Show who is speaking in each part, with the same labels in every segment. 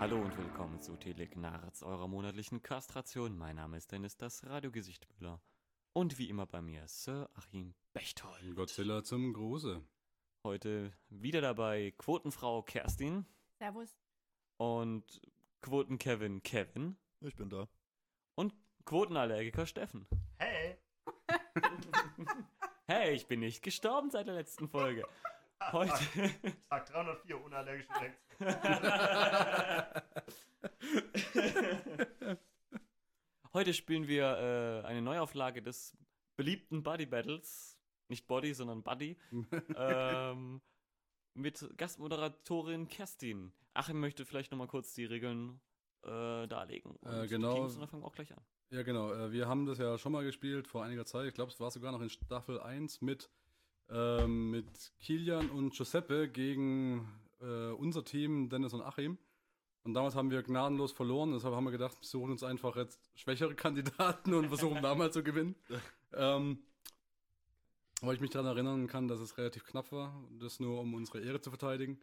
Speaker 1: Hallo und willkommen zu Telegnarz, eurer monatlichen Kastration. Mein Name ist Dennis, das Radiogesicht Müller. Und wie immer bei mir Sir Achim Bechtold.
Speaker 2: Godzilla zum Große.
Speaker 1: Heute wieder dabei Quotenfrau Kerstin
Speaker 3: Servus.
Speaker 1: und Quoten Kevin Kevin
Speaker 4: Ich bin da.
Speaker 1: und Quotenallergiker Steffen. Hey! hey, ich bin nicht gestorben seit der letzten Folge. Heute.
Speaker 5: Tag 304, unallergische Reaktion.
Speaker 1: Heute spielen wir äh, eine Neuauflage des beliebten Buddy Battles. Nicht Body, sondern Buddy. ähm, mit Gastmoderatorin Kerstin. Achim möchte vielleicht nochmal kurz die Regeln äh, darlegen. Und
Speaker 2: Äh,
Speaker 1: die
Speaker 2: genau.
Speaker 1: Teams, und dann fangen wir auch gleich an.
Speaker 2: Ja, genau. äh, Wir haben das ja schon mal gespielt vor einiger Zeit. Ich glaube, es war sogar noch in Staffel 1 mit, ähm, mit Kilian und Giuseppe gegen äh, unser Team, Dennis und Achim. Und damals haben wir gnadenlos verloren. Deshalb haben wir gedacht, wir suchen uns einfach jetzt schwächere Kandidaten und versuchen damals zu gewinnen. Ähm, weil ich mich daran erinnern kann, dass es relativ knapp war. und Das nur, um unsere Ehre zu verteidigen.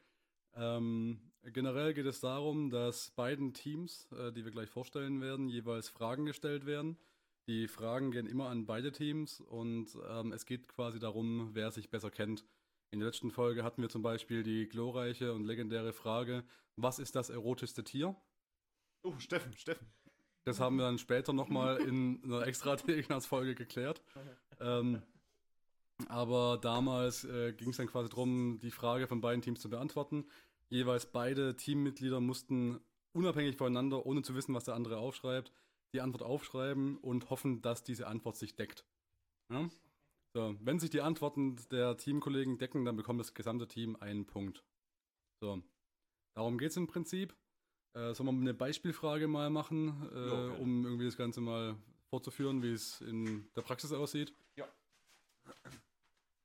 Speaker 2: Ähm, generell geht es darum, dass beiden Teams, äh, die wir gleich vorstellen werden, jeweils Fragen gestellt werden. Die Fragen gehen immer an beide Teams und ähm, es geht quasi darum, wer sich besser kennt. In der letzten Folge hatten wir zum Beispiel die glorreiche und legendäre Frage, was ist das erotischste Tier?
Speaker 5: Oh, Steffen, Steffen.
Speaker 2: Das haben wir dann später nochmal in einer extra Folge geklärt. Ähm, aber damals äh, ging es dann quasi darum, die Frage von beiden Teams zu beantworten. Jeweils beide Teammitglieder mussten unabhängig voneinander, ohne zu wissen, was der andere aufschreibt, die Antwort aufschreiben und hoffen, dass diese Antwort sich deckt. Ja? So, wenn sich die Antworten der Teamkollegen decken, dann bekommt das gesamte Team einen Punkt. So, darum geht's im Prinzip. Äh, sollen wir eine Beispielfrage mal machen, äh,
Speaker 1: Ja, gerne.
Speaker 2: um irgendwie das Ganze mal vorzuführen, wie es in der Praxis aussieht?
Speaker 1: Ja.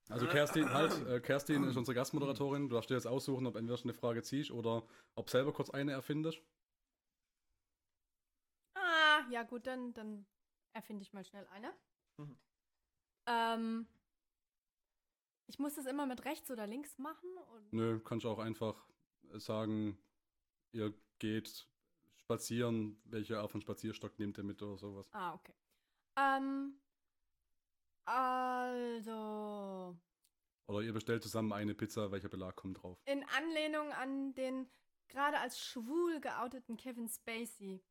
Speaker 2: Also Kerstin, halt, äh, Kerstin ist unsere Gastmoderatorin. Du darfst dir jetzt aussuchen, ob entweder schon eine Frage ziehst oder ob selber kurz eine erfindest.
Speaker 3: Ah, ja gut, dann, dann erfinde ich mal schnell eine.
Speaker 1: Mhm.
Speaker 3: Ähm, ich muss das immer mit rechts oder links machen. Und
Speaker 2: Nö, kannst auch einfach äh, sagen, ihr geht spazieren, welche Art von Spazierstock nehmt ihr mit oder sowas.
Speaker 3: ah, okay. Ähm, also,
Speaker 2: Oder ihr bestellt zusammen eine Pizza, welcher Belag kommt drauf?
Speaker 3: in Anlehnung an den gerade als schwul geouteten Kevin Spacey.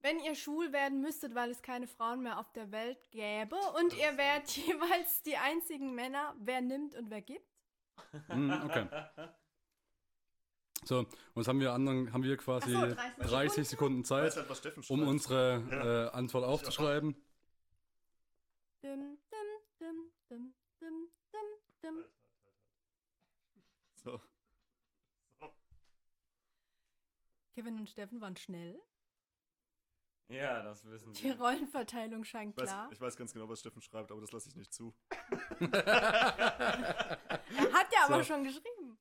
Speaker 3: Wenn ihr schwul werden müsstet, weil es keine Frauen mehr auf der Welt gäbe und ihr wärt jeweils die einzigen Männer, wer nimmt und wer gibt?
Speaker 2: Hm, okay. So, und jetzt haben wir anderen, haben wir quasi
Speaker 3: Ach so, 30
Speaker 2: 30 Sekunden
Speaker 5: Weißt
Speaker 2: Zeit,
Speaker 4: halt,
Speaker 5: du, was Steffen
Speaker 2: um
Speaker 5: schreibt?
Speaker 2: unsere
Speaker 5: Ja.
Speaker 2: äh, Antwort aufzuschreiben.
Speaker 3: Dim, dim, dim, dim, dim, dim, dim.
Speaker 5: So.
Speaker 3: Kevin und Steffen waren schnell.
Speaker 1: Ja, das wissen
Speaker 3: Die
Speaker 1: wir.
Speaker 3: Rollenverteilung scheint
Speaker 5: Ich weiß,
Speaker 3: klar.
Speaker 5: ich weiß ganz genau, was Steffen schreibt, aber das lasse ich nicht zu.
Speaker 3: Er hat ja aber
Speaker 2: So.
Speaker 3: schon geschrieben.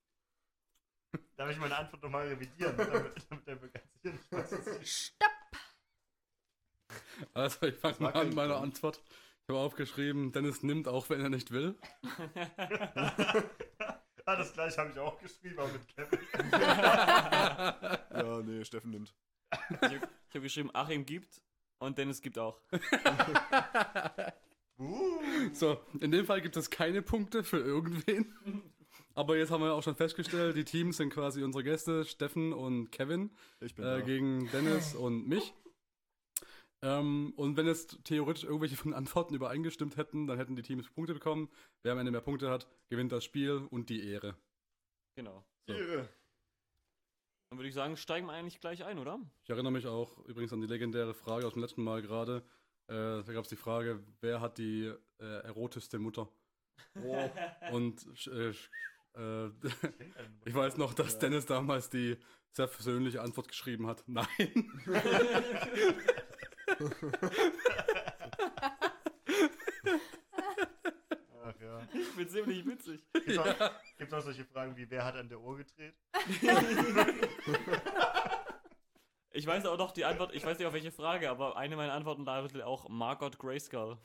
Speaker 5: Darf ich meine Antwort nochmal revidieren, damit, damit er mir ganz sicher nicht weiß, dass ich-
Speaker 3: Stopp!
Speaker 2: Also, ich fange mal
Speaker 5: war
Speaker 2: an
Speaker 5: kein
Speaker 2: mit meiner
Speaker 5: Grund.
Speaker 2: Antwort. Ich habe aufgeschrieben, Dennis nimmt, auch wenn er nicht will.
Speaker 5: Ah, das gleiche habe ich auch geschrieben, aber mit Kevin. ja, nee, Steffen nimmt.
Speaker 1: Ich habe hab geschrieben, Achim gibt und Dennis gibt auch.
Speaker 2: So, in dem Fall gibt es keine Punkte für irgendwen. Aber jetzt haben wir auch schon festgestellt, die Teams sind quasi unsere Gäste, Steffen und Kevin,
Speaker 5: Ich bin
Speaker 2: äh,
Speaker 4: Genau.
Speaker 5: da.
Speaker 2: gegen Dennis und mich. Ähm, und wenn jetzt theoretisch irgendwelche von den Antworten übereingestimmt hätten, dann hätten die Teams Punkte bekommen. Wer am Ende mehr Punkte hat, gewinnt das Spiel und die Ehre.
Speaker 1: Genau.
Speaker 5: Tiere.
Speaker 1: Dann würde ich sagen, steigen wir eigentlich gleich ein, oder?
Speaker 2: Ich erinnere mich auch übrigens an die legendäre Frage aus dem letzten Mal gerade. Äh, da gab es die Frage, wer hat die äh, erotischste Mutter? Und äh, äh, ich weiß noch, dass Dennis damals die sehr persönliche Antwort geschrieben hat. Nein.
Speaker 5: Ach ja.
Speaker 1: Ich bin ziemlich witzig.
Speaker 5: Gibt auch, gibt's auch solche Fragen wie, wer hat an der Uhr gedreht?
Speaker 1: Ich weiß auch noch die Antwort, ich weiß nicht auf welche Frage, aber eine meiner Antworten lautet auch Margot Grayskull.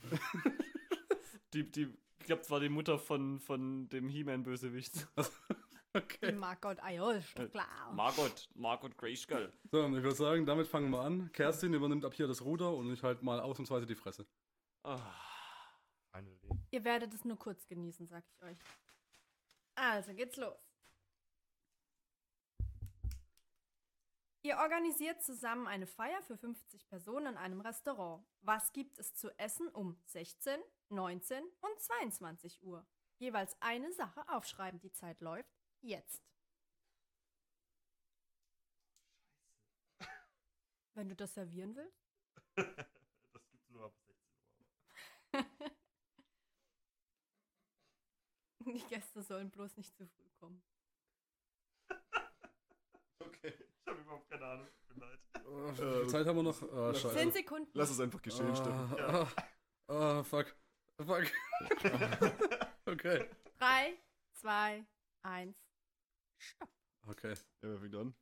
Speaker 1: die, die, ich glaube, zwar die Mutter von, von dem He-Man-Bösewicht.
Speaker 3: Die
Speaker 2: Okay. Äh,
Speaker 3: Margot Ayol, ist doch klar.
Speaker 1: Margot, Margot Grayskull.
Speaker 2: So, und ich würde sagen, damit fangen wir an. Kerstin übernimmt ab hier das Ruder und ich halt mal ausnahmsweise die Fresse.
Speaker 1: Ah,
Speaker 5: Finally.
Speaker 3: Ihr werdet es nur kurz genießen, sag ich euch. Also geht's los. Ihr organisiert zusammen eine Feier für 50 Personen in einem Restaurant. Was gibt es zu essen um 16, 19 und 22 Uhr? Jeweils eine Sache aufschreiben. Die Zeit läuft jetzt. Wenn du das servieren willst.
Speaker 5: Das gibt's nur ab 16 Uhr.
Speaker 3: Die Gäste sollen bloß nicht zu früh kommen.
Speaker 4: Okay.
Speaker 5: Ich habe überhaupt keine Ahnung. Tut mir leid.
Speaker 2: Oh, wie viel Zeit haben wir noch? Ah,
Speaker 4: lass-
Speaker 2: scheiße.
Speaker 3: Zehn Sekunden.
Speaker 4: Lass es einfach geschehen, Steffen.
Speaker 2: Ah, ah, ah, fuck. Fuck. okay.
Speaker 3: 3, 2, 1. Stopp.
Speaker 2: Okay.
Speaker 4: Ja, wer fängt an?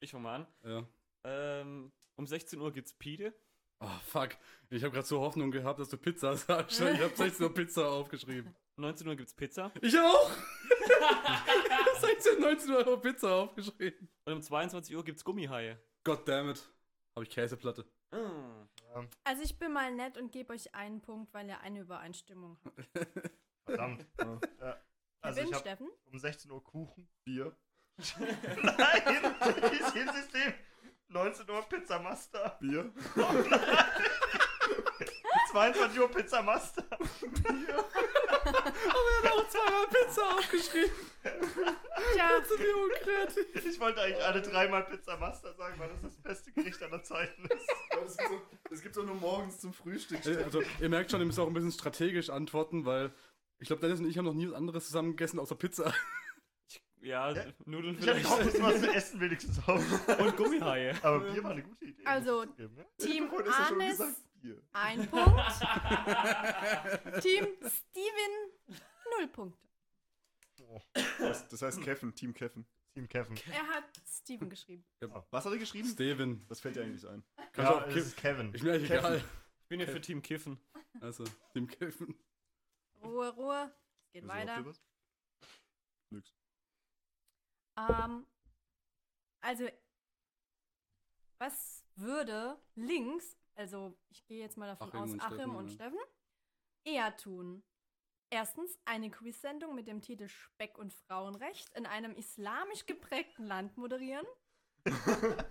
Speaker 1: ich fange mal an.
Speaker 2: Ja.
Speaker 1: Ähm, um 16 Uhr gibt's Pide.
Speaker 2: Ah, fuck. Ich habe gerade so Hoffnung gehabt, dass du Pizza sagst. Ich habe 16 Uhr Pizza aufgeschrieben.
Speaker 1: 19 Uhr gibt's Pizza.
Speaker 2: Ich auch! 16, 19 Uhr Pizza aufgeschrieben.
Speaker 1: Und um 22 Uhr gibt's Gummihaie.
Speaker 2: Goddammit. Habe ich Käseplatte.
Speaker 1: Mm.
Speaker 3: Also ich bin mal nett und gebe euch einen Punkt, weil ihr eine Übereinstimmung habt.
Speaker 5: Verdammt.
Speaker 4: Ja.
Speaker 5: Äh, also
Speaker 3: Gewinn,
Speaker 5: ich habe
Speaker 3: Steffen.
Speaker 5: um 16 Uhr Kuchen.
Speaker 4: Bier.
Speaker 5: Nein, ich sehe im System. 19 Uhr Pizza Master.
Speaker 4: Bier.
Speaker 5: 22 Uhr Pizza Master.
Speaker 2: Ich habe auch zweimal Pizza aufgeschrieben.
Speaker 3: Tja,
Speaker 2: Das ist mir unkreativ.
Speaker 5: Ich wollte eigentlich alle dreimal Pizza Master sagen, weil das das beste Gericht aller Zeiten ist.
Speaker 4: Das gibt's, doch, das gibt's doch nur morgens zum Frühstück.
Speaker 2: Äh, Also, ihr merkt schon, ihr müsst auch ein bisschen strategisch antworten, weil ich glaube, Dennis und ich haben noch nie was anderes zusammen gegessen außer Pizza.
Speaker 1: Ja,
Speaker 5: Ja.
Speaker 1: Nudeln
Speaker 5: Ich habe
Speaker 1: vielleicht.
Speaker 5: gehofft, es war zu essen wenigstens auf.
Speaker 1: Und Gummihaie.
Speaker 5: Aber Bier war eine gute Idee.
Speaker 3: Also,
Speaker 5: muss ich zugeben, ja?
Speaker 3: Team
Speaker 4: Vorhin hast du schon
Speaker 3: Arnes,
Speaker 4: gesagt, Bier.
Speaker 3: ein Punkt. Team Steven, null Punkte.
Speaker 4: Das, das heißt Keffen, Team Keffen.
Speaker 5: Team Kevin.
Speaker 3: Er hat Steven geschrieben.
Speaker 4: Was hat er geschrieben?
Speaker 2: Steven.
Speaker 4: Was fällt dir eigentlich ein?
Speaker 2: Kannst du auch
Speaker 5: Ja, es
Speaker 2: kiffen?
Speaker 5: ist Kevin.
Speaker 2: Ich mir eigentlich egal.
Speaker 1: Ich bin ja für Team Kiffen.
Speaker 2: Also, dem Kiffen.
Speaker 3: Ruhe, Ruhe. Es geht
Speaker 4: Wissen wir, ob
Speaker 3: weiter.
Speaker 4: dir was? Nix.
Speaker 3: Ähm, also, was würde links, also ich gehe jetzt mal davon
Speaker 2: Achim
Speaker 3: aus,
Speaker 2: und
Speaker 3: Achim
Speaker 2: Steffen,
Speaker 3: und
Speaker 2: ja.
Speaker 3: Steffen, eher tun? Erstens eine Quiz-Sendung mit dem Titel Speck und Frauenrecht in einem islamisch geprägten Land moderieren.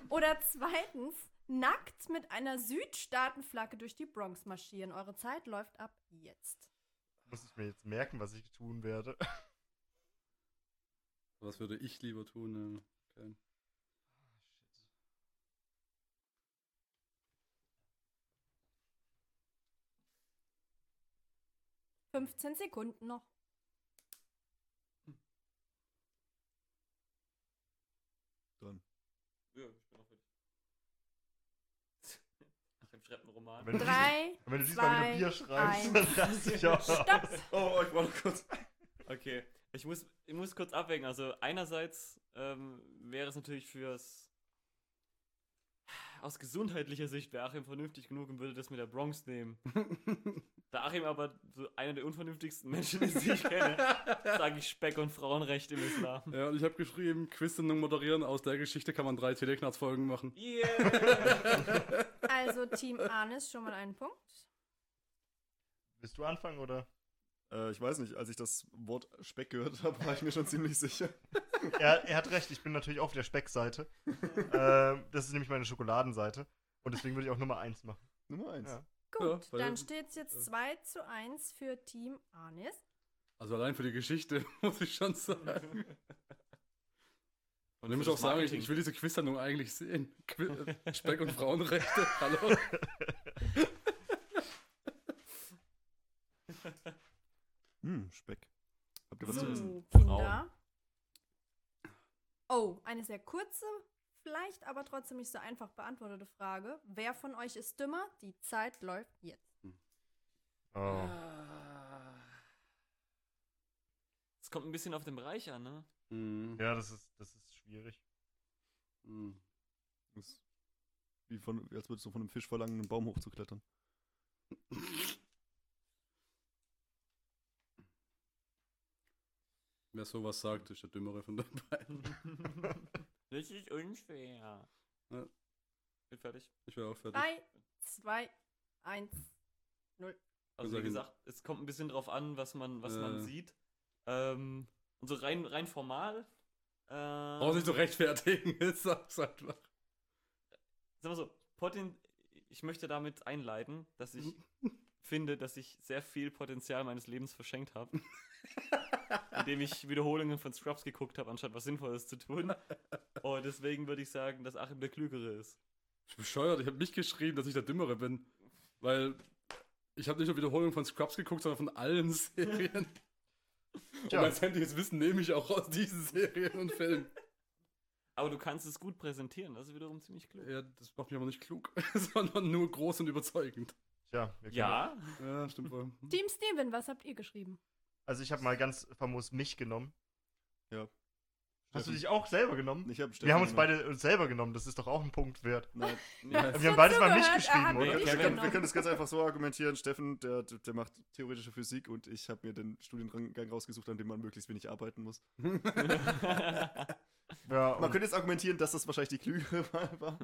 Speaker 3: Oder zweitens nackt mit einer Südstaatenflagge durch die Bronx marschieren. Eure Zeit läuft ab jetzt.
Speaker 5: Muss ich mir jetzt merken, was ich tun werde.
Speaker 2: Was würde ich lieber tun? Ja. Okay.
Speaker 3: Shit. 15 Sekunden noch.
Speaker 4: Dran.
Speaker 1: Ja, ich bin auch fertig. Ich schreibe einen Roman.
Speaker 5: Wenn du,
Speaker 3: Drei.
Speaker 5: wenn du diesmal
Speaker 3: zwei,
Speaker 5: wieder Bier schreibst,
Speaker 3: eins.
Speaker 5: dann lass dich auch.
Speaker 3: Stopp.
Speaker 4: Oh, ich war noch kurz.
Speaker 1: Okay, ich muss, ich muss kurz abwägen. Also einerseits ähm, wäre es natürlich fürs aus gesundheitlicher Sicht wäre Achim vernünftig genug und würde das mit der Bronx nehmen. da Achim aber so einer der unvernünftigsten Menschen ist, die ich kenne, sage ich Speck und Frauenrecht im Islam.
Speaker 2: Ja, und ich habe geschrieben, Quiz-Sendung moderieren. Aus der Geschichte kann man drei Teleknarz-Folgen machen.
Speaker 1: Yeah!
Speaker 3: Also Team Arnes schon mal einen Punkt.
Speaker 5: Willst du anfangen oder?
Speaker 4: Äh, ich weiß nicht, als ich das Wort Speck gehört habe, war ich mir schon ziemlich sicher.
Speaker 5: Er, er hat recht, ich bin natürlich auch auf der Speckseite. ähm, das ist nämlich meine Schokoladenseite. Und deswegen würde ich auch Nummer 1 machen.
Speaker 4: Nummer eins.
Speaker 5: Ja.
Speaker 3: Gut,
Speaker 2: Ja, weil- äh,
Speaker 3: dann steht es jetzt 2 zu 1 für Team Arnis.
Speaker 2: Also allein für die Geschichte, muss ich schon sagen. Und ich
Speaker 1: für
Speaker 2: muss
Speaker 1: das
Speaker 2: auch sagen, ich,
Speaker 1: Marketing.
Speaker 2: ich will diese Quiz-Sendung eigentlich sehen. Qui- äh, Speck- und Frauenrechte, hallo.
Speaker 4: Hm, Speck. Habt ihr was zu essen?
Speaker 3: So, Kinder. Oh, eine sehr kurze, vielleicht aber trotzdem nicht so einfach beantwortete Frage. Wer von euch ist dümmer? Die Zeit läuft jetzt.
Speaker 5: Oh.
Speaker 1: Es kommt ein bisschen auf den Bereich an, ne?
Speaker 2: Hm,
Speaker 5: Oh. Ja, das ist, das ist schwierig.
Speaker 2: hm.
Speaker 4: Das- Wie von, als würdest du von einem Fisch verlangen, einen Baum hochzuklettern.
Speaker 2: Wer sowas sagt, ist der Dümmere von den beiden.
Speaker 1: Das ist unfair.
Speaker 2: Ja.
Speaker 1: Bin fertig.
Speaker 2: Ich wäre auch fertig.
Speaker 3: 3, 2, 1.
Speaker 1: Also wie
Speaker 2: Immerhin.
Speaker 1: gesagt, es kommt ein bisschen drauf an, was man, was
Speaker 2: Äh.
Speaker 1: man sieht. Ähm, und so rein, rein formal. Äh,
Speaker 2: Brauchst nicht so rechtfertigen, ich sag's einfach.
Speaker 1: sagen wir so, Poten ich möchte damit einleiten, dass ich finde, dass ich sehr viel Potenzial meines Lebens verschenkt habe. indem ich Wiederholungen von Scrubs geguckt habe, anstatt was Sinnvolles zu tun. Und deswegen würde ich sagen, dass Achim der Klügere ist.
Speaker 2: Ich bin bescheuert, ich habe nicht geschrieben, dass ich der Dümmere bin. Weil ich habe nicht nur Wiederholungen von Scrubs geguckt, sondern von allen Serien.
Speaker 5: Tja.
Speaker 2: Und mein sämtliches Wissen nehme ich auch aus diesen Serien und Filmen.
Speaker 1: Aber du kannst es gut präsentieren, das ist wiederum ziemlich klug.
Speaker 2: Ja, das macht mich aber nicht klug, sondern nur groß und überzeugend.
Speaker 5: Tja, wir können-
Speaker 1: Ja,
Speaker 2: Ja, stimmt wohl. Hm.
Speaker 3: Team Steven, was habt ihr geschrieben?
Speaker 5: Also ich habe mal ganz famos mich genommen.
Speaker 4: Ja.
Speaker 5: Hast du
Speaker 4: Steffen.
Speaker 5: dich auch selber genommen?
Speaker 4: Ich hab
Speaker 5: wir
Speaker 4: Steffen
Speaker 5: haben uns
Speaker 4: genommen.
Speaker 5: beide uns selber genommen, das ist doch auch ein Punkt wert.
Speaker 4: Nein, genau.
Speaker 2: Ja,
Speaker 5: Wir haben beides mal mich
Speaker 3: zugehört, äh, er hat
Speaker 5: geschrieben,
Speaker 1: mich Ja,
Speaker 5: oder?
Speaker 4: wir, können, wir
Speaker 3: genommen.
Speaker 4: können das ganz einfach so argumentieren. Steffen, der, der macht theoretische Physik und ich habe mir den Studiengang rausgesucht, an dem man möglichst wenig arbeiten muss.
Speaker 5: Ja,
Speaker 4: Man
Speaker 5: und
Speaker 4: könnte jetzt argumentieren, dass das wahrscheinlich die klügere Wahl war.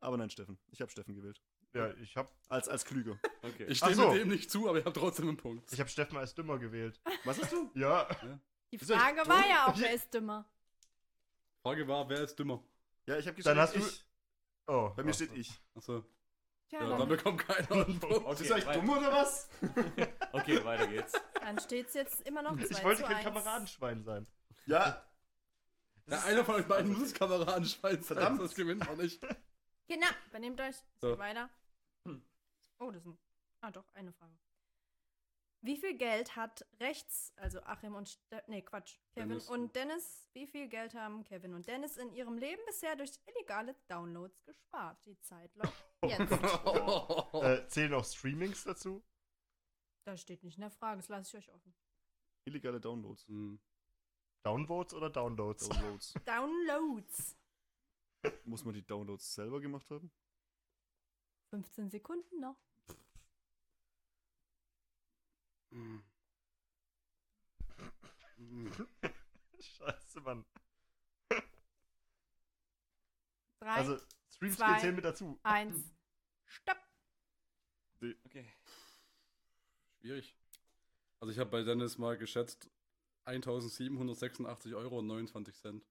Speaker 4: Aber nein, Steffen. Ich habe Steffen gewählt.
Speaker 5: ja, ich habe
Speaker 4: Als, als klüger.
Speaker 1: okay.
Speaker 2: Ich stimme
Speaker 5: Ach so.
Speaker 2: dem nicht zu, aber ich habe trotzdem einen Punkt.
Speaker 5: ich hab Steffen als dümmer gewählt.
Speaker 4: Was hast du?
Speaker 5: Ja,
Speaker 3: Die
Speaker 4: Ist euch
Speaker 3: Frage war ja auch, wer ist dümmer?
Speaker 2: Frage war, wer ist dümmer?
Speaker 4: Ja, ich habe geschrieben,
Speaker 5: Dann hast du-
Speaker 4: ich.
Speaker 5: oh.
Speaker 4: Bei mir steht ich.
Speaker 2: Achso.
Speaker 3: Tja,
Speaker 2: Ja,
Speaker 3: dann,
Speaker 2: dann bekommt keiner einen Punkt.
Speaker 1: Okay, wei-
Speaker 4: oder was?
Speaker 1: okay, weiter geht's.
Speaker 3: dann steht es jetzt immer noch 2
Speaker 5: Ich wollte
Speaker 3: zu
Speaker 5: kein
Speaker 3: 1.
Speaker 5: Kameradenschwein sein.
Speaker 4: Ja,
Speaker 2: Ja, einer von euch beiden muss Kameradenschwein sein,
Speaker 4: Verdammt.
Speaker 2: also das gewinnt auch nicht.
Speaker 3: Genau, benehmt euch. Es
Speaker 2: So.
Speaker 3: geht weiter.
Speaker 1: Hm.
Speaker 3: Oh, das sind. Ah, doch, eine Frage. Wie viel Geld hat rechts, also Achim und. Ste nee, Quatsch. Kevin
Speaker 2: Dennis.
Speaker 3: und Dennis. Wie viel Geld haben Kevin und Dennis in ihrem Leben bisher durch illegale Downloads gespart? Die Zeit läuft jetzt.
Speaker 5: Äh, zählen auch Streamings dazu?
Speaker 3: Das steht nicht in der Frage, das lasse ich euch offen.
Speaker 4: illegale Downloads.
Speaker 2: Hm.
Speaker 5: Downvotes oder Downloads?
Speaker 4: Downloads.
Speaker 3: Downloads.
Speaker 4: Muss man die Downloads selber gemacht haben?
Speaker 3: 15 Sekunden noch.
Speaker 2: Hm. Hm.
Speaker 5: Scheiße, Mann.
Speaker 3: 3,
Speaker 5: Also, Streams
Speaker 3: zwei,
Speaker 5: zählen mit dazu.
Speaker 3: 1. Stopp.
Speaker 1: Okay.
Speaker 2: Schwierig. Also ich habe bei Dennis mal geschätzt 1786 Euro und 29 Cent.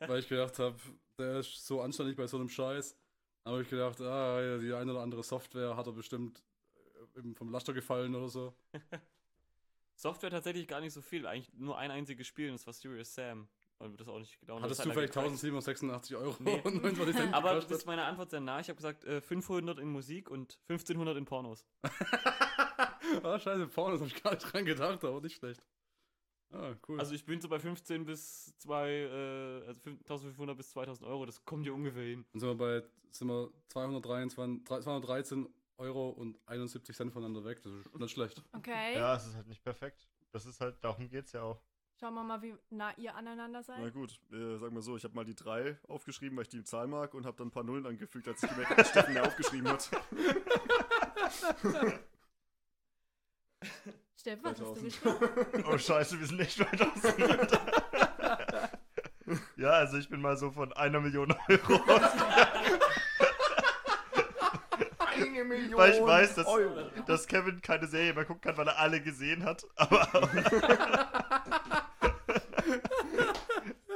Speaker 2: Weil ich gedacht habe, der ist so anständig bei so einem Scheiß. Aber ich gedacht, ah, ja, die eine oder andere Software hat er bestimmt äh, eben vom Laster gefallen oder so.
Speaker 1: Software tatsächlich gar nicht so viel, eigentlich nur ein einziges Spiel und das war Serious Sam. Und das auch nicht genau.
Speaker 2: Hattest du vielleicht 1786 Euro
Speaker 1: Nee.
Speaker 2: und 29 Cent
Speaker 1: Aber das ist
Speaker 2: gekostet?
Speaker 1: meiner Antwort sehr nah. Ich habe gesagt äh, 500 in Musik und 1500 in Pornos.
Speaker 2: ah, scheiße, vorne habe ich gar nicht dran gedacht, aber nicht schlecht. Ah, cool.
Speaker 1: Also ich bin so bei 15 bis 2, äh, also 1500 bis 2000 Euro. Das kommt hier ungefähr hin.
Speaker 2: Dann sind wir bei sind wir 223, 213 Euro und 71 Cent voneinander weg. Das ist nicht schlecht.
Speaker 3: Okay.
Speaker 5: Ja, es ist halt nicht perfekt. Das ist halt, darum geht's ja auch.
Speaker 3: Schauen wir mal, wie nah ihr aneinander
Speaker 4: Na
Speaker 3: seid.
Speaker 4: gut, äh, sagen wir so, ich habe mal die 3 aufgeschrieben, weil ich die Zahl mag und habe dann ein paar Nullen angefügt, als ich gemerkt habe, dass Steffen mir aufgeschrieben hat.
Speaker 3: Steffen, was hast du
Speaker 4: 2000.
Speaker 3: geschrieben?
Speaker 5: Oh, scheiße, wir sind echt weit auseinander. ja, also ich bin mal so von einer Million Euro aus,
Speaker 4: Eine Million
Speaker 5: weil ich weiß, dass,
Speaker 4: Euro.
Speaker 5: dass Kevin keine Serie mehr gucken kann, weil er alle gesehen hat. Aber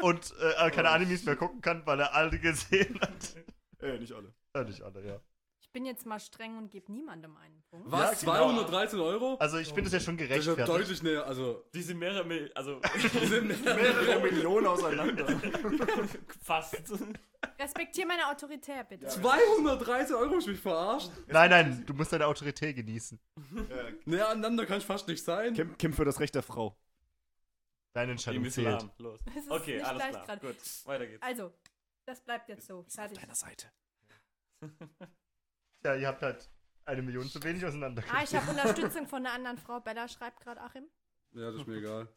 Speaker 5: Und äh, aber keine Animes mehr gucken kann, weil er alle gesehen hat.
Speaker 4: Äh, nicht alle.
Speaker 5: Ja, nicht alle, ja.
Speaker 3: Ich bin jetzt mal streng und gebe niemandem einen Punkt.
Speaker 2: Was?
Speaker 5: genau.
Speaker 2: 213 Euro?
Speaker 5: Also ich finde es ja schon
Speaker 2: das ist ja
Speaker 5: gerechtfertigt.
Speaker 2: deutlich näher. Also,
Speaker 1: Die sind mehrere, Mil- also
Speaker 2: die sind
Speaker 4: Mehrere Millionen auseinander.
Speaker 1: fast.
Speaker 3: Respektier meine Autorität, bitte.
Speaker 2: 213 Euro, ich mich verarscht.
Speaker 5: Nein, nein, du musst deine Autorität genießen.
Speaker 2: Näher aneinander kann ich fast nicht sein.
Speaker 4: Kämpf, kämpf für das Recht der Frau.
Speaker 5: Deine
Speaker 1: Im
Speaker 5: Entscheidung zählt.
Speaker 1: Islam. Los.
Speaker 3: Es ist
Speaker 1: Okay,
Speaker 3: nicht leicht
Speaker 1: alles klar.
Speaker 3: gerade.
Speaker 1: Gut, weiter geht's.
Speaker 3: Also, das bleibt jetzt so. Fertig.
Speaker 4: Seite.
Speaker 5: Ja, ihr habt halt eine Million zu wenig auseinander.
Speaker 3: Ah, ich habe Unterstützung von einer anderen Frau. Bella schreibt gerade Achim.
Speaker 2: Ja, das ist mir egal.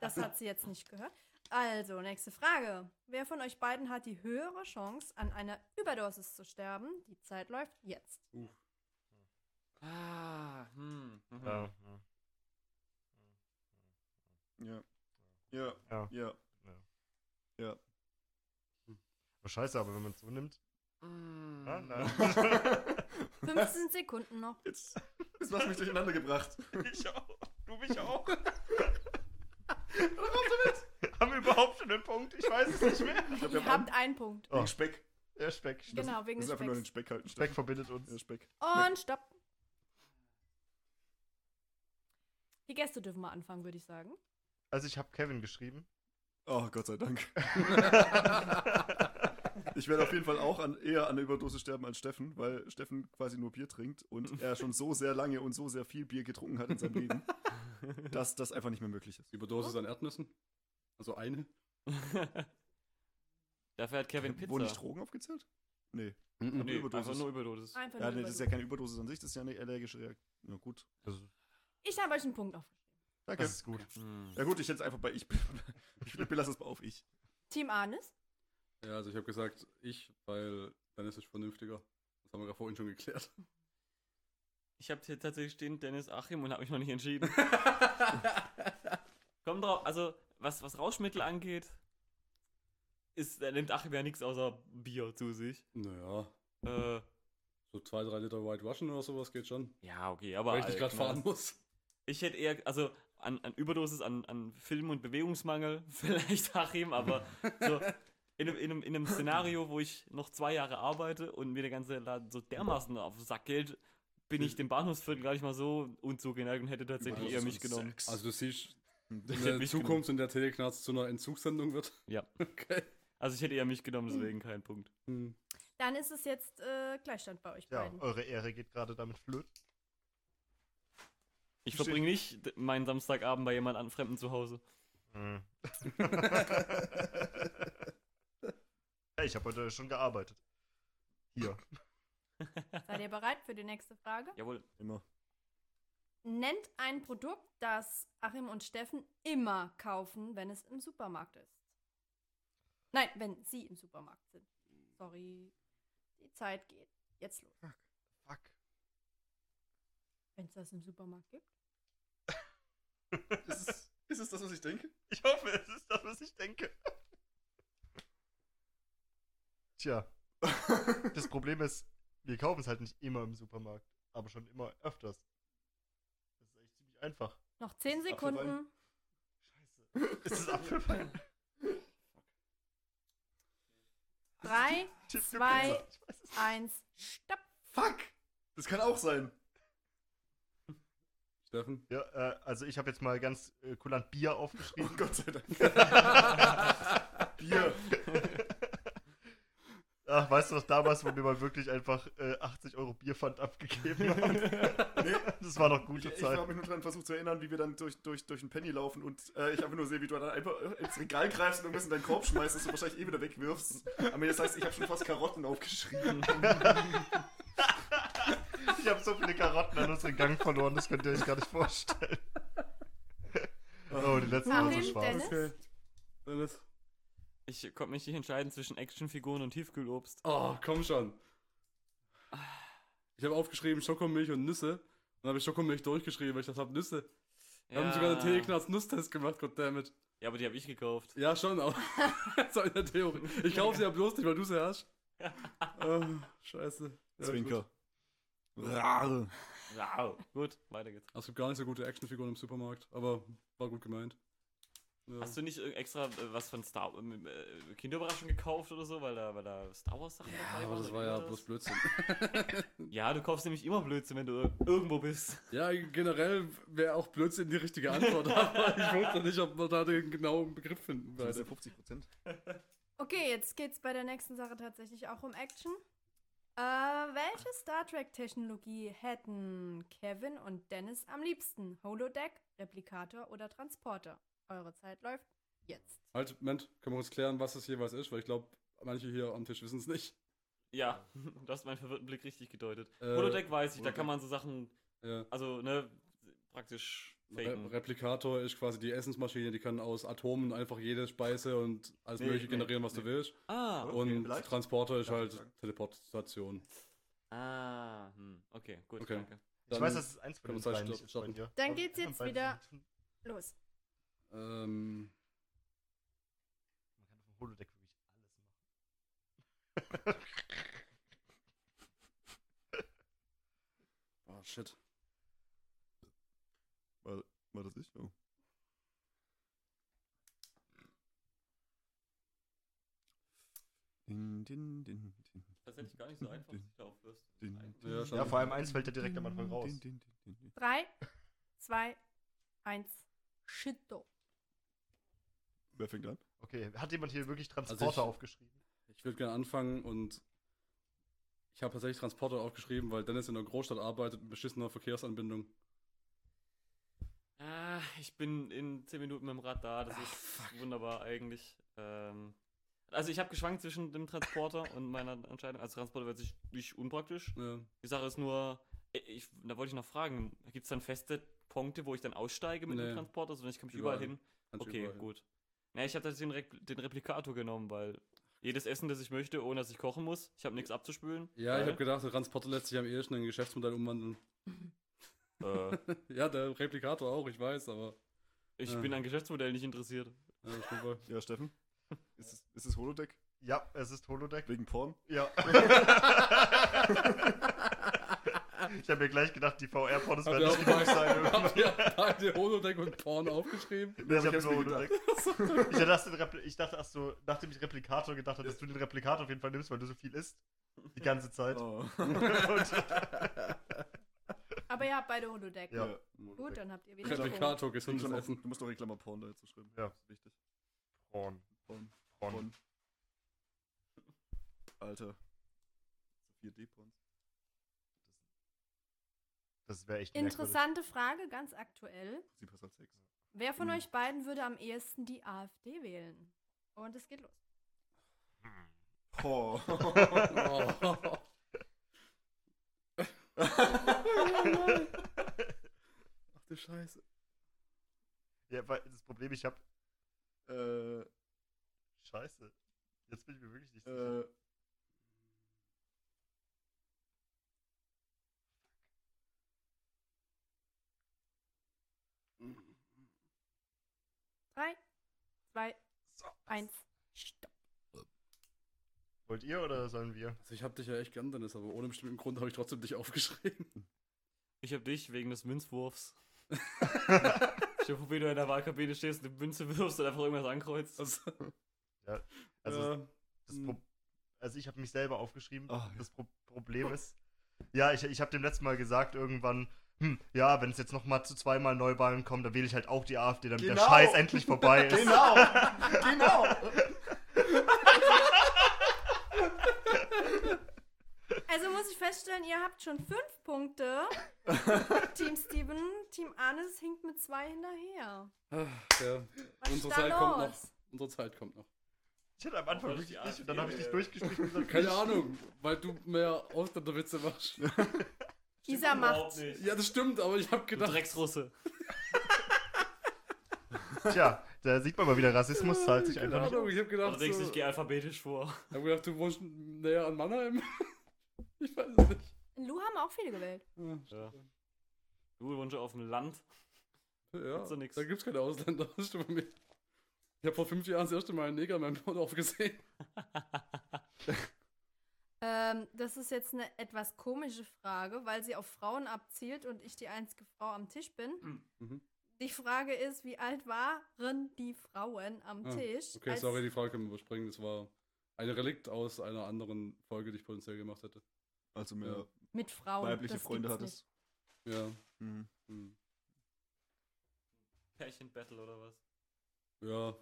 Speaker 3: Das hat sie jetzt nicht gehört. Also, nächste Frage. Wer von euch beiden hat die höhere Chance, an einer Überdosis zu sterben? Die Zeit läuft jetzt.
Speaker 1: Ah, hm. mhm.
Speaker 5: Ja, ja.
Speaker 4: Ja. Ja.
Speaker 5: Ja.
Speaker 4: Ja.
Speaker 5: Oh, scheiße, aber wenn man es so nimmt. Ah, nein.
Speaker 3: 15 Sekunden noch.
Speaker 4: Jetzt, jetzt hast du mich durcheinander gebracht.
Speaker 5: ich auch. Du mich auch. Haben wir überhaupt schon einen Punkt? Ich weiß es nicht mehr.
Speaker 4: Ich glaube, wir
Speaker 3: Ihr
Speaker 4: haben
Speaker 3: habt einen Punkt.
Speaker 5: Oh.
Speaker 4: wegen Speck.
Speaker 5: Der Speck. stimmt.
Speaker 3: Genau, wegen
Speaker 4: Das ist
Speaker 3: des
Speaker 4: einfach nur den
Speaker 3: Specks.
Speaker 4: Speck halten.
Speaker 5: Speck verbindet uns.
Speaker 4: Ja, Speck.
Speaker 3: Und stopp. Die Gäste dürfen mal anfangen, würde ich sagen.
Speaker 5: Also ich habe Kevin geschrieben.
Speaker 4: Oh, Gott sei Dank. Ich werde auf jeden Fall auch an, eher an der Überdose sterben als Steffen, weil Steffen quasi nur Bier trinkt und er schon so sehr lange und so sehr viel Bier getrunken hat in seinem Leben, dass das einfach nicht mehr möglich ist.
Speaker 2: Überdosis an Erdnüssen. Also eine.
Speaker 1: Dafür hat Kevin Pizza.
Speaker 4: Wurden nicht Drogen aufgezählt? Nee.
Speaker 2: Mhm.
Speaker 1: nee,
Speaker 4: Überdosis.
Speaker 1: einfach nur Überdosis.
Speaker 3: Einfach
Speaker 4: Ja,
Speaker 3: nur
Speaker 4: nee, das ist ja
Speaker 3: überlegen.
Speaker 4: keine Überdosis an sich, das ist ja eine allergische Reaktion. Na gut.
Speaker 3: ich habe euch einen Punkt auf.
Speaker 4: Danke.
Speaker 5: Das ist gut.
Speaker 1: Hm.
Speaker 4: Ja gut, ich jetzt einfach bei ich. Ich belasse es auf ich.
Speaker 3: Team Arnes.
Speaker 2: Ja, also ich habe gesagt, ich, weil dann ist es vernünftiger. Das haben wir gerade vorhin schon geklärt.
Speaker 1: Ich habe hier tatsächlich stehen Dennis Achim und habe mich noch nicht entschieden. Komm drauf, also was, was Rauschmittel angeht, ist, er nimmt Achim ja nichts außer Bier zu sich.
Speaker 2: Naja,
Speaker 1: Äh,
Speaker 2: so zwei, drei Liter White Russian oder sowas geht schon.
Speaker 1: ja, okay, aber.
Speaker 2: Weil ich nicht gerade
Speaker 1: Alter,
Speaker 2: fahren muss.
Speaker 1: Ich hätte eher, also an, an Überdosis, an, an Film- und Bewegungsmangel, vielleicht Achim, aber so in, einem- in, einem, in einem Szenario, wo ich noch zwei Jahre arbeite und mir der ganze Laden so dermaßen auf den Sack geht, bin ich dem Bahnhofsviertel gar nicht mal so unzugeneigt und hätte tatsächlich
Speaker 2: Überdosis
Speaker 1: eher mich genommen.
Speaker 2: Also du siehst,
Speaker 1: Ich
Speaker 2: in
Speaker 1: hätte
Speaker 2: der
Speaker 1: mich
Speaker 2: Zukunft, in der Teleknarz zu einer Entzugssendung wird.
Speaker 1: Ja.
Speaker 2: Okay.
Speaker 1: genommen. Also ich hätte eher mich genommen, deswegen kein Punkt.
Speaker 2: Hm.
Speaker 3: Dann ist es jetzt äh, Gleichstand bei euch
Speaker 5: Ja,
Speaker 3: beiden.
Speaker 5: eure Ehre geht gerade damit flöten.
Speaker 1: Ich verbringe nicht d- meinen Samstagabend bei jemand an Fremden zu Hause.
Speaker 2: Hm.
Speaker 5: ja, ich habe heute schon gearbeitet. Hier.
Speaker 3: Seid ihr bereit für die nächste Frage?
Speaker 1: Jawohl.
Speaker 4: Immer.
Speaker 3: Nennt ein Produkt, das Achim und Steffen immer kaufen, wenn es im Supermarkt ist. Nein, wenn sie im Supermarkt sind. Sorry, die Zeit geht jetzt los.
Speaker 5: Fuck.
Speaker 3: Wenn es das im Supermarkt gibt.
Speaker 5: Also-
Speaker 4: Ist es, ist es das, was ich denke?
Speaker 5: Ich hoffe, es ist das, was ich denke. Tja. Das Problem ist, wir kaufen es halt nicht immer im Supermarkt, aber schon immer öfters. Das ist echt ziemlich einfach.
Speaker 3: Noch 10 Sekunden.
Speaker 5: Scheiße. Ist das Apfelwein?
Speaker 3: 3,
Speaker 5: Tipp
Speaker 3: Zwei.
Speaker 5: Pizza. Ich weiß es nicht.
Speaker 3: 1, stopp.
Speaker 4: Fuck! Das kann auch sein.
Speaker 2: Steffen?
Speaker 5: Ja, äh, also ich habe jetzt mal ganz äh, kulant Bier
Speaker 4: Oh
Speaker 5: aufgeschrieben.
Speaker 4: Gott sei Dank.
Speaker 5: Bier. Ach, weißt du noch damals, wo wir mal wirklich einfach äh, 80 Euro Bierpfand abgegeben haben? Das war noch
Speaker 4: Ich,
Speaker 5: gute
Speaker 4: ich
Speaker 5: Zeit.
Speaker 4: habe mich nur daran versucht zu erinnern, wie wir dann durch, durch, durch den Penny laufen und äh, ich einfach nur sehe, wie du dann einfach äh, ins Regal greifst und irgendwas in deinen Korb schmeißt, das du wahrscheinlich eh wieder wegwirfst. Aber das heißt, ich habe schon fast Karotten aufgeschrieben.
Speaker 5: Ich habe so viele Karotten an unseren Gang verloren, das könnt ihr euch gar nicht vorstellen. Oh, die letzten waren so
Speaker 3: Achim,
Speaker 5: schwarz.
Speaker 3: Dennis.
Speaker 2: Okay. Dennis?
Speaker 1: Ich konnte mich nicht entscheiden zwischen Actionfiguren und Tiefkühlobst.
Speaker 2: Oh, komm schon. Ich habe aufgeschrieben Schokomilch und Nüsse. Dann habe ich Schokomilch durchgeschrieben, weil ich das habe Nüsse. Wir haben sogar einen Teleknarz Nusstest gemacht, goddammit.
Speaker 1: Ja, aber die habe ich gekauft.
Speaker 2: Ja, schon, aber so in der Theorie. Ich kaufe sie ja bloß nicht, weil du sie hast. Oh, scheiße. Ja, gut.
Speaker 4: Rar.
Speaker 1: Wow. Gut, weiter geht's.
Speaker 2: Es gibt Also, gar nicht so gute Actionfiguren im Supermarkt, aber war gut gemeint. Ja.
Speaker 1: Hast du nicht irg- extra äh, was von Star äh, Kinderüberraschung gekauft oder so, weil da, weil da Star Wars Sachen
Speaker 2: ja, aber das
Speaker 1: oder
Speaker 2: war ja
Speaker 1: irgendwas?
Speaker 2: bloß Blödsinn.
Speaker 1: Ja, du kaufst nämlich immer Blödsinn, wenn du ir- irgendwo bist.
Speaker 2: Ja, generell wäre auch Blödsinn die richtige Antwort, aber ich wusste nicht, ob man da den genauen Begriff finden
Speaker 4: Das
Speaker 2: würde.
Speaker 4: sind 50 Prozent.
Speaker 3: Okay, jetzt geht's bei der nächsten Sache tatsächlich auch um Action. Äh, welche Star Trek-Technologie hätten Kevin und Dennis am liebsten? Holodeck, Replikator oder Transporter? Eure Zeit läuft jetzt.
Speaker 2: Halt, Moment, können wir uns klären, was es jeweils ist, weil ich glaube, manche hier am Tisch wissen es nicht.
Speaker 1: Ja, du hast meinen verwirrten Blick richtig gedeutet.
Speaker 2: Äh,
Speaker 1: Holodeck weiß ich, da kann
Speaker 2: Holodeck.
Speaker 1: man so Sachen,
Speaker 2: Ja.
Speaker 1: also, ne, praktisch faken.
Speaker 2: Re Replikator ist quasi die Essensmaschine, die kann aus Atomen einfach jede Speise und alles
Speaker 4: Nee,
Speaker 2: Mögliche
Speaker 4: nee,
Speaker 2: generieren, was
Speaker 4: nee.
Speaker 2: du willst.
Speaker 1: ah,
Speaker 2: und
Speaker 4: vielleicht.
Speaker 2: Transporter ist
Speaker 4: Darf ich
Speaker 2: halt
Speaker 4: sagen?
Speaker 2: Teleportation.
Speaker 1: ah, hm, okay, gut,
Speaker 2: Okay.
Speaker 1: danke.
Speaker 5: Ich
Speaker 2: Dann-
Speaker 5: weiß, dass es eins von
Speaker 2: Können
Speaker 5: den
Speaker 2: wir uns
Speaker 5: beiden
Speaker 2: halt
Speaker 5: nicht ist bei
Speaker 2: stoppen.
Speaker 5: dir.
Speaker 3: Dann geht's jetzt wieder- Los.
Speaker 2: Ähm,
Speaker 5: Man kann auf dem Holodeck wirklich alles machen.
Speaker 2: oh shit.
Speaker 4: War, war das ich? Oh. Din, din, din, din,
Speaker 1: Tatsächlich gar nicht so einfach, dass ich da aufwirst.
Speaker 4: din,
Speaker 1: Eigentlich-
Speaker 2: Ja,
Speaker 4: din,
Speaker 5: Ja, vor allem
Speaker 4: din,
Speaker 5: eins fällt dir direkt am Anfang
Speaker 4: din,
Speaker 5: raus.
Speaker 4: din, din, din, din.
Speaker 3: Drei, zwei, eins. Shitto.
Speaker 4: Wer fängt an?
Speaker 5: Okay, hat jemand hier wirklich Transporter
Speaker 2: Also ich-
Speaker 5: aufgeschrieben?
Speaker 2: Ich würde gerne anfangen und ich habe tatsächlich Transporter aufgeschrieben, weil Dennis in einer Großstadt arbeitet mit beschissener Verkehrsanbindung.
Speaker 1: Ah, ich bin in 10 Minuten mit dem Rad da.
Speaker 2: Ah,
Speaker 1: Das ist wunderbar eigentlich. Ähm, also ich habe geschwankt zwischen dem Transporter und meiner Entscheidung. Also Transporter wird sich nicht unpraktisch.
Speaker 2: Ja.
Speaker 1: Die Sache ist nur, äh, ich, da wollte ich noch fragen, gibt es dann feste Punkte, wo ich dann aussteige mit
Speaker 2: Nee.
Speaker 1: dem Transporter, sondern ich kann mich
Speaker 2: Überall.
Speaker 1: überall, hin?
Speaker 2: Kannst
Speaker 1: Okay,
Speaker 2: überall hin.
Speaker 1: gut. Na, ich habe tatsächlich den, Repl- den Replikator genommen, weil jedes Essen, das ich möchte, ohne dass ich kochen muss, ich habe nichts abzuspülen.
Speaker 2: Ja,
Speaker 1: Geil.
Speaker 2: ich habe gedacht, der Transporter lässt sich am ehesten in ein Geschäftsmodell umwandeln.
Speaker 1: Äh,
Speaker 2: Ja, der Replikator auch, ich weiß, aber.
Speaker 1: ich
Speaker 2: Ja.
Speaker 1: bin an Geschäftsmodellen nicht interessiert.
Speaker 2: Ja, das stimmt wohl.
Speaker 4: Ja, Steffen? Ist es, ist es Holodeck?
Speaker 5: Ja, es ist Holodeck.
Speaker 4: Wegen Porn?
Speaker 5: Ja. ich habe mir gleich gedacht, die VR-Pornos
Speaker 2: Habt
Speaker 5: werden
Speaker 2: ihr
Speaker 5: nicht genug sein.
Speaker 2: auch Habt ihr beide Holodeck und Porn aufgeschrieben?
Speaker 5: Nee, ich,
Speaker 4: ich
Speaker 5: hab
Speaker 4: hab's
Speaker 5: nur
Speaker 4: mir gedacht.
Speaker 5: Holodeck. ich, dachte, erst den Repl- ich dachte erst so, nachdem ich Replikator gedacht habe, dass du den Replikator auf jeden Fall nimmst, weil du so viel isst. Die ganze Zeit.
Speaker 4: Oh.
Speaker 3: Aber ihr habt beide Holodeck.
Speaker 5: Ja.
Speaker 3: Gut, dann habt ihr wieder Punkt.
Speaker 2: Replikator, gesundes
Speaker 4: Klammer-
Speaker 2: Essen.
Speaker 4: Du musst doch die Klammer Porn dazu schreiben.
Speaker 5: Ja.
Speaker 4: Das ist wichtig.
Speaker 5: Porn.
Speaker 4: Porn.
Speaker 5: Porn.
Speaker 4: Porn. Alter. 4D-Porns.
Speaker 5: Das wäre echt merkwürdig.
Speaker 3: Interessante Frage, ganz aktuell.
Speaker 4: Sie passt als Sex.
Speaker 3: Wer von
Speaker 4: Mhm.
Speaker 3: euch beiden würde am ehesten die AfD wählen? Und es geht los.
Speaker 4: Oh.
Speaker 2: Oh. Ach du Scheiße.
Speaker 5: Ja, weil das Problem, ich habe.
Speaker 4: äh,
Speaker 5: Scheiße. Jetzt bin ich mir wirklich nicht sicher.
Speaker 4: äh,
Speaker 3: Drei, zwei, eins. Stopp.
Speaker 5: Wollt ihr oder sollen wir?
Speaker 2: Also ich hab dich ja echt gern, Dennis, aber ohne bestimmten Grund habe ich trotzdem dich aufgeschrieben.
Speaker 1: Ich habe dich wegen des Münzwurfs. Ich hoffe, wie du in der Wahlkabine stehst und eine Münze wirfst und einfach irgendwas ankreuzt.
Speaker 5: Also,
Speaker 2: ja.
Speaker 5: das
Speaker 2: hm.
Speaker 5: Pro also ich habe mich selber aufgeschrieben.
Speaker 4: Ah, ja.
Speaker 5: Das Pro Problem ist, ja, ich, ich habe dem letzten Mal gesagt irgendwann, hm, ja, wenn es jetzt nochmal zu zweimal Neuwahlen kommt, dann wähle ich halt auch die AfD, damit der
Speaker 4: Genau.
Speaker 5: Scheiß endlich vorbei ist.
Speaker 4: Genau! genau!
Speaker 3: Also muss ich feststellen, ihr habt schon fünf Punkte. Team Steven, Team Arnes hinkt mit zwei hinterher.
Speaker 2: Ach, ja.
Speaker 3: Was ist
Speaker 2: Unsere
Speaker 3: da
Speaker 2: Zeit
Speaker 3: los?
Speaker 2: kommt noch. Unsere Zeit kommt noch.
Speaker 5: Ich hatte am Anfang
Speaker 1: Obwohl ich
Speaker 5: wirklich
Speaker 1: die
Speaker 5: nicht und dann habe ich dich
Speaker 1: AfD
Speaker 5: durchgespielt und gesagt,
Speaker 2: Keine Ahnung, weil du mehr Ausländerwitze machst.
Speaker 3: Isa
Speaker 1: Überhaupt
Speaker 3: macht's.
Speaker 1: nicht.
Speaker 2: Ja, das stimmt, aber ich habe
Speaker 1: Du
Speaker 2: gedacht.
Speaker 1: Drecksrusse.
Speaker 5: tja, da sieht man mal wieder, Rassismus zahlt sich
Speaker 2: Keine
Speaker 5: einfach nicht.
Speaker 2: Ahnung, ich habe gedacht,
Speaker 1: Oder denkst du,
Speaker 2: so,
Speaker 1: ich gehe alphabetisch vor?
Speaker 2: ich hab gedacht, du wohnst näher an Mannheim. Ich weiß es nicht.
Speaker 3: In Lu haben auch viele gewählt.
Speaker 1: Ja. Du wohnst ja auf dem Land.
Speaker 2: Ja,
Speaker 1: Gibt's doch nix.
Speaker 2: da gibt's keine Ausländer. Das stimmt bei mir. Ich habe vor fünf Jahren das erste Mal einen Neger in meinem Dorf gesehen.
Speaker 3: Ähm, das ist jetzt eine etwas komische Frage, weil sie auf Frauen abzielt und ich die einzige Frau am Tisch bin.
Speaker 2: Mhm.
Speaker 3: Die Frage ist, wie alt waren die Frauen am
Speaker 2: Ah,
Speaker 3: Tisch?
Speaker 2: Okay,
Speaker 3: als-
Speaker 2: sorry, die Frage können wir überspringen. Das war ein Relikt aus einer anderen Folge, die ich potenziell gemacht hätte.
Speaker 4: Also mehr
Speaker 2: Ja.
Speaker 3: Mit Frauen.
Speaker 4: weibliche
Speaker 3: das
Speaker 4: Freunde
Speaker 3: gibt's
Speaker 4: hattest.
Speaker 2: Ja.
Speaker 4: Mhm.
Speaker 2: hm,
Speaker 1: Pärchen-Battle oder was?
Speaker 2: Ja.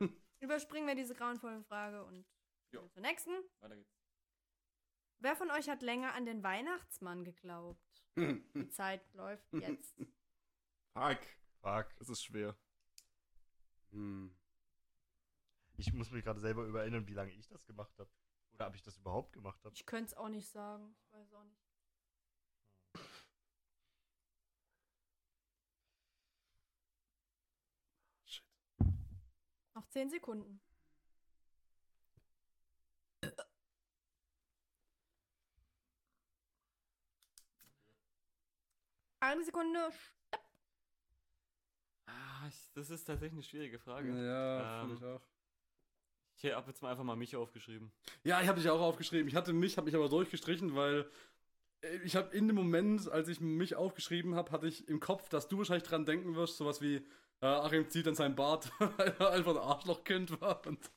Speaker 3: nicht. Überspringen wir diese grauenvolle Frage und
Speaker 2: Ja.
Speaker 3: gehen zur nächsten.
Speaker 1: Weiter geht's.
Speaker 3: Wer von euch hat länger an den Weihnachtsmann geglaubt? Die Zeit läuft jetzt.
Speaker 4: Fuck.
Speaker 5: Fuck.
Speaker 4: Das ist schwer.
Speaker 2: Hm.
Speaker 5: Ich muss mich gerade selber übererinnern, wie lange ich das gemacht habe. Oder ob ich das überhaupt gemacht habe.
Speaker 3: Ich könnte es auch nicht sagen. Ich weiß auch nicht.
Speaker 2: Shit.
Speaker 3: Noch 10 Sekunden. Eine Sekunde.
Speaker 1: Ah, Ah, ich- Das ist tatsächlich eine schwierige Frage.
Speaker 2: Ja,
Speaker 1: Ähm,
Speaker 2: finde ich auch.
Speaker 1: Ich habe jetzt mal einfach mal mich aufgeschrieben.
Speaker 2: Ja, ich habe dich auch aufgeschrieben. Ich hatte mich, habe mich aber durchgestrichen, weil äh, ich habe in dem Moment, als ich mich aufgeschrieben habe, hatte ich im Kopf, dass du wahrscheinlich dran denken wirst, sowas wie äh, Achim zieht an seinem Bart, weil er einfach ein Arschlochkind war und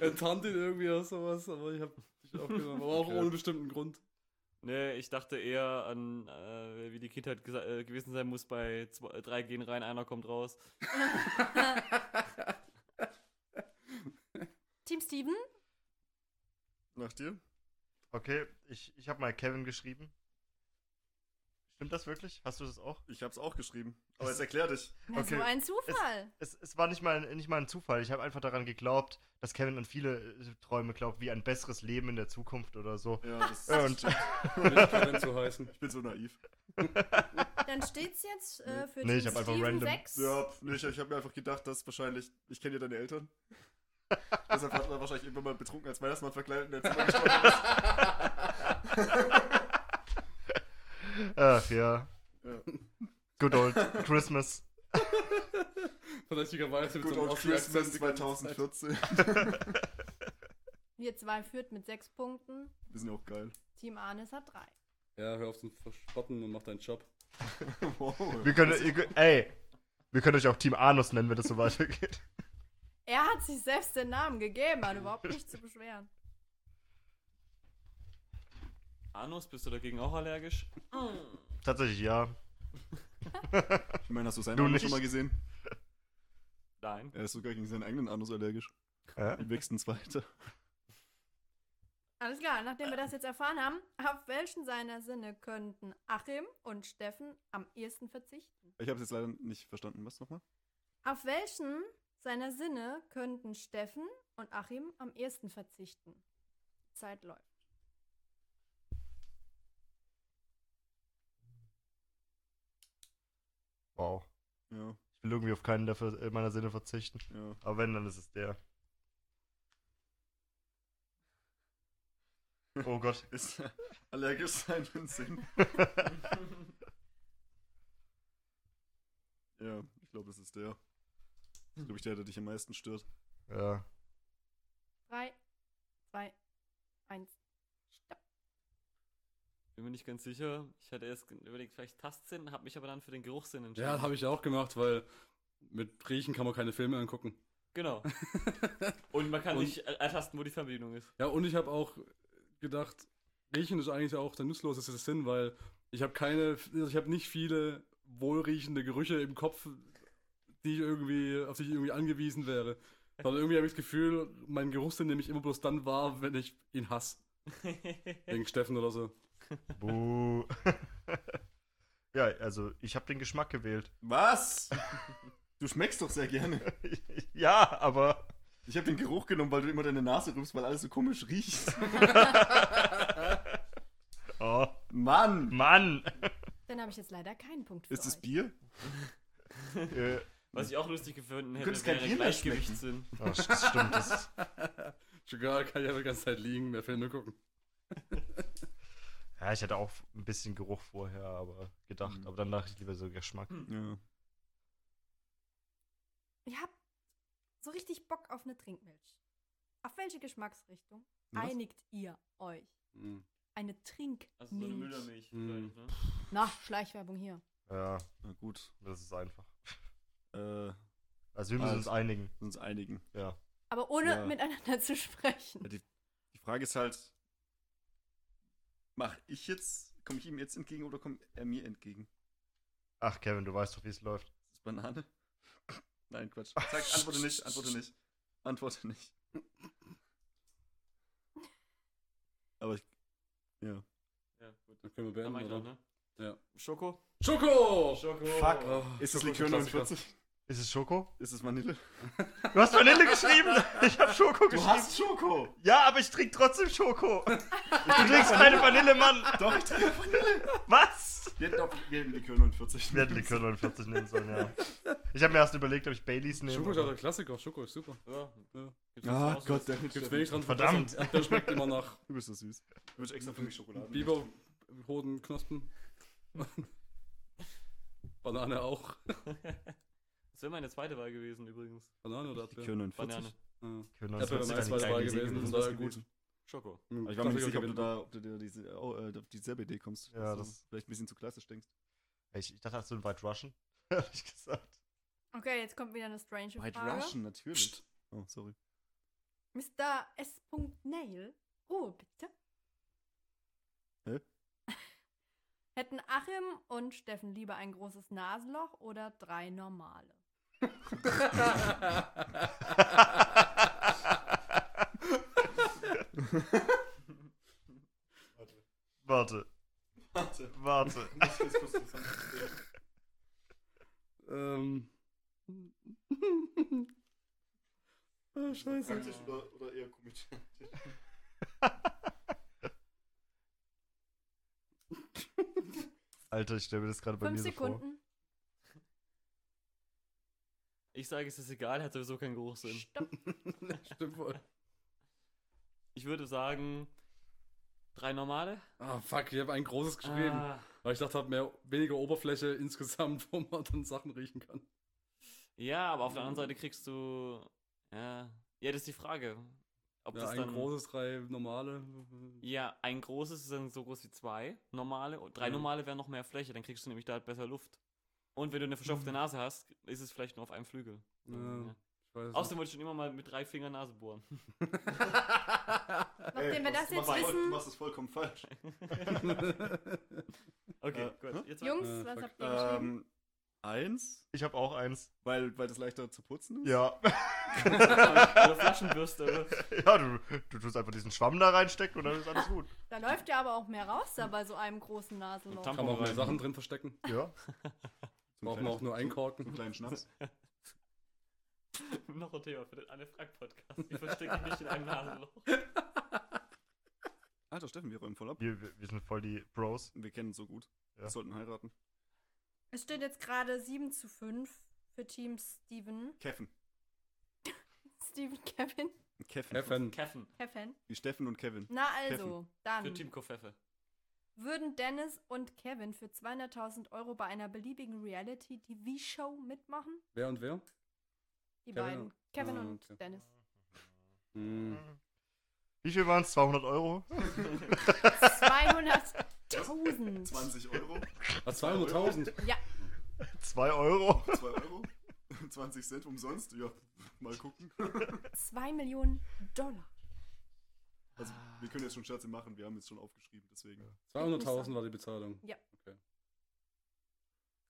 Speaker 2: enttarnt ihn irgendwie oder sowas. Aber ich habe dich aufgenommen, aber auch
Speaker 1: Okay.
Speaker 2: ohne bestimmten Grund.
Speaker 1: Nee, ich dachte eher an, äh, wie die Kindheit gesa- äh, gewesen sein muss, bei zwei, äh, drei gehen rein, einer kommt raus.
Speaker 3: Team Steven?
Speaker 4: Nach dir?
Speaker 5: Okay, ich, ich habe mal Kevin geschrieben. Stimmt das wirklich? Hast du das auch?
Speaker 4: Ich hab's auch geschrieben. Aber jetzt erklär dich.
Speaker 3: Na,
Speaker 5: Okay.
Speaker 3: so ein Zufall.
Speaker 5: Es, es war nicht mal, ein- nicht mal ein Zufall. Ich habe einfach daran geglaubt, dass Kevin an viele äh, Träume glaubt, wie ein besseres Leben in der Zukunft oder so.
Speaker 4: Ja, das,
Speaker 5: Äh, Und
Speaker 2: um Nicht Kevin zu heißen.
Speaker 4: ich bin so naiv.
Speaker 3: Dann steht's jetzt äh, für
Speaker 5: Nee, ich
Speaker 3: Team
Speaker 5: hab einfach
Speaker 3: Steven
Speaker 5: random.
Speaker 3: 6.
Speaker 4: Ja, pf, nee, ich, ich habe mir einfach gedacht, dass wahrscheinlich, ich kenne ja deine Eltern. Deshalb hat man wahrscheinlich irgendwann mal betrunken als Weihnachtsmann verkleidet und jetzt
Speaker 5: ach Äh, ja.
Speaker 4: Ja.
Speaker 5: Good old Christmas.
Speaker 2: Verdächtigerweise mit
Speaker 4: Good
Speaker 2: so einem
Speaker 4: old Christmas
Speaker 2: Ossi-Akzent die ganze Zeit.
Speaker 4: 2014.
Speaker 3: Ihr zwei führt mit sechs Punkten.
Speaker 4: Wir sind ja auch geil.
Speaker 3: Team Arnes hat drei.
Speaker 2: Ja, hör auf zum Verspotten und mach deinen Job.
Speaker 4: Wow.
Speaker 5: Wir können, ihr, könnt- ey, wir können euch auch Team Anus nennen, wenn das so weitergeht.
Speaker 3: Er hat sich selbst den Namen gegeben, hat überhaupt nicht zu beschweren.
Speaker 1: Anus, bist du dagegen auch allergisch?
Speaker 5: Tatsächlich ja.
Speaker 4: Ich meine, hast du seinen
Speaker 5: Du
Speaker 4: Anus
Speaker 5: nicht.
Speaker 4: schon mal gesehen?
Speaker 1: Nein.
Speaker 4: Er ist sogar gegen seinen eigenen Anus allergisch.
Speaker 5: Ja.
Speaker 4: Wie wächst ins Weiter?
Speaker 3: Alles klar, nachdem wir das jetzt erfahren haben, auf welchen seiner Sinne könnten Achim und Steffen am ehesten verzichten?
Speaker 4: Ich habe es jetzt leider nicht verstanden. Was nochmal?
Speaker 3: Auf welchen seiner Sinne könnten Steffen und Achim am ehesten verzichten? Die Zeit läuft.
Speaker 5: Wow.
Speaker 4: Ja,
Speaker 5: Ich will irgendwie auf keinen der Ver- äh, meiner Sinne verzichten.
Speaker 4: ja.
Speaker 5: Aber wenn, dann ist es der. Oh Gott.
Speaker 4: Ist allergisch sein im Sinn. Ja, ich glaube, das ist der. Ich glaube, ich der, der dich am meisten stört.
Speaker 5: Ja.
Speaker 3: Drei, zwei, eins. Stopp.
Speaker 1: Bin mir nicht ganz sicher. Ich hatte erst ge- überlegt, vielleicht Tastsinn, habe mich aber dann für den Geruchssinn entschieden.
Speaker 2: Ja, habe ich auch gemacht, weil mit Riechen kann man keine Filme angucken.
Speaker 1: Genau. Und man kann
Speaker 2: Und-
Speaker 1: nicht er- ertasten, wo die Fernbedienung ist.
Speaker 2: Ja, und ich habe auch gedacht, Riechen ist eigentlich auch der nutzloseste Sinn, weil ich habe keine, also ich habe nicht viele wohlriechende Gerüche im Kopf, die ich irgendwie, auf die ich irgendwie angewiesen wäre. Sondern irgendwie habe ich das Gefühl, mein Geruchssinn nehme ich immer bloß dann wahr, wenn ich ihn hasse. Wegen Steffen oder so.
Speaker 5: Buh. ja, also ich habe den Geschmack gewählt.
Speaker 4: Was? Du schmeckst doch sehr gerne.
Speaker 5: ja, aber
Speaker 4: Ich habe den Geruch genommen, weil du immer deine Nase rübst, weil alles so komisch riecht.
Speaker 5: oh,
Speaker 4: Mann!
Speaker 5: Mann.
Speaker 3: Dann habe ich jetzt leider keinen Punkt für
Speaker 4: Ist es
Speaker 3: euch.
Speaker 4: Bier?
Speaker 5: Äh,
Speaker 1: Was ich auch lustig gefunden hätte,
Speaker 4: könntest kein
Speaker 1: wäre
Speaker 4: Bier mehr
Speaker 1: Gleichgewichtssinn.
Speaker 5: oh, st- stimmt das.
Speaker 2: Egal, kann ich aber die ganze Zeit liegen, mehr Filme gucken.
Speaker 5: Ja, ich hatte auch ein bisschen Geruch vorher, aber gedacht,
Speaker 4: Mhm.
Speaker 5: aber dann dachte ich lieber so Geschmack.
Speaker 4: Ja.
Speaker 3: Ich hab so richtig Bock auf eine Trinkmilch. Auf welche Geschmacksrichtung
Speaker 4: Was?
Speaker 3: einigt ihr euch?
Speaker 2: Hm.
Speaker 3: Eine Trinkmilch.
Speaker 1: Also so eine Müllermilch.
Speaker 2: Hm.
Speaker 1: vielleicht, ne?
Speaker 3: Na, Schleichwerbung hier.
Speaker 5: Ja,
Speaker 4: Na gut.
Speaker 5: das ist einfach.
Speaker 4: Äh,
Speaker 5: Also wir müssen
Speaker 4: Also-
Speaker 5: uns einigen.
Speaker 4: uns einigen.
Speaker 5: Ja.
Speaker 3: Aber ohne
Speaker 4: Ja.
Speaker 3: miteinander zu sprechen.
Speaker 4: Die Frage ist halt, mach ich jetzt, komme ich ihm jetzt entgegen oder kommt er mir entgegen?
Speaker 5: Ach, Kevin, du weißt doch, wie es läuft.
Speaker 4: Ist das Banane? Nein, Quatsch. Sag, antworte nicht, antworte nicht. Antworte nicht. Aber ich,
Speaker 1: Ja, gut.
Speaker 2: Dann können wir
Speaker 1: Dann mach
Speaker 2: beenden,
Speaker 1: ich noch,
Speaker 2: oder?
Speaker 1: ne?
Speaker 2: Ja.
Speaker 1: Schoko?
Speaker 2: Schoko!
Speaker 1: Schoko.
Speaker 4: Fuck.
Speaker 2: Oh,
Speaker 4: ist es
Speaker 2: Schoko
Speaker 4: Likör
Speaker 2: Klassiker.
Speaker 4: 49?
Speaker 5: Ist es Schoko?
Speaker 4: Ist es Vanille?
Speaker 5: Du hast Vanille geschrieben! Ich hab Schoko geschrieben.
Speaker 4: Schoko!
Speaker 5: Ja, aber ich trink trotzdem Schoko. Du trinkst keine Vanille, Mann.
Speaker 4: Doch, ich trinke Vanille.
Speaker 5: Was?
Speaker 4: Wir hätten, auch, wir hätten Likör 49.
Speaker 5: Wir hätten Likör 49 nehmen sollen, ja. Ich habe mir erst überlegt, ob ich Baileys
Speaker 2: Schoko
Speaker 5: nehme.
Speaker 2: ist auch der
Speaker 5: aber-
Speaker 2: Klassiker, Schoko ist super.
Speaker 1: Ja.
Speaker 2: Ja.
Speaker 1: Gibt's was
Speaker 4: Ah,
Speaker 1: Besseres?
Speaker 4: Gott, der
Speaker 2: Gibt's wenig dran zu
Speaker 5: Verdammt.
Speaker 2: verbessern. Der schmeckt immer nach
Speaker 4: Du bist so süß. Du willst extra für mich Schokolade.
Speaker 2: Biber, Hoden, Knospen. Banane auch.
Speaker 1: Das wäre meine zweite Wahl gewesen übrigens.
Speaker 2: Banane oder Erdbeer?
Speaker 4: Können 40.
Speaker 1: Banane.
Speaker 2: Ja.
Speaker 5: Können
Speaker 2: Das wäre
Speaker 5: uns
Speaker 2: meine
Speaker 5: jetzt
Speaker 2: zweite
Speaker 5: keine
Speaker 2: Wahl
Speaker 5: kleine
Speaker 2: gewesen,
Speaker 5: Idee
Speaker 2: das war
Speaker 5: geben.
Speaker 2: ja gut.
Speaker 1: Schoko.
Speaker 4: Aber ich war mir nicht sicher,
Speaker 2: Hm, Klassiker
Speaker 4: ob du
Speaker 2: gewinnt.
Speaker 4: da, ob du dir diese, oh, äh, auf dieselbe Idee kommst.
Speaker 5: Ja,
Speaker 4: dass du
Speaker 5: das-
Speaker 4: Vielleicht ein bisschen zu klassisch denkst.
Speaker 5: Ich, ich dachte, hast du einen White Russian? Hab ich gesagt.
Speaker 3: Okay, jetzt kommt wieder eine strange
Speaker 4: White
Speaker 3: Frage.
Speaker 4: Russian, natürlich. Oh, sorry.
Speaker 3: Mr. S. Nail, Ruhe bitte.
Speaker 4: Hä?
Speaker 3: Hätten Achim und Steffen lieber ein großes Nasenloch oder drei normale?
Speaker 5: Warte. Warte. Warte.
Speaker 2: Ähm. ah, scheiße.
Speaker 4: Praktisch oder, oder eher komisch.
Speaker 5: Alter, ich stelle mir das gerade bei
Speaker 3: Fünf
Speaker 5: mir so vor.
Speaker 3: Sekunden.
Speaker 1: Ich sage, es ist egal, hat sowieso keinen Geruchssinn.
Speaker 3: Stopp.
Speaker 2: Stimmt voll.
Speaker 1: Ich würde sagen, drei normale.
Speaker 2: Ah, fuck, ich habe ein großes geschrieben.
Speaker 1: Ah,
Speaker 2: Weil ich dachte, hab mehr weniger Oberfläche insgesamt, wo man dann Sachen riechen kann.
Speaker 1: ja, aber auf der anderen Seite kriegst du. Ja, ja das ist die Frage. Ob
Speaker 2: Ja,
Speaker 1: das
Speaker 2: ein
Speaker 1: dann.
Speaker 2: großes, drei normale.
Speaker 1: ja, ein großes ist dann so groß wie zwei normale. Und drei
Speaker 2: Mhm.
Speaker 1: normale wären noch mehr Fläche, dann kriegst du nämlich da halt besser Luft. Und wenn du eine verschopfte Nase hast, ist es vielleicht nur auf einem Flügel.
Speaker 2: Ja, Ich weiß
Speaker 1: Außerdem wollte ich schon immer mal mit drei Fingern Nase bohren.
Speaker 3: Nachdem wir das jetzt
Speaker 4: machst, Du
Speaker 3: wissen,
Speaker 4: machst es vollkommen falsch.
Speaker 2: nicht.
Speaker 1: Okay,
Speaker 4: Äh, Ähm.
Speaker 1: gut. Jetzt
Speaker 3: Jungs,
Speaker 2: Äh,
Speaker 3: was
Speaker 2: fuck.
Speaker 3: habt ihr geschrieben?
Speaker 4: eins,
Speaker 5: Ich habe auch eins.
Speaker 4: weil, weil das leichter zu putzen ist.
Speaker 5: Ja.
Speaker 1: Eine Flaschenbürste. oder?
Speaker 5: Ja, du, du tust einfach diesen Schwamm da reinstecken und dann ist alles gut.
Speaker 3: Da läuft ja aber auch mehr raus da bei so einem großen Nasenloch.
Speaker 1: Tam-
Speaker 2: Kann man auch mehr
Speaker 1: rein.
Speaker 2: Sachen drin verstecken.
Speaker 5: Ja.
Speaker 2: Braucht man auch nur
Speaker 4: Einen
Speaker 2: einkorken.
Speaker 4: kleinen Schnaps.
Speaker 1: Noch ein Thema für den Anne Frank Podcast. Ich verstecke mich in einem Nasenloch.
Speaker 4: Alter, Steffen, wir räumen voll ab.
Speaker 5: Wir, wir wir sind voll die Bros.
Speaker 4: Wir kennen uns so gut.
Speaker 5: Ja.
Speaker 4: Wir sollten heiraten.
Speaker 3: Es steht jetzt gerade 7 zu 5 für Team Steven.
Speaker 4: Keffen.
Speaker 3: Steven, Kevin,
Speaker 4: Keffen.
Speaker 2: Heaven.
Speaker 1: Keffen.
Speaker 3: Kevin.
Speaker 4: Wie Steffen und Kevin.
Speaker 3: Na also,
Speaker 1: Für
Speaker 3: dann.
Speaker 1: Team Kofeffe.
Speaker 3: Würden Dennis und Kevin für 200.000 Euro bei einer beliebigen Reality-TV-Show mitmachen?
Speaker 2: Wer und wer?
Speaker 3: Die
Speaker 2: Kevin
Speaker 3: beiden.
Speaker 2: und-
Speaker 3: Kevin
Speaker 2: Ah,
Speaker 3: und
Speaker 2: okay.
Speaker 3: Dennis.
Speaker 5: Mhm.
Speaker 2: Hm.
Speaker 5: Wie viel waren es? 200 Euro?
Speaker 3: 200.000.
Speaker 4: 20 Euro.
Speaker 2: Was, 200.000?
Speaker 5: 2 Euro?
Speaker 4: 2 Euro. 20 Cent umsonst. Ja, mal gucken.
Speaker 3: 2 Millionen Dollar.
Speaker 4: Also, wir können jetzt schon Scherze machen. Wir haben jetzt schon aufgeschrieben, deswegen.
Speaker 2: 200.000 war die Bezahlung.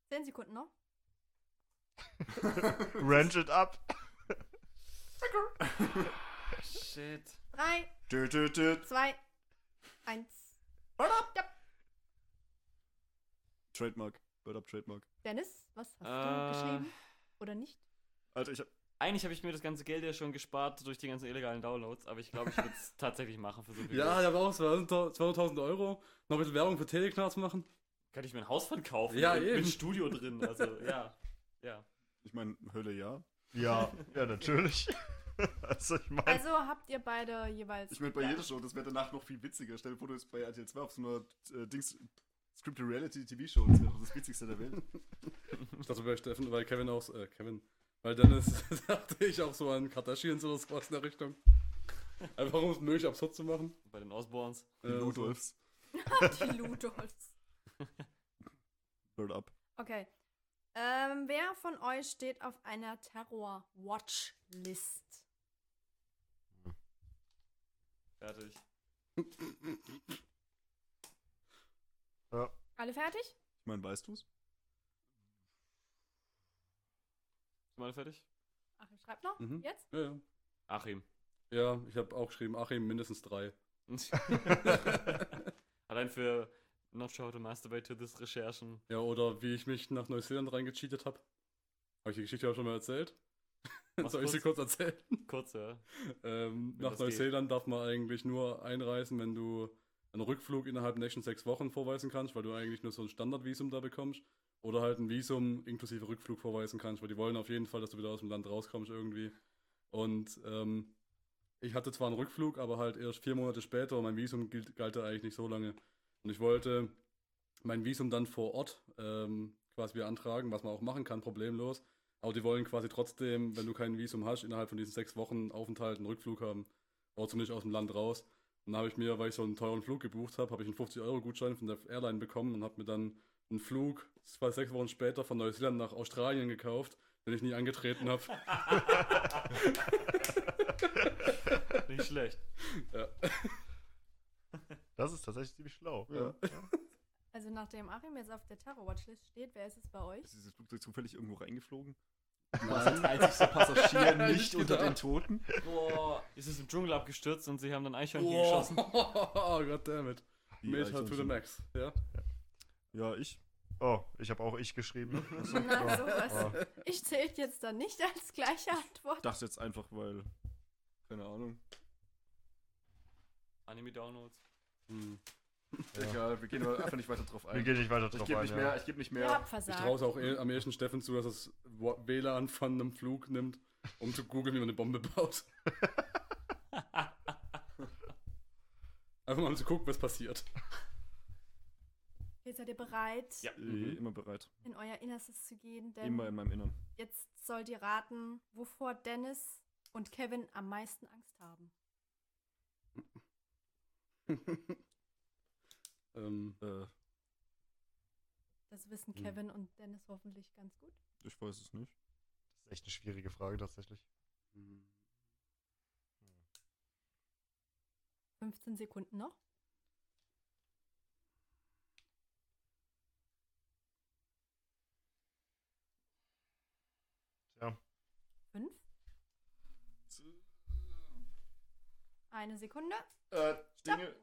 Speaker 3: 10 Sekunden noch.
Speaker 5: Ranch it up.
Speaker 1: Shit.
Speaker 3: 3,
Speaker 4: Dö, dö, dö.
Speaker 3: 2, 1.
Speaker 4: Trademark. Bird up Trademark.
Speaker 3: Dennis, was
Speaker 1: Äh.
Speaker 3: hast du geschrieben? Oder nicht?
Speaker 4: Alter, ich hab.
Speaker 1: Eigentlich habe ich mir das ganze Geld ja schon gespart durch die ganzen illegalen Downloads, aber ich glaube, ich würde es tatsächlich machen für so viel
Speaker 2: Ja,
Speaker 1: Geld.
Speaker 2: ich habe auch 200.000 Euro. Noch ein bisschen Werbung für Teleknarz machen.
Speaker 1: Kann ich mir ein Haus von kaufen?
Speaker 2: Ja,
Speaker 1: mit,
Speaker 2: eben.
Speaker 1: mit Studio drin, also ja. Ja.
Speaker 4: Ich meine, Hölle ja.
Speaker 5: Ja, ja, natürlich. Also, ich meine,
Speaker 3: Also habt ihr beide jeweils.
Speaker 4: Ich meine, bei jeder Show, das wäre danach noch viel witziger. Stell dir vor, du bist bei RTL 2 auf so einer äh, Dings. Scripted Reality TV Show, das wäre doch das Witzigste der Welt.
Speaker 2: Ich dachte bei Steffen, weil Kevin auch, äh, Kevin, weil Dennis dachte ich auch so an Kardashians oder sowas in der Richtung. Einfach um es möglich absurd zu machen. Ähm,
Speaker 1: Bei den Osborns.
Speaker 4: Die Ludolfs.
Speaker 3: Die Ludolfs.
Speaker 4: Bird up.
Speaker 3: Okay. Ähm, wer von euch steht auf einer Terror-Watch-List?
Speaker 1: Fertig.
Speaker 5: ja,
Speaker 3: Alle fertig?
Speaker 4: Ich meine, weißt du's?
Speaker 1: Ist mal fertig?
Speaker 3: Ach, ich schreib noch.
Speaker 2: Mhm.
Speaker 3: Jetzt?
Speaker 2: Ja, ja.
Speaker 1: Achim.
Speaker 2: ja ich habe auch geschrieben, Achim, mindestens drei.
Speaker 1: Allein für Not Show to Masturbate to This Recherchen.
Speaker 2: Ja, oder wie ich mich nach Neuseeland reingecheatet habe. Habe ich die Geschichte auch schon mal erzählt?
Speaker 1: Mach's
Speaker 2: Soll ich sie kurz erzählen?
Speaker 1: Kurz, ja.
Speaker 2: Ähm,
Speaker 1: Wenn
Speaker 2: nach
Speaker 1: das geht.
Speaker 2: Neuseeland darf man eigentlich nur einreisen, wenn du einen Rückflug innerhalb der nächsten sechs Wochen vorweisen kannst, weil du eigentlich nur so ein Standardvisum da bekommst. Oder halt ein Visum inklusive Rückflug vorweisen kannst, weil die wollen auf jeden Fall, dass du wieder aus dem Land rauskommst irgendwie. Und ähm, ich hatte zwar einen Rückflug, aber halt erst vier Monate später und mein Visum gilt, galt da eigentlich nicht so lange. Und ich wollte mein Visum dann vor Ort ähm, quasi beantragen, was man auch machen kann, problemlos. Aber die wollen quasi trotzdem, wenn du kein Visum hast, innerhalb von diesen sechs Wochen Aufenthalt einen Rückflug haben. Oder zumindest aus dem Land raus. Und dann habe ich mir, weil ich so einen teuren Flug gebucht habe, habe ich einen 50-Euro-Gutschein von der Airline bekommen und habe mir dann einen Flug zwei, sechs Wochen später von Neuseeland nach Australien gekauft, den ich nie angetreten habe.
Speaker 1: Nicht schlecht.
Speaker 5: Das ist tatsächlich ziemlich schlau.
Speaker 4: Ja.
Speaker 3: Also nachdem Achim jetzt auf der Terror-Watchlist steht, wer ist es bei euch?
Speaker 4: Ist dieses Flugzeug zufällig irgendwo reingeflogen?
Speaker 2: Nein.
Speaker 4: einzigster Passagier
Speaker 2: nicht Nicht unter gedacht. den
Speaker 4: Toten?
Speaker 1: Boah, es ist im Dschungel abgestürzt und sie haben dann Eichhörnchen
Speaker 2: Oh,
Speaker 1: geschossen.
Speaker 2: oh God damn it.
Speaker 4: Die
Speaker 2: Major to the
Speaker 4: Eichhörnchen.
Speaker 2: max. Ja.
Speaker 4: Ja, ich.
Speaker 5: Oh, ich habe auch ich geschrieben.
Speaker 3: Na, sowas.
Speaker 5: Oh,
Speaker 3: Ich zählt jetzt dann nicht als gleiche Antwort.
Speaker 4: Dachte jetzt einfach, weil. Keine Ahnung.
Speaker 1: Anime Downloads.
Speaker 2: Hm.
Speaker 4: Egal, wir gehen aber einfach nicht weiter drauf ein.
Speaker 5: wir gehen nicht weiter
Speaker 4: ich
Speaker 5: drauf
Speaker 4: gebe
Speaker 5: ein.
Speaker 4: nicht
Speaker 5: ja.
Speaker 4: mehr, ich gebe nicht
Speaker 3: Ihr habt
Speaker 4: mehr.
Speaker 2: Ich
Speaker 3: versagt.
Speaker 2: traue es auch eh- am ehesten Steffen zu, dass es WLAN von einem Flug nimmt, um zu googeln, wie man eine Bombe baut. Einfach mal um zu gucken, was passiert.
Speaker 3: Jetzt seid ihr bereit,
Speaker 1: Ja.
Speaker 5: Mhm.
Speaker 4: Äh, Immer bereit.
Speaker 3: in euer Innerstes zu gehen, denn
Speaker 4: Immer in meinem Innern.
Speaker 3: jetzt sollt ihr raten, wovor Dennis und Kevin am meisten Angst haben.
Speaker 2: ähm,
Speaker 4: Äh,
Speaker 3: Das wissen
Speaker 2: Hm.
Speaker 3: Kevin und Dennis hoffentlich ganz gut.
Speaker 4: ich weiß es nicht.
Speaker 5: Das ist echt eine schwierige Frage tatsächlich.
Speaker 3: 15 Sekunden noch.
Speaker 5: Tja.
Speaker 3: Fünf, eine Sekunde.
Speaker 4: Äh, Dinge.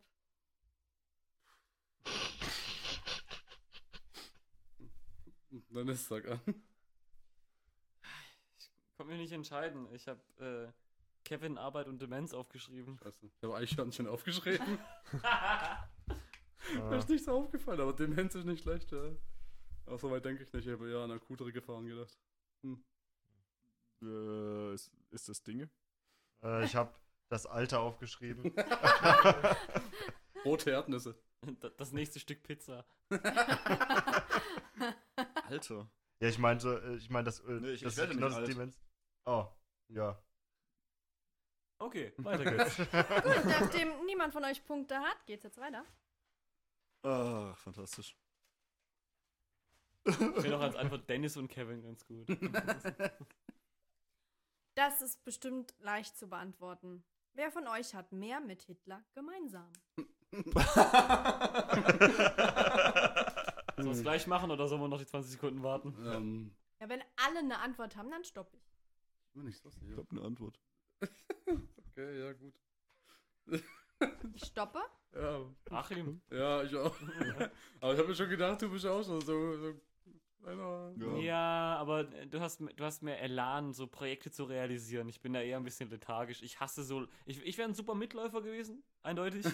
Speaker 2: dann ist sag an.
Speaker 1: Konnte mich nicht entscheiden. Ich habe äh, Kevin, Arbeit und Demenz aufgeschrieben.
Speaker 2: Scheiße. Ich habe Eichhörnchen aufgeschrieben. Mir
Speaker 5: Ah,
Speaker 2: ist nichts aufgefallen, aber Demenz ist nicht schlecht, ja. Aber so weit denke ich nicht. Ich habe eher an akutere Gefahren gedacht.
Speaker 4: Äh, ist, ist das Dinge?
Speaker 5: äh, ich habe das Alter aufgeschrieben.
Speaker 2: Rote Erdnüsse.
Speaker 1: D- Das nächste Stück Pizza.
Speaker 4: Alter.
Speaker 5: Ja, ich meinte, äh, ich meine das, äh,
Speaker 4: Nee, ich-
Speaker 5: das
Speaker 4: ich werde nicht
Speaker 5: das
Speaker 4: alt.
Speaker 5: Demenz. Oh, ja.
Speaker 1: Okay, weiter geht's.
Speaker 3: Gut, nachdem niemand von euch Punkte hat, geht's jetzt weiter.
Speaker 4: Ach, fantastisch.
Speaker 1: Ich finde auch als Antwort Dennis und Kevin ganz gut.
Speaker 3: Das ist bestimmt leicht zu beantworten. Wer von euch hat mehr mit Hitler gemeinsam?
Speaker 1: Sollen wir
Speaker 5: Hm.
Speaker 1: es Also gleich machen oder sollen wir noch die 20 Sekunden warten?
Speaker 2: Ähm,
Speaker 3: Ja, wenn alle eine Antwort haben, dann stopp ich.
Speaker 2: wenn ich was
Speaker 4: Ich habe eine Antwort.
Speaker 2: Okay, ja, gut.
Speaker 3: Ich stoppe.
Speaker 2: Ja,
Speaker 1: Achim?
Speaker 2: ja ich auch. aber ich habe mir schon gedacht, du bist auch so, so, so kleiner.
Speaker 4: Ja.
Speaker 1: Ja, aber äh, du hast, du hast mehr Elan, so Projekte zu realisieren. Ich bin da eher ein bisschen lethargisch. Ich hasse so. Ich, ich wäre ein super Mitläufer gewesen, eindeutig.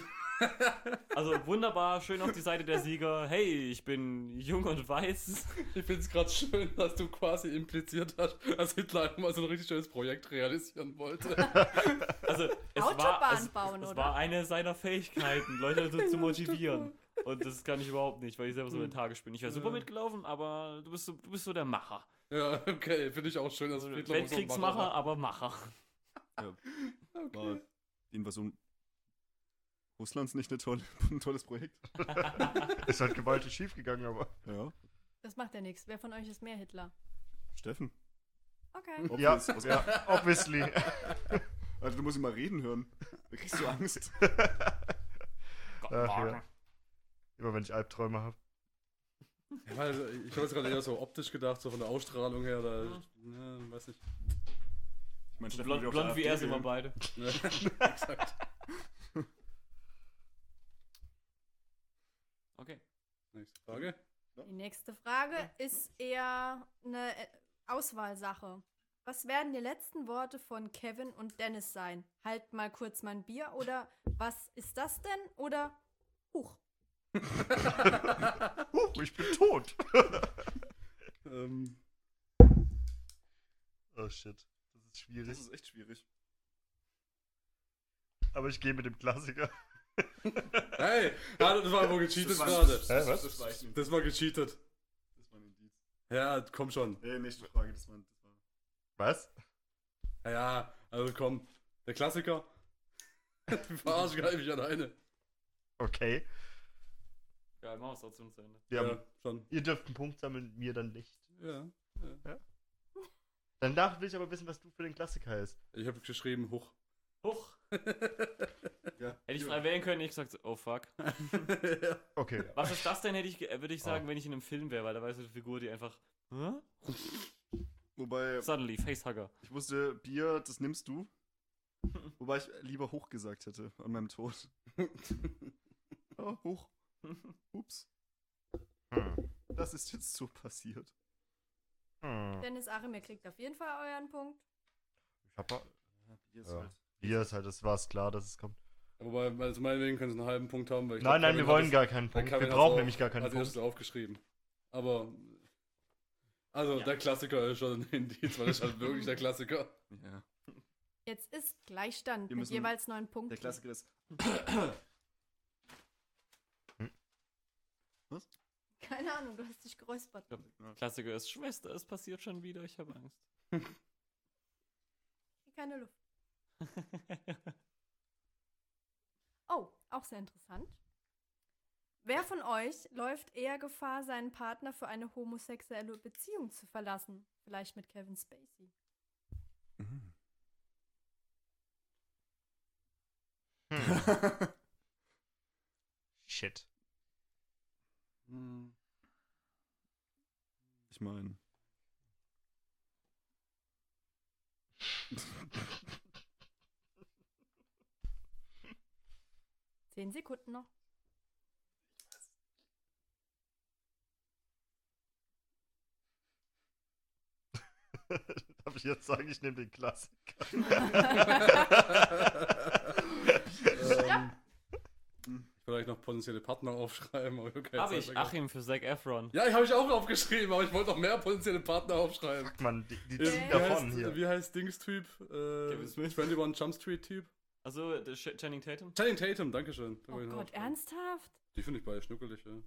Speaker 1: Also wunderbar, schön auf die Seite der Sieger. Hey, ich bin jung und weiß.
Speaker 2: Ich finde es gerade schön, dass du quasi impliziert hast, dass Hitler einfach mal so ein richtig schönes Projekt realisieren wollte.
Speaker 1: Also, es war,
Speaker 3: Autobahn
Speaker 1: es,
Speaker 3: bauen,
Speaker 1: es
Speaker 3: oder?
Speaker 1: war eine seiner Fähigkeiten, Leute so zu motivieren. Und das kann ich überhaupt nicht, weil ich
Speaker 3: Hm.
Speaker 1: selber so lethargisch bin. Ich wäre super
Speaker 2: Ja.
Speaker 1: mitgelaufen, aber du bist so, du bist so der Macher.
Speaker 2: ja, okay, finde ich auch schön, dass
Speaker 1: Also
Speaker 2: Hitler auch so ein
Speaker 1: Weltkriegsmacher, aber Macher.
Speaker 2: war.
Speaker 4: War
Speaker 2: Okay.
Speaker 4: die Invasion Russlands nicht eine tolle, ein tolles Projekt?
Speaker 5: Ist halt gewaltig schief gegangen, aber.
Speaker 4: Ja.
Speaker 3: Das macht ja nichts. Wer von euch ist mehr Hitler?
Speaker 4: Steffen.
Speaker 3: Okay.
Speaker 5: Ja,
Speaker 4: Obvious. Was-
Speaker 5: ja, obviously.
Speaker 4: Alter, Also, du musst ihn mal reden hören. Da kriegst du Angst.
Speaker 1: Gott,
Speaker 5: Ach, ja.
Speaker 1: Morgen.
Speaker 5: Immer wenn ich Albträume habe.
Speaker 2: Ja, also, ich habe es gerade eher so optisch gedacht, so von der Ausstrahlung her. Da, ne, weiß nicht.
Speaker 4: Ich meine,
Speaker 1: So blond,
Speaker 4: will auch
Speaker 1: blond
Speaker 4: zur AfD
Speaker 1: wie er sind wir
Speaker 4: gehen.
Speaker 1: beide.
Speaker 2: Ne, exakt.
Speaker 1: Okay.
Speaker 2: Nächste Frage.
Speaker 3: Die nächste Frage ist eher eine äh, Auswahlsache. Was werden die letzten Worte von Kevin und Dennis sein? Halt mal kurz mein Bier oder was ist das denn? Oder huch.
Speaker 5: Huch, ich bin tot.
Speaker 2: Ähm,
Speaker 5: Oh shit. Das ist schwierig.
Speaker 4: Das ist echt schwierig.
Speaker 5: Aber ich gehe mit dem Klassiker.
Speaker 2: hey, hallo, das war wohl gecheatet
Speaker 4: Das war-
Speaker 2: gerade.
Speaker 5: Hä, was?
Speaker 4: Das war echt ein,
Speaker 2: Das war gecheatet.
Speaker 4: das war ein Indiz.
Speaker 2: Ja, komm schon.
Speaker 4: Hey, nächste Frage. Das war, das war
Speaker 5: Was?
Speaker 2: Ja, ja, also komm, der Klassiker. Verarsch greife ich halt an eine.
Speaker 5: Okay.
Speaker 1: Ja, machen wir es trotzdem zu Ende.
Speaker 5: Wir haben,
Speaker 2: ja, schon.
Speaker 5: ihr dürft einen Punkt sammeln, mir dann nicht.
Speaker 2: Ja.
Speaker 5: Danach will ich aber wissen, was du für den Klassiker heißt.
Speaker 2: Ich habe geschrieben, hoch.
Speaker 1: Huch!
Speaker 2: Ja.
Speaker 1: Hätte ich frei wählen können, hätte ich gesagt, oh fuck.
Speaker 2: ja.
Speaker 5: Okay.
Speaker 1: Was ist das denn, hätte ich, ge- äh, würde
Speaker 4: Oh.
Speaker 1: ich sagen, wenn ich in einem Film wäre, weil da war so eine Figur, die einfach. Hä?
Speaker 4: Wobei,
Speaker 1: Suddenly, Facehugger.
Speaker 4: ich wusste, Bier, das nimmst du. Wobei ich lieber hoch gesagt hätte an meinem Tod. Ah, hoch. Ups.
Speaker 5: Hm.
Speaker 4: Das ist jetzt so passiert.
Speaker 5: Hm.
Speaker 3: Dennis Achim, ihr kriegt auf jeden Fall euren Punkt.
Speaker 5: Ich hab mal.
Speaker 4: Bier
Speaker 5: Ja. Bier ist halt, das war's klar, dass es kommt.
Speaker 2: Wobei, also meinetwegen können sie einen halben Punkt haben. Weil ich
Speaker 5: nein,
Speaker 2: glaub,
Speaker 5: nein, wir
Speaker 2: Kevin
Speaker 5: wollen
Speaker 2: hat
Speaker 5: gar keinen
Speaker 2: es-
Speaker 5: Punkt.
Speaker 2: Kevin
Speaker 5: Wir
Speaker 2: hat's
Speaker 5: brauchen
Speaker 2: auch
Speaker 5: nämlich gar keinen
Speaker 2: als
Speaker 5: Punkt.
Speaker 2: erstes aufgeschrieben. Aber, also der Klassiker ist schon ein Indiz, weil das ist halt wirklich der Klassiker.
Speaker 4: Ja.
Speaker 3: Jetzt ist Gleichstand
Speaker 4: Wir
Speaker 3: mit
Speaker 4: müssen-
Speaker 3: jeweils neun Punkten.
Speaker 4: Der Klassiker ist.
Speaker 3: Keine Ahnung, du hast dich geräuspert.
Speaker 1: Klassiker ist Schwester, es passiert schon wieder, ich habe Angst.
Speaker 3: Keine Luft. Oh, auch sehr interessant. Wer von euch läuft eher Gefahr, seinen Partner für eine homosexuelle Beziehung zu verlassen? Vielleicht mit Kevin Spacey.
Speaker 5: Hm. Shit.
Speaker 4: Ich meine.
Speaker 3: Zehn Sekunden noch.
Speaker 5: Darf ich jetzt sagen, ich nehme den Klassiker?
Speaker 2: ähm, ich würde euch noch potenzielle Partner aufschreiben. Aber okay,
Speaker 1: Habe ich Achim für Zac Efron.
Speaker 2: Ja, ich habe ich auch aufgeschrieben, aber ich wollte noch mehr potenzielle Partner aufschreiben.
Speaker 5: Mann, die, die
Speaker 2: Äh,
Speaker 5: ziehen
Speaker 2: wie,
Speaker 5: davon
Speaker 2: heißt,
Speaker 5: hier.
Speaker 2: wie heißt Dings-Typ? Äh,
Speaker 1: Kevin Smith.
Speaker 2: 21 Jump Street-Typ?
Speaker 1: Also der Sch- Channing Tatum?
Speaker 2: Channing Tatum, Dankeschön. Da
Speaker 3: Oh
Speaker 2: wollte ich noch
Speaker 3: Gott,
Speaker 2: aufschreiben.
Speaker 3: ernsthaft?
Speaker 2: Die finde ich beide schnuckelig, ja.
Speaker 3: Hm.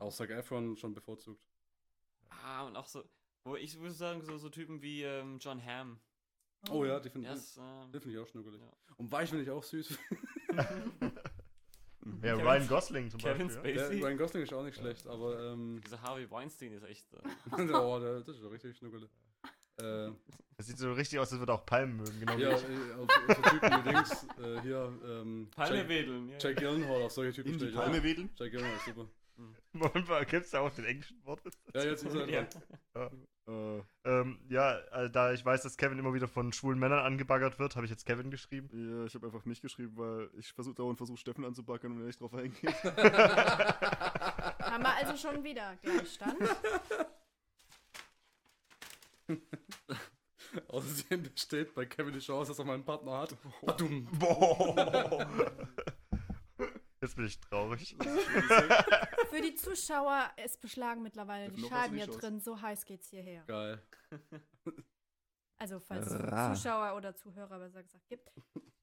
Speaker 2: Auch Zac Efron schon bevorzugt.
Speaker 1: Ah, und auch so. Wo ich würde sagen, so, so Typen wie ähm, John Hamm.
Speaker 2: Oh ja, die
Speaker 4: Mhm.
Speaker 2: finde
Speaker 1: Ja,
Speaker 2: ich-
Speaker 1: ist, ähm,
Speaker 2: die finde ich auch schnuckelig.
Speaker 1: Ja.
Speaker 2: Und Weich finde ich auch süß.
Speaker 5: Ja,
Speaker 1: Kevin-
Speaker 5: Ryan Gosling zum
Speaker 1: Kevin
Speaker 5: Beispiel.
Speaker 2: Der,
Speaker 1: Spacey.
Speaker 2: Ryan Gosling ist auch nicht schlecht, aber ähm,
Speaker 1: Dieser Harvey Weinstein ist echt. Äh,
Speaker 2: oh, der, das ist doch richtig schnuckelig. Äh,
Speaker 5: Das sieht so richtig aus, als würde er auch Palmen mögen. Genau
Speaker 2: ja,
Speaker 5: wie ich.
Speaker 2: äh, auf so Typen wie Dings, äh, hier, ähm,
Speaker 1: Palme
Speaker 2: Jack,
Speaker 1: wedeln. Ja.
Speaker 2: Jack Gyllenhaal, auf solche Typen
Speaker 4: In die
Speaker 2: stehe ich auch.
Speaker 4: Palme wedeln?
Speaker 2: Jack Gyllenhaal, ist super.
Speaker 5: Moment mal, gibt's da auch den englischen Wort?
Speaker 2: Ja, jetzt ist er halt
Speaker 1: Ja.
Speaker 2: dran.
Speaker 4: Äh,
Speaker 5: Ähm, ja, äh, da ich weiß, dass Kevin immer wieder von schwulen Männern angebaggert wird, habe ich jetzt Kevin geschrieben.
Speaker 4: ja, ich habe einfach mich geschrieben, weil ich versuche dauernd versuche Steffen anzubacken und er nicht drauf eingeht.
Speaker 3: Haben wir also schon wieder Gleichstand?
Speaker 2: Außerdem besteht bei Kevin die Chance, dass er meinen Partner hat. Badum.
Speaker 5: Boah. Jetzt bin ich traurig.
Speaker 3: Für die Zuschauer ist beschlagen mittlerweile
Speaker 4: Dürfen
Speaker 3: die
Speaker 4: noch was in
Speaker 3: Scheiben
Speaker 4: die
Speaker 3: hier
Speaker 4: Shows?
Speaker 3: drin. So heiß geht's hierher.
Speaker 2: Geil.
Speaker 3: Also, falls
Speaker 4: Ra.
Speaker 3: es Zuschauer oder Zuhörer besser gesagt gibt.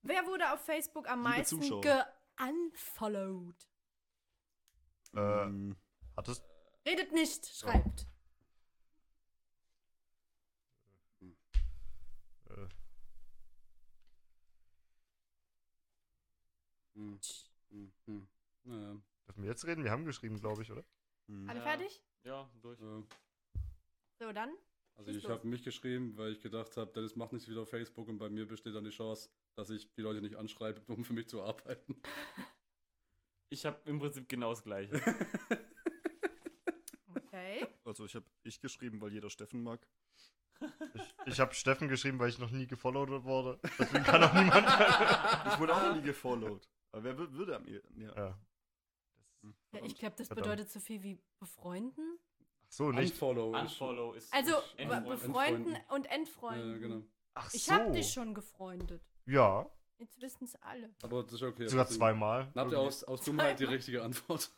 Speaker 3: Wer wurde auf Facebook am
Speaker 4: Liebe
Speaker 3: meisten
Speaker 4: Zuschauer.
Speaker 3: geunfollowed?
Speaker 5: Äh,
Speaker 4: Ähm,
Speaker 5: hattest
Speaker 3: Redet nicht, schreibt.
Speaker 5: äh,
Speaker 2: Hm, hm, hm. Naja.
Speaker 5: dürfen wir jetzt reden? Wir haben geschrieben, glaube ich, oder?
Speaker 4: mh.
Speaker 3: Alle
Speaker 1: Ja.
Speaker 3: fertig?
Speaker 1: ja, durch.
Speaker 2: äh,
Speaker 3: So, dann.
Speaker 2: Also
Speaker 3: Schieß
Speaker 2: ich
Speaker 3: los.
Speaker 2: habe mich geschrieben, weil ich gedacht habe, Dennis macht nichts wieder auf Facebook und bei mir besteht dann die Chance, dass ich die Leute nicht anschreibe, um für mich zu arbeiten.
Speaker 1: Ich habe im Prinzip genau das gleiche.
Speaker 3: Okay.
Speaker 4: Also ich habe ich geschrieben, weil jeder Steffen mag.
Speaker 5: Ich, ich habe Steffen geschrieben, weil ich noch nie gefollowt wurde. Deswegen kann auch niemand.
Speaker 4: Ich wurde auch noch nie gefollowt. Aber wer wür- würde am ihr? Ja.
Speaker 5: Ja.
Speaker 3: Ja, ich glaube, das
Speaker 5: Verdammt.
Speaker 3: bedeutet so viel wie befreunden.
Speaker 5: Ach so, nicht.
Speaker 2: Unfollow. ist-
Speaker 1: Unfollow ist.
Speaker 3: Also,
Speaker 1: ist
Speaker 3: be-
Speaker 1: Endfreund.
Speaker 3: befreunden
Speaker 2: Entfreunden.
Speaker 3: und
Speaker 2: Ja,
Speaker 3: entfreunden.
Speaker 2: ja, genau.
Speaker 5: Ach so.
Speaker 3: Ich habe dich schon gefreundet.
Speaker 5: Ja,
Speaker 3: Jetzt wissen es alle.
Speaker 2: Aber das ist okay.
Speaker 5: sogar
Speaker 2: Deswegen-
Speaker 5: zweimal.
Speaker 2: Dann habt ihr aus, aus Dummheit die richtige Antwort.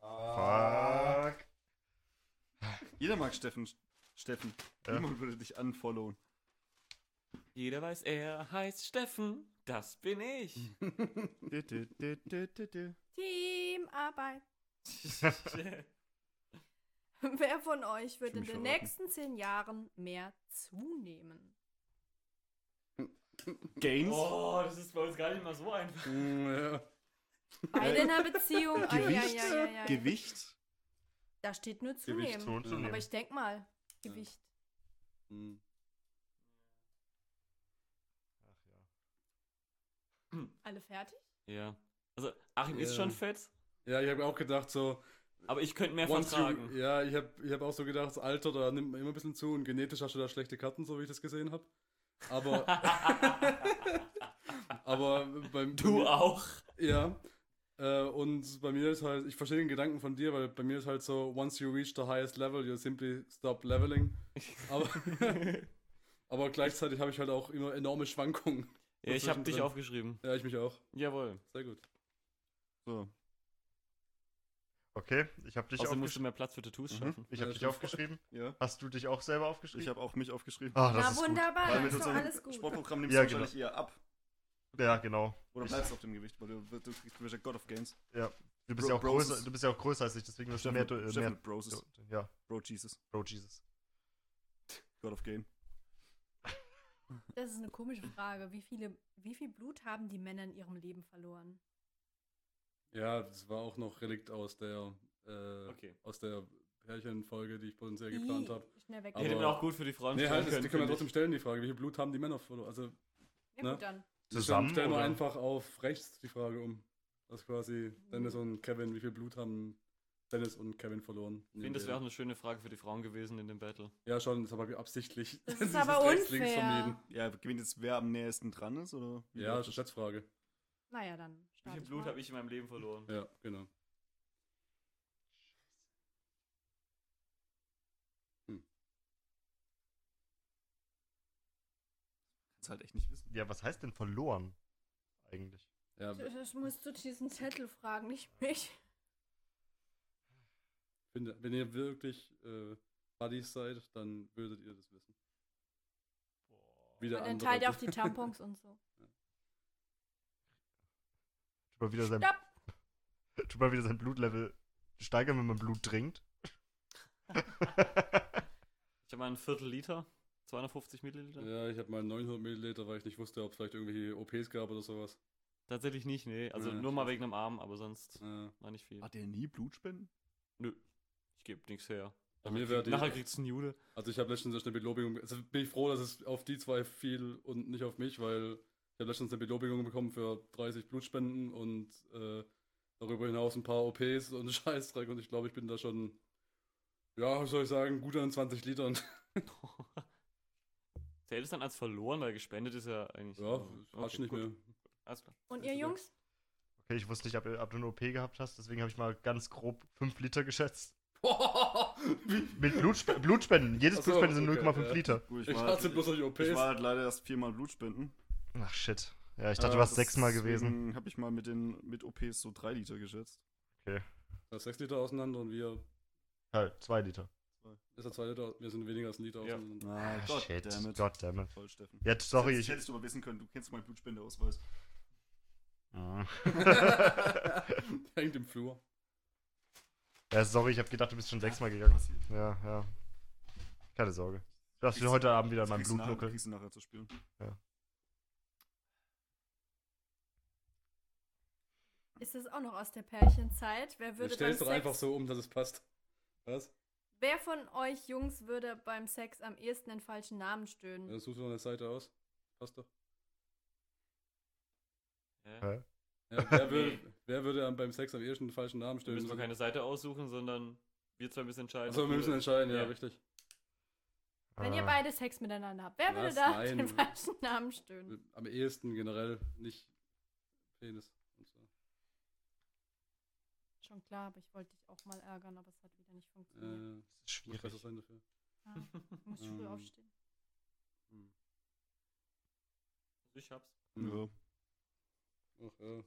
Speaker 5: Fuck.
Speaker 4: Jeder mag Steffen. Steffen.
Speaker 5: Ja.
Speaker 4: Niemand würde dich unfollowen.
Speaker 1: Jeder weiß, er heißt Steffen. Das bin ich.
Speaker 4: Du, du, du, du, du, du.
Speaker 3: Teamarbeit. Wer von euch wird
Speaker 4: Fühl
Speaker 3: in
Speaker 4: mich verraten.
Speaker 3: den nächsten zehn Jahren mehr zunehmen?
Speaker 4: Gains?
Speaker 1: Oh, das ist bei uns gar nicht mal so einfach.
Speaker 2: Mm, ja.
Speaker 3: Beide in einer Beziehung. Ah, ja,
Speaker 4: Gewicht?
Speaker 3: ja, ja, ja, ja.
Speaker 4: Gewicht?
Speaker 3: Da steht nur
Speaker 2: Gewicht
Speaker 3: zunehmen.
Speaker 5: zu
Speaker 3: Aber ich denke mal, Gewicht.
Speaker 2: Mm.
Speaker 5: Ach ja.
Speaker 3: Alle fertig?
Speaker 1: Ja. Also, Achim ist
Speaker 2: Ja.
Speaker 1: schon fett,
Speaker 2: ja, ich habe auch gedacht, so.
Speaker 1: aber ich könnte mehr
Speaker 2: once
Speaker 1: vertragen.
Speaker 2: You, ja, ich habe ich hab auch so gedacht, das Alter, da nimmt man immer ein bisschen zu und genetisch hast du da schlechte Karten, so wie ich das gesehen habe. Aber. aber beim.
Speaker 1: Du auch.
Speaker 2: Ja. Äh, und bei mir ist halt, ich verstehe den Gedanken von dir, weil bei mir ist halt so, once you reach the highest level, you simply stop leveling. Aber, aber gleichzeitig habe ich halt auch immer enorme Schwankungen.
Speaker 1: Ja, ich habe dich
Speaker 2: Zwischendrin.
Speaker 1: aufgeschrieben.
Speaker 2: Ja, ich mich auch.
Speaker 1: Jawohl.
Speaker 2: Sehr gut.
Speaker 4: So.
Speaker 5: Okay, ich habe dich,
Speaker 1: Außerdem musst du
Speaker 5: aufgesch
Speaker 1: mehr Platz für Tattoos
Speaker 4: Mhm.
Speaker 1: schaffen.
Speaker 5: ich hab
Speaker 2: Ja,
Speaker 5: dich
Speaker 2: stimmt.
Speaker 5: aufgeschrieben.
Speaker 4: Ja.
Speaker 5: Hast du dich auch selber aufgeschrieben?
Speaker 4: Ich habe auch mich aufgeschrieben.
Speaker 5: Ah,
Speaker 3: Na
Speaker 5: das ist gut.
Speaker 3: wunderbar,
Speaker 4: Weil
Speaker 3: dann
Speaker 4: mit
Speaker 3: ist doch alles
Speaker 4: unserem
Speaker 3: gut.
Speaker 4: Sportprogramm nimmst
Speaker 5: Ja,
Speaker 4: du wahrscheinlich eher ab.
Speaker 5: Ja, genau.
Speaker 4: Oder
Speaker 5: Ich-
Speaker 4: bleibst auf dem Gewicht, weil du, du, du kriegst du bist ja God of Games.
Speaker 5: Du bist,
Speaker 4: Bro-
Speaker 5: ja auch
Speaker 4: Bros
Speaker 5: größer,
Speaker 4: ist-
Speaker 5: du bist ja auch größer als ich, deswegen wirst du mehr, du- äh,
Speaker 4: Steffen
Speaker 5: mehr.
Speaker 4: mit Bros ist
Speaker 5: Ja,
Speaker 4: Bro Jesus.
Speaker 5: Bro Jesus.
Speaker 4: God of Game.
Speaker 3: Das ist eine komische Frage. Wie, viele, wie viel Blut haben die Männer in ihrem Leben verloren?
Speaker 2: Ja, das war auch noch Relikt aus der, äh,
Speaker 1: Okay.
Speaker 2: aus der Pärchenfolge, die ich potenziell
Speaker 3: Ih,
Speaker 2: geplant habe.
Speaker 3: Schnell weg.
Speaker 2: Aber-
Speaker 1: Hätte man auch gut für die Frauen
Speaker 2: Nee,
Speaker 1: stellen
Speaker 2: halt, das, die können wir
Speaker 1: können.
Speaker 2: trotzdem stellen, die Frage. Wie viel Blut haben die Männer verloren? Also,
Speaker 3: ja,
Speaker 2: ne?
Speaker 3: gut, dann.
Speaker 5: Zusammen,
Speaker 2: stellen wir
Speaker 5: oder?
Speaker 2: einfach auf rechts die Frage um. Das ist quasi Dennis und Kevin, wie viel Blut haben Dennis und Kevin verloren?
Speaker 1: Ich finde, das wäre auch eine schöne Frage für die Frauen gewesen in dem Battle.
Speaker 2: Ja, schon, das habe ich absichtlich.
Speaker 3: Das ist
Speaker 2: dieses
Speaker 3: aber
Speaker 2: rechts, links
Speaker 3: unfair.
Speaker 2: vermieden.
Speaker 4: Ja, gewinnt jetzt, wer am nächsten dran ist? Oder wie
Speaker 2: Ja, das
Speaker 4: läuft
Speaker 2: ist eine Schätzfrage.
Speaker 3: Naja, dann.
Speaker 1: Wie
Speaker 3: starte
Speaker 1: viel
Speaker 3: ich
Speaker 1: Blut
Speaker 3: mal.
Speaker 1: habe ich in meinem Leben verloren?
Speaker 2: Ja, genau.
Speaker 4: das? halt echt nicht wissen.
Speaker 5: Ja, was heißt denn verloren? Eigentlich.
Speaker 2: Ja,
Speaker 3: Das- Das musst du diesen Zettel fragen, nicht mich.
Speaker 2: finde, wenn ihr wirklich äh, Buddies seid, dann würdet ihr das wissen. Wieder
Speaker 3: Und dann teilt ihr auch die
Speaker 2: Tipp.
Speaker 3: Tampons und so.
Speaker 5: Tut mal wieder sein,
Speaker 3: Stopp!
Speaker 5: tut mal wieder sein Blutlevel steigern, wenn man Blut trinkt.
Speaker 1: Ich habe mal ein Viertel Liter, 250 Milliliter.
Speaker 2: Ja, ich habe mal 900 Milliliter, weil ich nicht wusste, ob es vielleicht irgendwelche OPs gab oder sowas.
Speaker 1: Tatsächlich nicht, nee. Also
Speaker 2: Ja,
Speaker 1: nur mal wegen dem Arm, aber sonst
Speaker 2: Äh,
Speaker 1: war nicht viel.
Speaker 4: Hat der nie Blutspenden?
Speaker 1: Nö, ich gebe nichts her.
Speaker 2: bei mir wäre die.
Speaker 1: Nachher kriegt's ein Jude.
Speaker 2: Also ich habe letztens erst eine Belobigung, also bin ich froh, dass es auf die zwei fiel und nicht auf mich, weil ich habe letztens eine Belobigung bekommen für 30 Blutspenden und äh, darüber hinaus ein paar OPs und Scheißdreck und ich glaube, ich bin da schon, ja, was soll ich sagen, gut an 20 Litern.
Speaker 1: Zählt es dann als verloren, weil gespendet ist ja eigentlich.
Speaker 2: Ja, hast nicht
Speaker 1: gut.
Speaker 2: mehr.
Speaker 1: Alles klar.
Speaker 3: Und ihr Jungs?
Speaker 5: Okay, ich wusste nicht, ob, ob du eine OP gehabt hast, deswegen habe ich mal ganz grob 5 Liter geschätzt. Mit Blutsp Blutspenden. Jedes
Speaker 2: Ach so,
Speaker 5: Blutspenden sind
Speaker 2: okay,
Speaker 5: 0,5
Speaker 2: ja.
Speaker 5: Liter.
Speaker 4: Gut,
Speaker 2: Ich hatte bloß solche OPs.
Speaker 4: ich war halt leider erst viermal Blutspenden.
Speaker 5: Ach shit. Ja, ich dachte, du warst sechsmal gewesen.
Speaker 4: habe ich mal mit den mit OPs so drei Liter geschätzt.
Speaker 2: Da ist 6 Liter auseinander und wir,
Speaker 5: Halt, 2 Liter.
Speaker 2: ist ja 2 Liter, wir sind weniger als ein Liter
Speaker 1: Ja.
Speaker 2: auseinander.
Speaker 4: Ah,
Speaker 5: shit. Goddammit.
Speaker 4: Voll, Steffen.
Speaker 5: Ja, sorry,
Speaker 4: Das
Speaker 5: ich.
Speaker 4: hättest du aber wissen können, du kennst meinen Blutspendeausweis.
Speaker 5: Ah.
Speaker 2: Hängt im Flur.
Speaker 5: Ja, sorry, ich habe gedacht, du bist schon sechsmal gegangen.
Speaker 4: Passiert.
Speaker 5: Ja, ja. Keine Sorge. Du hast
Speaker 4: Kriegst-
Speaker 5: wieder heute Abend wieder
Speaker 4: Das
Speaker 5: an meinem
Speaker 4: kriegst du nachher-
Speaker 5: Blutnuckel.
Speaker 4: Kriegst du nachher zu spielen.
Speaker 3: Ist das auch noch aus der Pärchenzeit? Wer
Speaker 2: Du
Speaker 3: würde beim
Speaker 2: stellst doch
Speaker 3: Sex-
Speaker 2: einfach so um, dass es passt. Was?
Speaker 3: Wer von euch Jungs würde beim Sex am ehesten den falschen Namen stöhnen?
Speaker 2: Ja, suchst du noch eine Seite aus. Passt doch.
Speaker 1: Ja.
Speaker 5: Hä?
Speaker 2: Ja, wer, würde, wer würde am- beim Sex am ehesten den falschen Namen
Speaker 1: Da
Speaker 2: stellen?
Speaker 1: müssen wir keine Seite aussuchen, sondern wir zwei müssen entscheiden.
Speaker 2: Achso,
Speaker 1: ob
Speaker 2: wir müssen entscheiden,
Speaker 1: Ja.
Speaker 2: ja, richtig.
Speaker 3: Wenn ihr
Speaker 5: Ah.
Speaker 3: beide Sex miteinander habt, wer würde
Speaker 2: Was?
Speaker 3: da
Speaker 2: Nein.
Speaker 3: den falschen Namen stöhnen?
Speaker 2: Am ehesten generell nicht Penis. Und so. Äh.
Speaker 3: Schon klar, aber ich wollte dich auch mal ärgern, aber es hat wieder nicht funktioniert.
Speaker 2: äh,
Speaker 5: Das ist
Speaker 2: muss besser
Speaker 5: schwierig.
Speaker 2: sein dafür.
Speaker 3: Ich muss früh
Speaker 2: ähm,
Speaker 5: Mm.
Speaker 3: aufstehen.
Speaker 1: Ich hab's.
Speaker 2: Mhm. Ach, ja.
Speaker 3: Okay.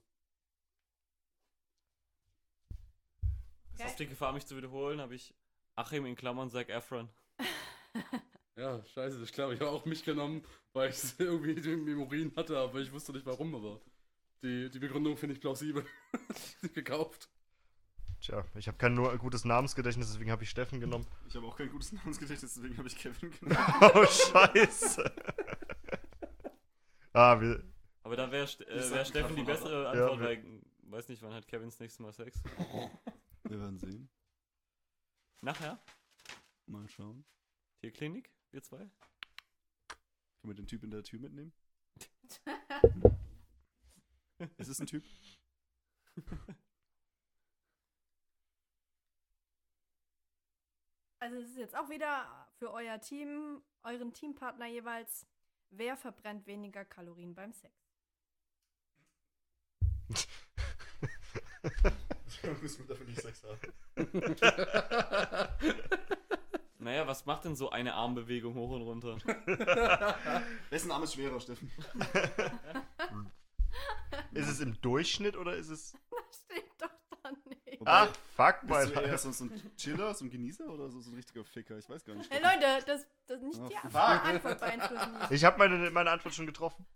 Speaker 1: Auf die Gefahr, mich zu wiederholen, habe ich Achim in Klammern Zac Efron.
Speaker 2: ja, scheiße, das ist klar. Ich habe auch mich genommen, weil ich es irgendwie im Urin hatte, aber ich wusste nicht warum, aber die, die Begründung finde ich plausibel. die gekauft.
Speaker 5: Tja, ich habe kein nur gutes Namensgedächtnis, deswegen habe ich Steffen genommen.
Speaker 4: Ich habe auch kein gutes Namensgedächtnis, deswegen habe ich Kevin genommen.
Speaker 5: Oh, scheiße. ah, wir,
Speaker 1: Aber da wäre St- äh,
Speaker 4: sagten
Speaker 1: wär Steffen die
Speaker 4: gerade von
Speaker 1: bessere
Speaker 5: Ja,
Speaker 1: Antwort,
Speaker 5: wir-
Speaker 1: weil, hm, weiß nicht, wann hat Kevin das nächste Mal Sex?
Speaker 4: Wir werden sehen.
Speaker 1: Nachher?
Speaker 4: Mal schauen.
Speaker 1: Tierklinik? Wir zwei?
Speaker 4: Können wir den Typ in der Tür mitnehmen? Es ist ein Typ.
Speaker 3: Also es ist jetzt auch wieder für euer Team, euren Teampartner jeweils, wer verbrennt weniger Kalorien beim Sex?
Speaker 5: müssen wir dafür nicht Sex haben.
Speaker 1: Naja, was macht denn so eine Armbewegung hoch und runter?
Speaker 4: Wessen Name ist schwerer, Steffen?
Speaker 5: Ist es im Durchschnitt oder ist es.
Speaker 3: Das steht doch da nicht.
Speaker 4: Wobei,
Speaker 5: Ach, fuck, mein
Speaker 4: Bist du eher so, so ein Chiller, so ein Genießer oder so, so ein richtiger Ficker? Ich weiß gar nicht.
Speaker 3: Hey Leute, das, das nicht
Speaker 5: Oh,
Speaker 3: die
Speaker 4: Ach,
Speaker 3: Antwort beeinflussen. hier.
Speaker 5: Ich habe meine, meine Antwort schon getroffen.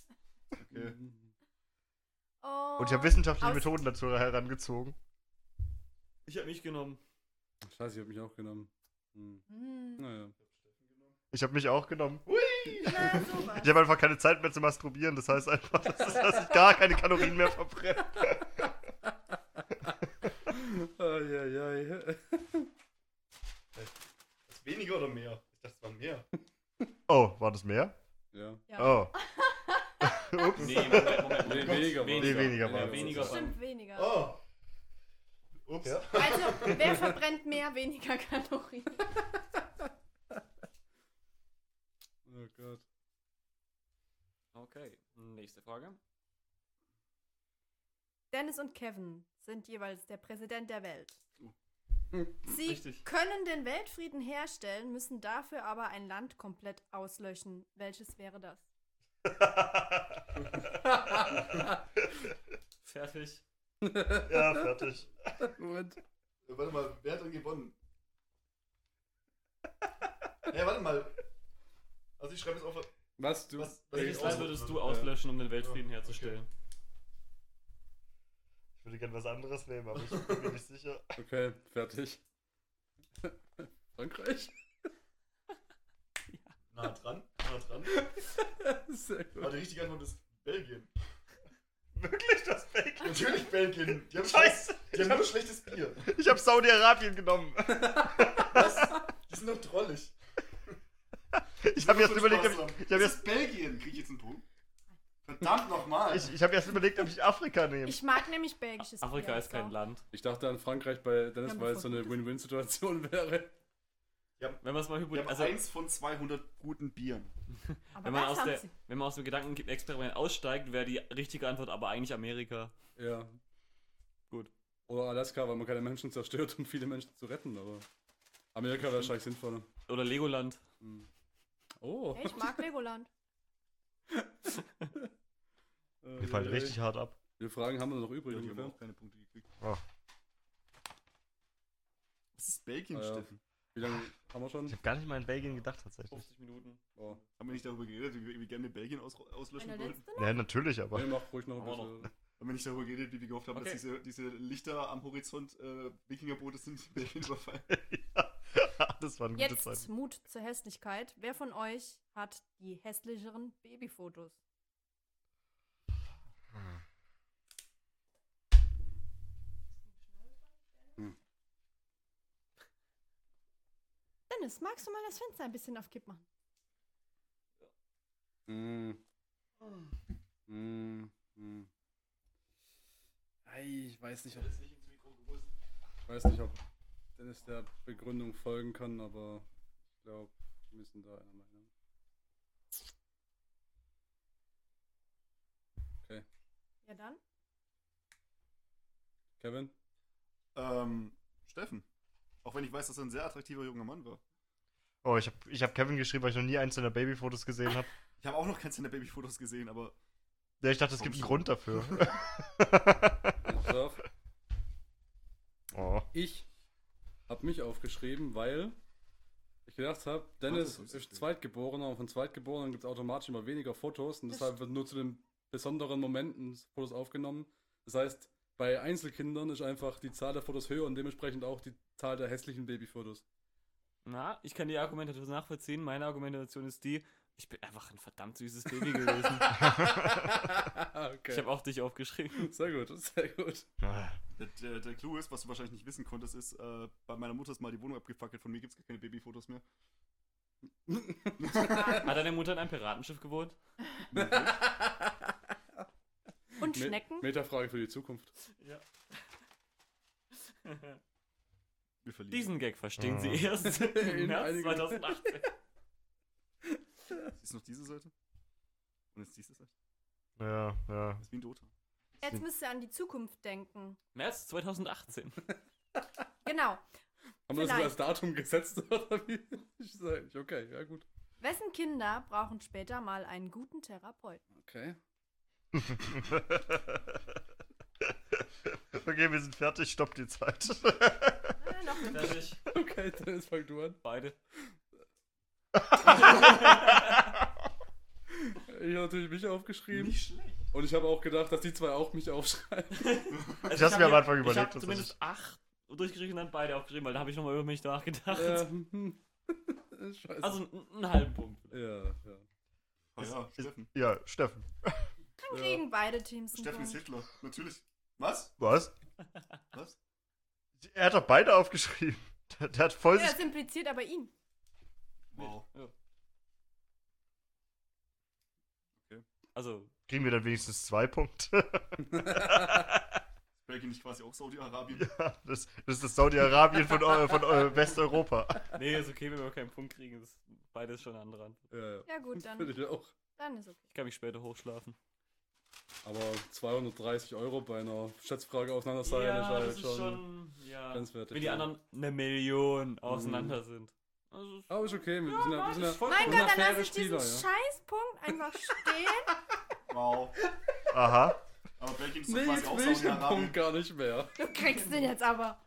Speaker 4: Okay.
Speaker 3: Oh,
Speaker 5: Und ich habe wissenschaftliche Methoden dazu herangezogen.
Speaker 1: Ich hab mich genommen.
Speaker 2: Scheiße, ich hab mich auch genommen. Hm.
Speaker 3: Hm.
Speaker 2: Naja.
Speaker 5: Ich habe mich auch genommen.
Speaker 3: Na, sowas.
Speaker 5: Ich habe einfach keine Zeit mehr zu masturbieren. Das heißt einfach, dass, dass ich gar keine Kalorien mehr verbrenne.
Speaker 2: Eieiei.
Speaker 5: Weniger oder mehr? Ich dachte, es war mehr. Oh, war das mehr?
Speaker 2: Ja.
Speaker 3: Ja.
Speaker 5: Oh.
Speaker 1: Nee, Moment, Moment, Moment.
Speaker 2: Weniger war's.
Speaker 5: Nee, weniger
Speaker 1: Ja,
Speaker 5: war's.
Speaker 1: weniger war.
Speaker 3: Stimmt weniger.
Speaker 5: Oh. Ups.
Speaker 3: Also, wer verbrennt mehr, weniger Kalorien?
Speaker 2: Oh Gott.
Speaker 1: Okay, nächste Frage.
Speaker 3: Dennis und Kevin sind jeweils der Präsident der Welt. Sie
Speaker 1: Hm, Richtig.
Speaker 3: können den Weltfrieden herstellen, müssen dafür aber ein Land komplett auslöschen. Welches wäre das?
Speaker 1: Fertig.
Speaker 5: Ja, fertig.
Speaker 2: Moment.
Speaker 4: Warte mal, wer hat denn gewonnen? Hey, warte mal. Also ich schreibe jetzt auf.
Speaker 2: Was du?
Speaker 4: Was- was
Speaker 1: Welches
Speaker 4: ich
Speaker 1: Land
Speaker 4: auslösen
Speaker 1: würdest du
Speaker 4: würde?
Speaker 1: auslöschen, um den Weltfrieden herzustellen?
Speaker 5: Ich würde gerne was anderes nehmen, aber ich bin mir nicht sicher.
Speaker 2: Okay, fertig. Frankreich?
Speaker 4: Nah dran, nah dran.
Speaker 2: Sehr gut.
Speaker 4: Aber die richtige Antwort ist Belgien.
Speaker 5: Wirklich das Fake?
Speaker 4: Natürlich Belgien. Die haben,
Speaker 5: Scheiße.
Speaker 4: die haben nur schlechtes Bier.
Speaker 5: Ich habe Saudi-Arabien genommen.
Speaker 4: Die sind doch drollig.
Speaker 5: Ich habe erst
Speaker 4: Nur
Speaker 5: überlegt, ob
Speaker 4: Spaß
Speaker 5: ich,
Speaker 4: haben.
Speaker 5: ich habe
Speaker 4: Das
Speaker 5: erst,
Speaker 4: ist Belgien. Krieg ich jetzt einen Punkt? Verdammt nochmal.
Speaker 5: ich, ich hab erst überlegt, ob ich Afrika nehme.
Speaker 3: Ich mag nämlich belgisches
Speaker 1: Afrika
Speaker 3: Bier,
Speaker 1: ist kein
Speaker 3: so.
Speaker 1: Land.
Speaker 2: Ich dachte an Frankreich bei Dennis,
Speaker 3: Ja,
Speaker 2: weil es so eine
Speaker 3: bevor-
Speaker 2: Win-Win-Situation wäre.
Speaker 1: Wenn man es mal
Speaker 4: Wir
Speaker 1: hypothetisch.
Speaker 4: haben
Speaker 1: Also,
Speaker 4: eins von 200 guten Bieren.
Speaker 3: Aber
Speaker 1: wenn man,
Speaker 3: das
Speaker 1: aus
Speaker 3: haben
Speaker 1: der,
Speaker 3: sie.
Speaker 1: wenn man aus dem Gedankenexperiment aussteigt, wäre die richtige Antwort aber eigentlich Amerika.
Speaker 2: Ja.
Speaker 1: Gut.
Speaker 2: Oder Alaska, weil man keine Menschen zerstört, um viele Menschen zu retten, aber Amerika wäre wahrscheinlich sinnvoller.
Speaker 1: Oder Legoland.
Speaker 2: Hm. Oh.
Speaker 3: Hey, ich mag Legoland.
Speaker 2: Äh,
Speaker 5: Wir fallen
Speaker 2: äh,
Speaker 5: richtig hart ab.
Speaker 2: Wir fragen, haben wir noch übrig
Speaker 4: Die haben
Speaker 2: ungefähr?
Speaker 4: auch keine Punkte gekriegt.
Speaker 5: Ah.
Speaker 4: Was ist Belgien,
Speaker 2: Ah, ja.
Speaker 4: Steffen?
Speaker 2: Wie lange haben wir
Speaker 5: Ich
Speaker 2: schon?
Speaker 5: habe gar nicht mal an Belgien gedacht, tatsächlich.
Speaker 1: 50 Minuten.
Speaker 2: Oh.
Speaker 4: Haben wir nicht darüber geredet, wie wir gerne Belgien aus auslöschen
Speaker 3: Eine
Speaker 4: wollten?
Speaker 3: letzte noch?
Speaker 5: Ja, natürlich,
Speaker 2: Nee,
Speaker 5: aber.
Speaker 2: mach ruhig noch ein
Speaker 1: Haben wir
Speaker 2: bisschen.
Speaker 4: Haben wir nicht darüber geredet, wie wir gehofft haben,
Speaker 1: Okay.
Speaker 4: dass diese, diese Lichter am Horizont äh, Wikingerboote sind, die Belgien überfallen?
Speaker 5: das waren gute
Speaker 3: Jetzt
Speaker 5: Zeiten.
Speaker 3: Mut zur Hässlichkeit. Wer von euch hat die hässlicheren Babyfotos?
Speaker 2: Hm.
Speaker 3: Dennis, magst du mal das Fenster ein bisschen auf Kipp machen?
Speaker 2: Mm. Mm. Mm. Ei, ich weiß nicht, ob. Ich weiß nicht, ob Dennis der Begründung folgen kann, aber ich glaube, wir müssen da einer Meinung.
Speaker 3: Ja, dann.
Speaker 2: Kevin?
Speaker 4: ähm, Steffen. Auch wenn ich weiß, dass er ein sehr attraktiver junger Mann war.
Speaker 5: Oh, ich habe ich hab Kevin geschrieben, weil ich noch nie eins seiner Babyfotos gesehen habe.
Speaker 4: Ich habe auch noch keins seiner Babyfotos gesehen, aber
Speaker 5: Ja, ich dachte, es gibt einen Grund dafür.
Speaker 2: Surf?
Speaker 5: oh.
Speaker 2: Ich habe mich aufgeschrieben, weil ich gedacht habe, Dennis
Speaker 4: das ist
Speaker 2: ist
Speaker 4: okay.
Speaker 2: Zweitgeborener und von Zweitgeborenen gibt es automatisch immer weniger Fotos und
Speaker 3: Das
Speaker 2: deshalb wird nur zu den besonderen Momenten Fotos aufgenommen. Das heißt, bei Einzelkindern ist einfach die Zahl der Fotos höher und dementsprechend auch die Zahl der hässlichen Babyfotos.
Speaker 1: Na, ich kann die Argumentation nachvollziehen. Meine Argumentation ist die, ich bin einfach ein verdammt süßes Baby gewesen. Ich
Speaker 2: okay.
Speaker 1: habe auch dich aufgeschrieben.
Speaker 2: Sehr gut, sehr gut.
Speaker 4: Der, der, der Clou ist, was du wahrscheinlich nicht wissen konntest, ist, äh, bei meiner Mutter ist mal die Wohnung abgefackelt, von mir gibt es keine Babyfotos mehr.
Speaker 1: Hat deine Mutter in einem Piratenschiff gewohnt?
Speaker 3: Und
Speaker 2: Me-
Speaker 3: Schnecken?
Speaker 2: Metafrage für die Zukunft.
Speaker 1: Ja.
Speaker 4: Wir verlieren.
Speaker 1: Diesen Gag verstehen Sie
Speaker 5: Ah.
Speaker 1: erst
Speaker 2: In
Speaker 1: im März
Speaker 2: einigen-
Speaker 1: 2018.
Speaker 4: Ist noch diese Seite? Und jetzt diese Seite?
Speaker 5: Ja, ja.
Speaker 4: Das ist wie ein Dota.
Speaker 3: Jetzt müsst ihr an die Zukunft denken.
Speaker 1: März 2018.
Speaker 3: Genau.
Speaker 2: Haben wir das
Speaker 3: Vielleicht.
Speaker 2: so als Datum gesetzt oder wie? Ist eigentlich okay, ja gut.
Speaker 3: Wessen Kinder brauchen später mal einen guten Therapeuten?
Speaker 2: Okay.
Speaker 5: okay, wir sind fertig, stopp die Zeit.
Speaker 3: Äh, noch eine
Speaker 1: Fertig. Also
Speaker 2: Okay, Dennis, fang du an.
Speaker 1: Beide.
Speaker 2: Ich habe natürlich mich aufgeschrieben.
Speaker 4: Nicht schlecht.
Speaker 2: Und ich habe auch gedacht, dass die zwei auch mich aufschreiben.
Speaker 1: Also
Speaker 5: Ich hab's
Speaker 1: hab
Speaker 5: mir am
Speaker 1: hier-
Speaker 5: Anfang
Speaker 1: Ich
Speaker 5: überlegt,
Speaker 1: habe
Speaker 5: dass
Speaker 1: zumindest acht durchgeschrieben und dann beide aufgeschrieben, weil da habe ich nochmal über mich nachgedacht.
Speaker 2: Ähm, Scheiße.
Speaker 1: Also n- einen halben Punkt.
Speaker 2: ja, ja.
Speaker 4: Oh ja, Steffen.
Speaker 5: ja, Steffen.
Speaker 3: Dann kriegen beide Teams einen
Speaker 4: Steffen ist
Speaker 3: Punkt.
Speaker 4: Hitler. Natürlich. Was?
Speaker 5: Was?
Speaker 4: Was?
Speaker 5: Er hat doch beide aufgeschrieben. Der, der hat voll
Speaker 3: Ja,
Speaker 5: sich.
Speaker 3: das impliziert aber ihn.
Speaker 4: Wow.
Speaker 1: Ja. Also,
Speaker 5: Kriegen wir dann wenigstens zwei Punkte?
Speaker 4: Belgien nicht quasi auch Saudi-Arabien?
Speaker 5: ja, das, das ist das Saudi-Arabien von, eu- von eu- Westeuropa.
Speaker 1: nee, ist okay, wenn wir keinen Punkt kriegen. Ist beides schon an der Rand.
Speaker 2: ja, ja.
Speaker 3: Ja gut,
Speaker 2: Finde
Speaker 3: dann,
Speaker 2: ich auch.
Speaker 3: dann ist okay.
Speaker 1: Ich kann mich später hochschlafen.
Speaker 2: Aber 230 Euro bei einer Schätzfrage
Speaker 5: Oh,
Speaker 2: auseinander sein, ist halt schon.
Speaker 1: ja.
Speaker 2: grenzwertig,
Speaker 1: Wenn die
Speaker 2: ja.
Speaker 1: anderen eine
Speaker 5: Mhm.
Speaker 1: Million auseinander sind. Also,
Speaker 2: Aber ist okay, wir sind ja, wir sind ja
Speaker 3: Mein
Speaker 2: Und
Speaker 3: Gott, dann
Speaker 2: nachher
Speaker 3: lasse ich diesen
Speaker 2: Spieler, ja.
Speaker 3: Scheißpunkt einfach stehen.
Speaker 4: Wow.
Speaker 5: Aha.
Speaker 4: Aber Belgien ist doch
Speaker 2: Nee,
Speaker 4: quasi
Speaker 2: jetzt
Speaker 4: auch
Speaker 2: will ich den Punkt
Speaker 4: Saudi-Arabien.
Speaker 2: gar nicht mehr.
Speaker 3: Du kriegst den jetzt aber.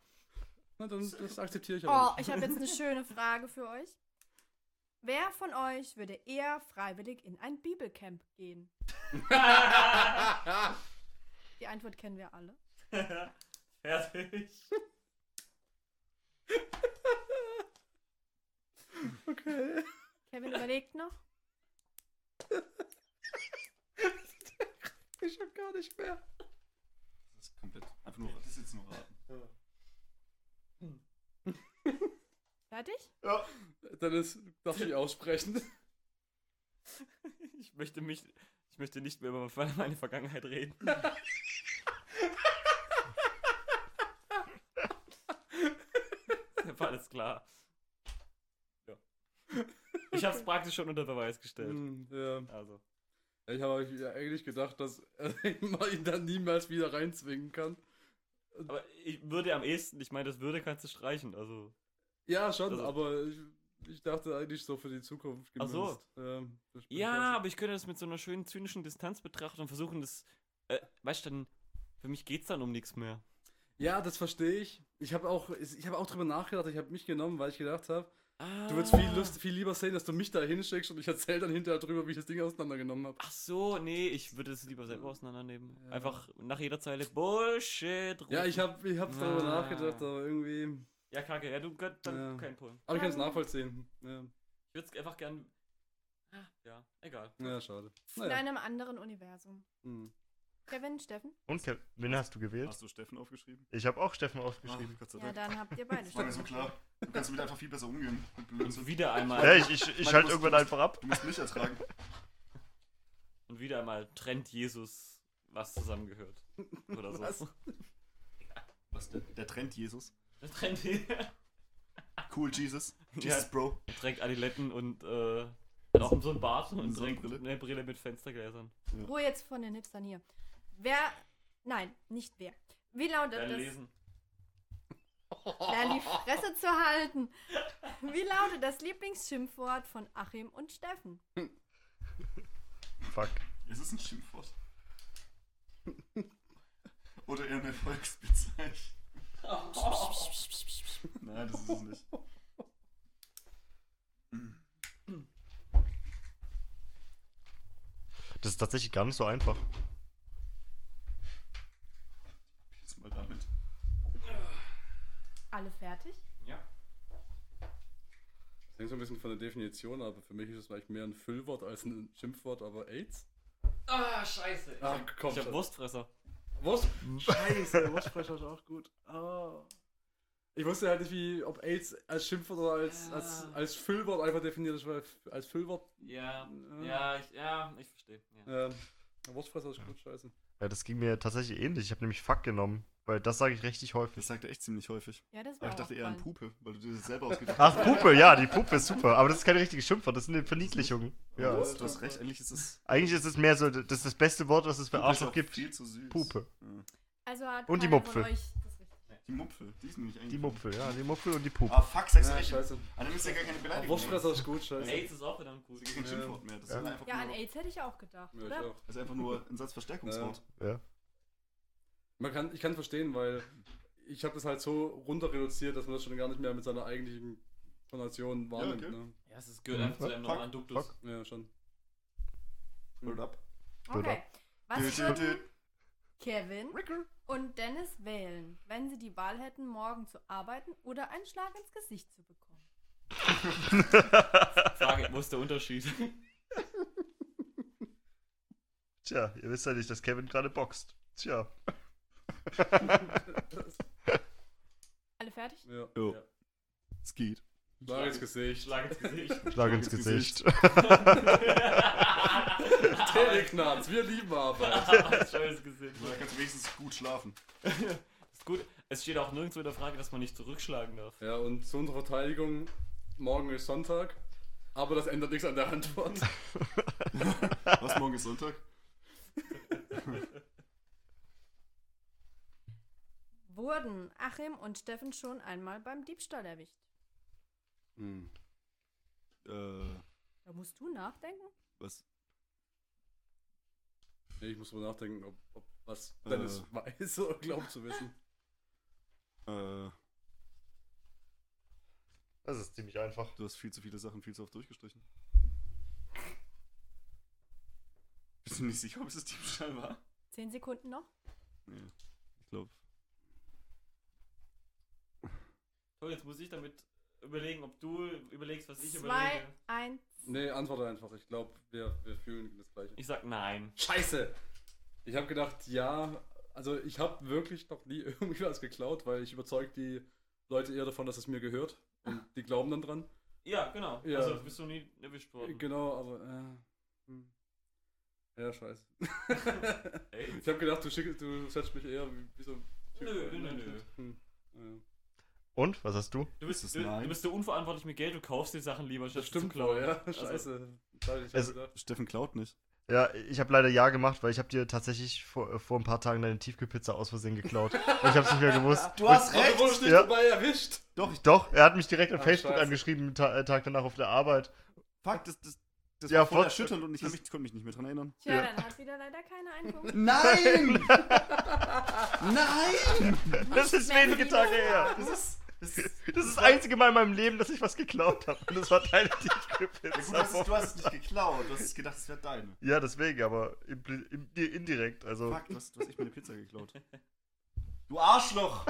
Speaker 2: Na, dann, das akzeptiere ich
Speaker 3: Oh,
Speaker 2: aber.
Speaker 3: ich habe jetzt eine schöne Frage für euch. Wer von euch würde eher freiwillig in ein Bibelcamp gehen? Die Antwort kennen wir alle.
Speaker 1: fertig.
Speaker 2: Okay.
Speaker 3: Kevin überlegt noch.
Speaker 2: Ich habe gar nicht mehr.
Speaker 4: Das ist komplett. Einfach nur, das ist jetzt nur raten.
Speaker 3: Fertig?
Speaker 5: Ja.
Speaker 2: Dann ist, darf ich aussprechen.
Speaker 1: Ich möchte mich. Ich möchte nicht mehr über meine Vergangenheit reden. War alles klar. Ja. Ich hab's praktisch schon unter Beweis gestellt.
Speaker 2: Hm, ja.
Speaker 1: Also.
Speaker 2: Ich habe ja eigentlich gedacht, dass man ihn dann niemals wieder reinzwingen kann.
Speaker 1: Aber ich würde am ehesten, ich meine, das würde kannst du streichen. Also.
Speaker 2: Ja, schon,
Speaker 1: Also-
Speaker 2: aber ich, ich dachte eigentlich so für die Zukunft
Speaker 1: Ach so.
Speaker 2: Ähm, das bin ich
Speaker 1: Ja,
Speaker 2: jetzt-
Speaker 1: aber ich könnte das mit so einer schönen zynischen Distanz betrachten und versuchen, das. Äh, weißt du, dann. Für mich geht's dann um nichts mehr.
Speaker 2: ja, das verstehe ich. Ich habe auch, ich habe auch drüber nachgedacht. Ich habe mich genommen, weil ich gedacht habe,
Speaker 1: Ah.
Speaker 2: du würdest viel, Lust, viel lieber sehen, dass du mich da hinschickst und ich erzähle dann hinterher drüber, wie ich das Ding auseinandergenommen habe.
Speaker 1: Ach so, nee, ich würde es lieber selber auseinandernehmen.
Speaker 2: Ja.
Speaker 1: Einfach nach jeder Zeile Bullshit. rufen.
Speaker 2: Ja, ich habe ich hab darüber
Speaker 1: Ah.
Speaker 2: nachgedacht, aber irgendwie.
Speaker 1: Ja, kacke, ja, du gehört dann
Speaker 2: Ja.
Speaker 1: kein Punkt.
Speaker 2: Aber ich kann es nachvollziehen. Ja,
Speaker 1: Ich würde es einfach gern. Ah, Ja, egal.
Speaker 2: ja schade.
Speaker 3: In
Speaker 2: Naja.
Speaker 3: einem anderen Universum.
Speaker 2: Hm.
Speaker 3: Kevin, Steffen?
Speaker 5: Und Kev- wen hast du gewählt?
Speaker 4: Hast du Steffen aufgeschrieben?
Speaker 5: Ich habe auch Steffen
Speaker 4: Ah,
Speaker 5: aufgeschrieben.
Speaker 4: Gott sei
Speaker 3: Ja,
Speaker 4: Dank.
Speaker 3: dann habt ihr beide
Speaker 4: Das war mir
Speaker 3: schon.
Speaker 4: so klar. Du kannst damit einfach viel besser umgehen. mit Blödsinn.
Speaker 1: Und wieder einmal.
Speaker 5: Ja, ich, ich, Also ich
Speaker 4: Meine
Speaker 5: schalte
Speaker 4: Lust-
Speaker 5: irgendwann einfach ab.
Speaker 4: Du musst mich ertragen.
Speaker 1: Und wieder einmal trennt Jesus, was zusammengehört. Oder so.
Speaker 2: Was?
Speaker 4: Was denn? Der Trend Jesus.
Speaker 1: Das trennt ihn.
Speaker 4: Cool Jesus. Jesus
Speaker 1: Ja.
Speaker 4: Bro.
Speaker 1: Er trägt Adiletten und äh, hat auch so einen Bart und trägt
Speaker 4: Sonnenbrille.
Speaker 1: eine Brille mit Fenstergläsern.
Speaker 3: Ruhe jetzt von den Hipstern hier. Wer. Nein, nicht wer. Wie lautet
Speaker 1: Dann
Speaker 3: das?
Speaker 1: lesen.
Speaker 3: Na, die Fresse zu halten. Wie lautet das Lieblingsschimpfwort von Achim und Steffen?
Speaker 5: Fuck.
Speaker 4: Es ist ein Schimpfwort. Oder eher eine Volksbezeichnung. Nein, das ist es nicht.
Speaker 5: Das ist tatsächlich gar nicht so einfach.
Speaker 3: Schale fertig.
Speaker 2: Das hängt so ein bisschen von der Definition ab. Für mich ist es vielleicht mehr ein Füllwort als ein Schimpfwort, aber AIDS?
Speaker 1: Ah, scheiße. Ich
Speaker 2: Ah,
Speaker 1: hab,
Speaker 2: komm
Speaker 1: ich hab
Speaker 2: schon.
Speaker 1: Wurstfresser.
Speaker 2: Wurst? Scheiße, Wurstfleisch ist auch gut. Ah. Ich wusste halt nicht, wie, ob AIDS als Schimpfwort oder als,
Speaker 1: Ja.
Speaker 2: als, als Füllwort einfach definiert ist, weil als Füllwort.
Speaker 1: Ja,
Speaker 2: Ja.
Speaker 1: ja, ich, ja, ich verstehe. Ja.
Speaker 2: Ähm, Wurstfresser ist gut, scheiße.
Speaker 5: Ja, das ging mir tatsächlich ähnlich. Ich habe nämlich Fuck genommen, weil das sage ich richtig häufig.
Speaker 4: Das sagt er echt ziemlich häufig.
Speaker 3: Ja, das war
Speaker 4: Aber Oh, ich dachte eher an Pupe, weil du dir das selber ausgedacht hast.
Speaker 5: Ach, Puppe, ja, die Puppe ist super. Aber das ist keine richtige Schimpfwort, das ist eine Verniedlichung.
Speaker 4: Du
Speaker 5: Ja.
Speaker 4: hast- Du hast recht, eigentlich ist es.
Speaker 5: Eigentlich ist es mehr so, das ist das beste Wort, was es für
Speaker 4: Pupe ist
Speaker 5: Arschloch
Speaker 4: auch
Speaker 5: gibt.
Speaker 4: Viel zu süß.
Speaker 5: Pupe.
Speaker 4: Ja.
Speaker 3: Also hat
Speaker 5: Und die
Speaker 3: keiner von
Speaker 5: Mupfel.
Speaker 3: euch das richtig.
Speaker 4: Die Mupfel, die ist nämlich eigentlich.
Speaker 5: Die Mupfel, ja, die Mupfel und die Puppe.
Speaker 4: Ah, fuck, sagst du
Speaker 2: Ja,
Speaker 4: echt.
Speaker 2: scheiße.
Speaker 4: Ah, dann ist ja gar keine
Speaker 2: Aber
Speaker 4: Beleidigung. mehr.
Speaker 2: Wurstfresser ist gut, scheiße.
Speaker 1: AIDS ist auch verdammt gut.
Speaker 4: Das ist kein Schimpfwort mehr. Das ist
Speaker 5: Ja.
Speaker 4: einfach
Speaker 3: Ja, an
Speaker 4: nur,
Speaker 3: AIDS hätte ich auch gedacht,
Speaker 2: Ja, ich
Speaker 3: oder?
Speaker 2: auch.
Speaker 4: das ist einfach nur ein Satzverstärkungswort.
Speaker 5: Ja.
Speaker 2: Man kann, ich kann verstehen, weil ich habe das halt so runter reduziert, dass man das schon gar nicht mehr mit seiner eigentlichen Tonation wahrnimmt.
Speaker 4: okay.
Speaker 1: Ja, es ist
Speaker 2: Mhm.
Speaker 1: gehört einfach zu deinem
Speaker 4: Fuck,
Speaker 1: normalen Duktus.
Speaker 5: fuck.
Speaker 2: ne? ja schon.
Speaker 4: Word up.
Speaker 3: Okay. Was
Speaker 4: Dö, dö, dö.
Speaker 3: würden Kevin und Dennis wählen, wenn sie die Wahl hätten, morgen zu arbeiten oder einen Schlag ins Gesicht zu bekommen?
Speaker 1: Frage, wo ist der Unterschied?
Speaker 5: Tja, ihr wisst ja nicht, dass Kevin gerade boxt. Tja.
Speaker 3: Alle fertig?
Speaker 2: Ja.
Speaker 4: Jo.
Speaker 2: ja.
Speaker 4: Es geht.
Speaker 2: Schlag ins Gesicht.
Speaker 1: Schlag ins Gesicht.
Speaker 5: Schlag ins Gesicht.
Speaker 2: Teleknarz, wir lieben Arbeit.
Speaker 1: Schlag ins Gesicht.
Speaker 4: Da kannst du wenigstens gut schlafen.
Speaker 1: Ist gut. Es steht auch nirgendwo in der Frage, dass man nicht zurückschlagen darf.
Speaker 2: Ja, und zu unserer Verteidigung, morgen ist Sonntag, aber das ändert nichts an der Antwort.
Speaker 4: Was, morgen ist Sonntag?
Speaker 3: Wurden Achim und Steffen schon einmal beim Diebstahl erwischt?
Speaker 4: Äh,
Speaker 3: Da musst du nachdenken.
Speaker 4: was?
Speaker 2: Nee, ich muss drüber nachdenken, ob, ob was
Speaker 4: Äh.
Speaker 2: Dennis weiß oder glaubt zu wissen.
Speaker 4: Äh, du
Speaker 5: Das ist ziemlich einfach.
Speaker 4: hast viel zu viele Sachen viel zu oft durchgestrichen. Bist du nicht sicher, ob es das Diebstahl war?
Speaker 3: Zehn Sekunden noch.
Speaker 4: Nee. Ich glaube.
Speaker 1: Toll, jetzt muss ich damit überlegen, ob du überlegst, was ich
Speaker 3: Zwei,
Speaker 1: überlege.
Speaker 3: eins.
Speaker 2: Nee, antworte einfach. Ich glaube, wir, wir fühlen das Gleiche.
Speaker 1: Ich sag nein.
Speaker 2: Scheiße! Ich habe gedacht, ja, also ich habe wirklich noch nie irgendwie was geklaut, weil ich überzeugt die Leute eher davon, dass es mir gehört. Und die glauben dann dran.
Speaker 1: Ja, genau.
Speaker 2: Ja.
Speaker 1: Also bist du nie erwischt worden.
Speaker 2: Genau, aber. Äh, hm. ja, scheiße.
Speaker 1: Ey,
Speaker 2: Ich habe gedacht, du, schickst, du setzt mich eher wie, wie so ein
Speaker 1: Nö, nö, nö,
Speaker 2: Hm. Ja.
Speaker 5: Und? Was hast du?
Speaker 1: du, bist,
Speaker 4: Ist es
Speaker 1: du,
Speaker 4: nein?
Speaker 1: du bist so unverantwortlich mit Geld, du kaufst dir Sachen lieber, statt
Speaker 2: Das
Speaker 1: sie
Speaker 2: stimmt,
Speaker 1: zu klauen.
Speaker 2: wohl, ja.
Speaker 1: Also,
Speaker 2: Scheiße. Das hab ich
Speaker 5: Es-
Speaker 2: schon gedacht.
Speaker 4: Steffen klaut nicht.
Speaker 5: Ja, ich habe leider Ja gemacht, weil ich habe dir tatsächlich vor, äh, vor ein paar Tagen deine Tiefkühlpizza aus Versehen geklaut. Und ich habe es nicht mehr gewusst.
Speaker 4: Du hast
Speaker 2: Aber du wurdest nicht
Speaker 5: Ja.
Speaker 2: dabei erwischt.
Speaker 4: Doch, ich.
Speaker 5: Doch, er hat mich direkt auf
Speaker 2: Ach,
Speaker 5: Facebook
Speaker 2: scheiße.
Speaker 5: angeschrieben, ta äh, Tag danach auf der Arbeit.
Speaker 4: Fuck, das, das, das
Speaker 5: Ja,
Speaker 4: war voll
Speaker 5: voll-
Speaker 4: erschütternd und ich, hab mich- ich konnte mich nicht mehr dran erinnern.
Speaker 3: Tja,
Speaker 5: Ja.
Speaker 3: dann hat wieder leider keine Einkunft.
Speaker 4: Nein! Nein!
Speaker 5: Das ist wenige Tage her.
Speaker 4: Das ist. Das ist
Speaker 5: Das ist das einzige Mal in meinem Leben, dass ich was geklaut habe. Und das war deine
Speaker 4: ja, gut, das ist, du
Speaker 5: Tiefkühlpizza.
Speaker 4: hast es nicht geklaut. Du hast gedacht, es wäre deine.
Speaker 5: Ja, deswegen, aber impli- im- dir indirekt. Also,
Speaker 4: Fuck, du hast, du hast echt meine Pizza geklaut. Du Arschloch!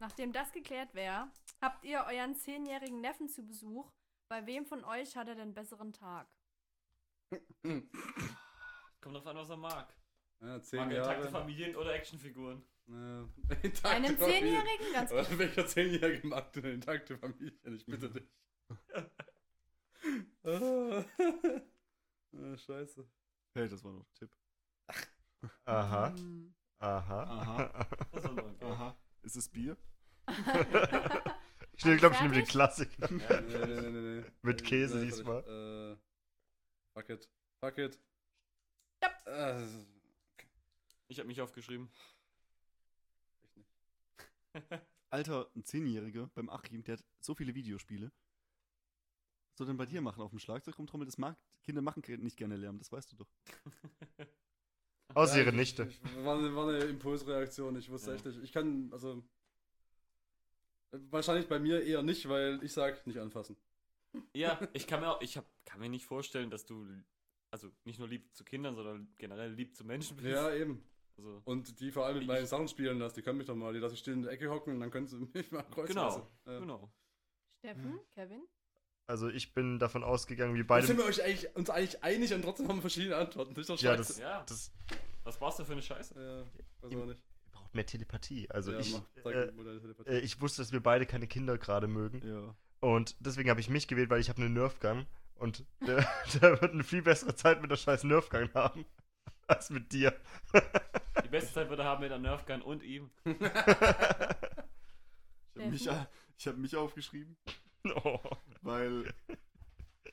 Speaker 3: Nachdem das geklärt wäre, habt ihr euren zehnjährigen Neffen zu Besuch. Bei wem von euch hat er den besseren Tag?
Speaker 1: Kommt drauf an, was er mag.
Speaker 2: Ja, zehn
Speaker 1: Mag er intakte
Speaker 2: Jahre.
Speaker 1: Familien oder Actionfiguren?
Speaker 2: Ja, intakte
Speaker 3: Einem
Speaker 2: Familie.
Speaker 3: zehnjährigen? Ganz
Speaker 2: Aber welcher zehnjährige mag denn eine intakte Familie? Ich bitte dich. ah, Ah, scheiße.
Speaker 4: Hey, das war noch ein Tipp.
Speaker 5: aha,
Speaker 3: Hm.
Speaker 5: aha.
Speaker 4: Aha.
Speaker 1: Das ist auch noch geil.
Speaker 4: Aha. Ist es Bier?
Speaker 5: Ich glaube, ich nehme den
Speaker 3: Fertig?
Speaker 5: Klassiker.
Speaker 2: Nee, nee, nee, nee, nee.
Speaker 5: Mit
Speaker 2: Äh,
Speaker 5: Käse
Speaker 2: nein,
Speaker 5: diesmal.
Speaker 2: warte, Äh, fuck it. Fuck it.
Speaker 3: Stopp.
Speaker 2: Äh,
Speaker 1: Ich habe mich aufgeschrieben.
Speaker 4: Alter, ein Zehnjähriger beim Achim, der hat so viele Videospiele. Was soll denn bei dir machen? Auf dem Schlagzeug rumtrommeln? Das mag, Kinder machen nicht gerne Lärm, das weißt du doch.
Speaker 5: Außer
Speaker 2: ja,
Speaker 5: ihre
Speaker 2: ich-
Speaker 5: Nichte.
Speaker 2: ich- War eine, war eine Impulsreaktion, ich wusste
Speaker 1: Ja.
Speaker 2: echt nicht. Ich kann, also. äh, Wahrscheinlich bei mir eher nicht, weil ich sag, nicht anfassen.
Speaker 1: Ja, ich kann mir auch, ich hab, kann mir nicht vorstellen, dass du, also nicht nur lieb zu Kindern, sondern generell lieb zu Menschen bist.
Speaker 2: Ja, eben.
Speaker 1: Also,
Speaker 2: Und die vor allem mit meinen Sachen spielen lassen, die können mich doch mal, die lasse ich still in der Ecke hocken und dann können sie mich mal kreuzen
Speaker 1: genau,
Speaker 2: lassen. Ja.
Speaker 1: genau.
Speaker 3: Steffen, Kevin?
Speaker 5: Also ich bin davon ausgegangen, wie
Speaker 2: Jetzt
Speaker 5: beide.
Speaker 2: sind wir euch eigentlich, uns eigentlich einig und trotzdem haben wir verschiedene Antworten. Das ist doch
Speaker 5: Ja,
Speaker 2: scheiße.
Speaker 1: Ja,
Speaker 5: Das
Speaker 1: was brauchst du für eine Scheiße?
Speaker 2: Ja, weiß auch nicht.
Speaker 5: braucht mehr Telepathie. Also
Speaker 2: ja,
Speaker 5: ich,
Speaker 2: mach, zeig
Speaker 5: äh,
Speaker 2: mir deine Telepathie.
Speaker 5: äh, ich wusste, dass wir beide keine Kinder gerade mögen.
Speaker 4: Ja.
Speaker 5: Und deswegen habe ich mich gewählt, weil ich habe eine Nerfgun. Und der, der wird eine viel bessere Zeit mit der scheiß Nerfgun haben. Als mit dir.
Speaker 1: Die beste Zeit würde er haben mit der Nerfgun und ihm.
Speaker 4: Ich habe mich,
Speaker 2: Äh.
Speaker 4: ich hab mich aufgeschrieben,
Speaker 5: Oh.
Speaker 4: weil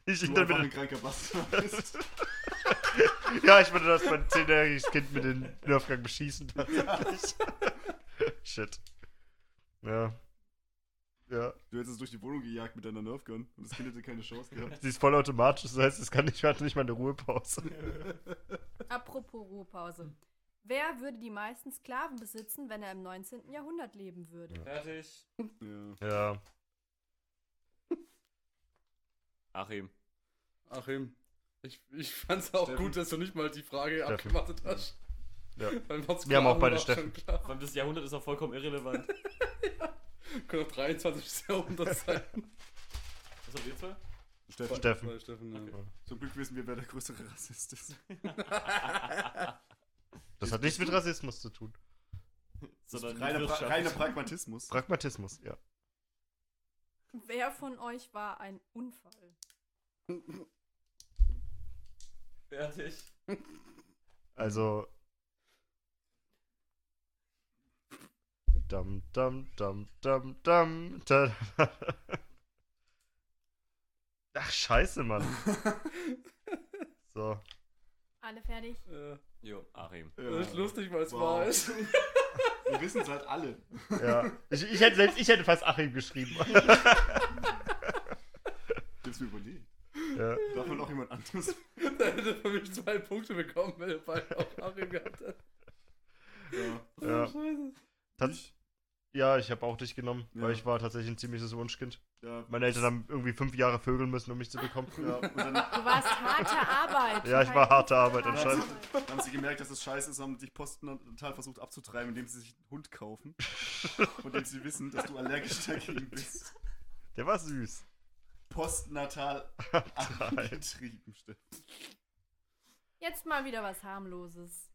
Speaker 5: Ich,
Speaker 4: du
Speaker 5: dann
Speaker 4: einfach
Speaker 5: mit,
Speaker 4: ein kranker Bastard bist.
Speaker 5: Ja, ich würde, dass mein zehnjähriges Kind mit dem Nerfgang beschießen tatsächlich. Shit. Ja. Ja.
Speaker 4: Du hättest es durch die Wohnung gejagt mit deiner Nerfgun und das Kind hätte keine Chance gehabt.
Speaker 5: Sie ist vollautomatisch, das heißt, es kann nicht, hat nicht mal eine Ruhepause.
Speaker 3: Apropos Ruhepause. Wer würde die meisten Sklaven besitzen, wenn er im 19. Jahrhundert leben würde?
Speaker 1: Fertig.
Speaker 4: Ja.
Speaker 5: Ja.
Speaker 1: Achim.
Speaker 2: Achim, ich, ich fand's auch
Speaker 4: Steffen.
Speaker 2: gut, dass du nicht mal die Frage abgewartet hast.
Speaker 5: Ja.
Speaker 2: Dann war's
Speaker 5: Wir haben
Speaker 2: klar,
Speaker 5: auch beide
Speaker 2: war
Speaker 5: Steffen.
Speaker 2: schon Klar.
Speaker 1: Vor allem das Jahrhundert ist auch vollkommen irrelevant.
Speaker 2: Können auch 23 Jahrhundert sein.
Speaker 1: Was habt ihr zwei?
Speaker 4: Steffen,
Speaker 5: Steffen.
Speaker 2: Bei Steffen ne? ja.
Speaker 4: zum Glück wissen wir, wer der größere Rassist ist.
Speaker 5: Das hat nichts mit Rassismus zu tun.
Speaker 1: Sondern
Speaker 4: Reiner,
Speaker 1: die
Speaker 4: pra
Speaker 1: Wirtschaft.
Speaker 4: reiner Pragmatismus.
Speaker 5: Pragmatismus, ja.
Speaker 3: Wer von euch war ein Unfall?
Speaker 1: Fertig.
Speaker 5: Also. Dam, dam, dam, dam, dam, da. Ach, scheiße, Mann. So.
Speaker 3: Alle fertig?
Speaker 2: Ja.
Speaker 1: Jo, Achim.
Speaker 2: Das ist lustig, weil es
Speaker 4: Wow.
Speaker 2: wahr ist.
Speaker 4: Wir wissen es halt alle.
Speaker 5: Ja. Ich, ich hätte selbst ich hätte fast Achim geschrieben.
Speaker 4: Ich hab's mir überlegt.
Speaker 5: Ja.
Speaker 4: Darf man auch jemand anderes?
Speaker 2: Da hätte für mich zwei Punkte bekommen, wenn ihr beide auch Achim gehabt hättet.
Speaker 4: Ja.
Speaker 5: Ja,
Speaker 2: Scheiße.
Speaker 5: Tats- ja ich habe auch dich genommen,
Speaker 4: Ja.
Speaker 5: weil ich war tatsächlich ein ziemliches Wunschkind.
Speaker 4: ja.
Speaker 5: Meine Eltern haben irgendwie fünf Jahre vögeln müssen, um mich zu bekommen.
Speaker 4: Ja, und dann
Speaker 3: Du warst harte Arbeit.
Speaker 5: Ja, ich war harte Arbeit anscheinend.
Speaker 4: haben sie gemerkt, dass das scheiße ist, haben dich postental versucht abzutreiben, indem sie sich einen Hund kaufen. Von dem sie wissen, dass du allergisch dagegen bist.
Speaker 5: Der war süß.
Speaker 4: Postnatal abgetrieben, Steffen.
Speaker 3: Jetzt mal wieder was harmloses.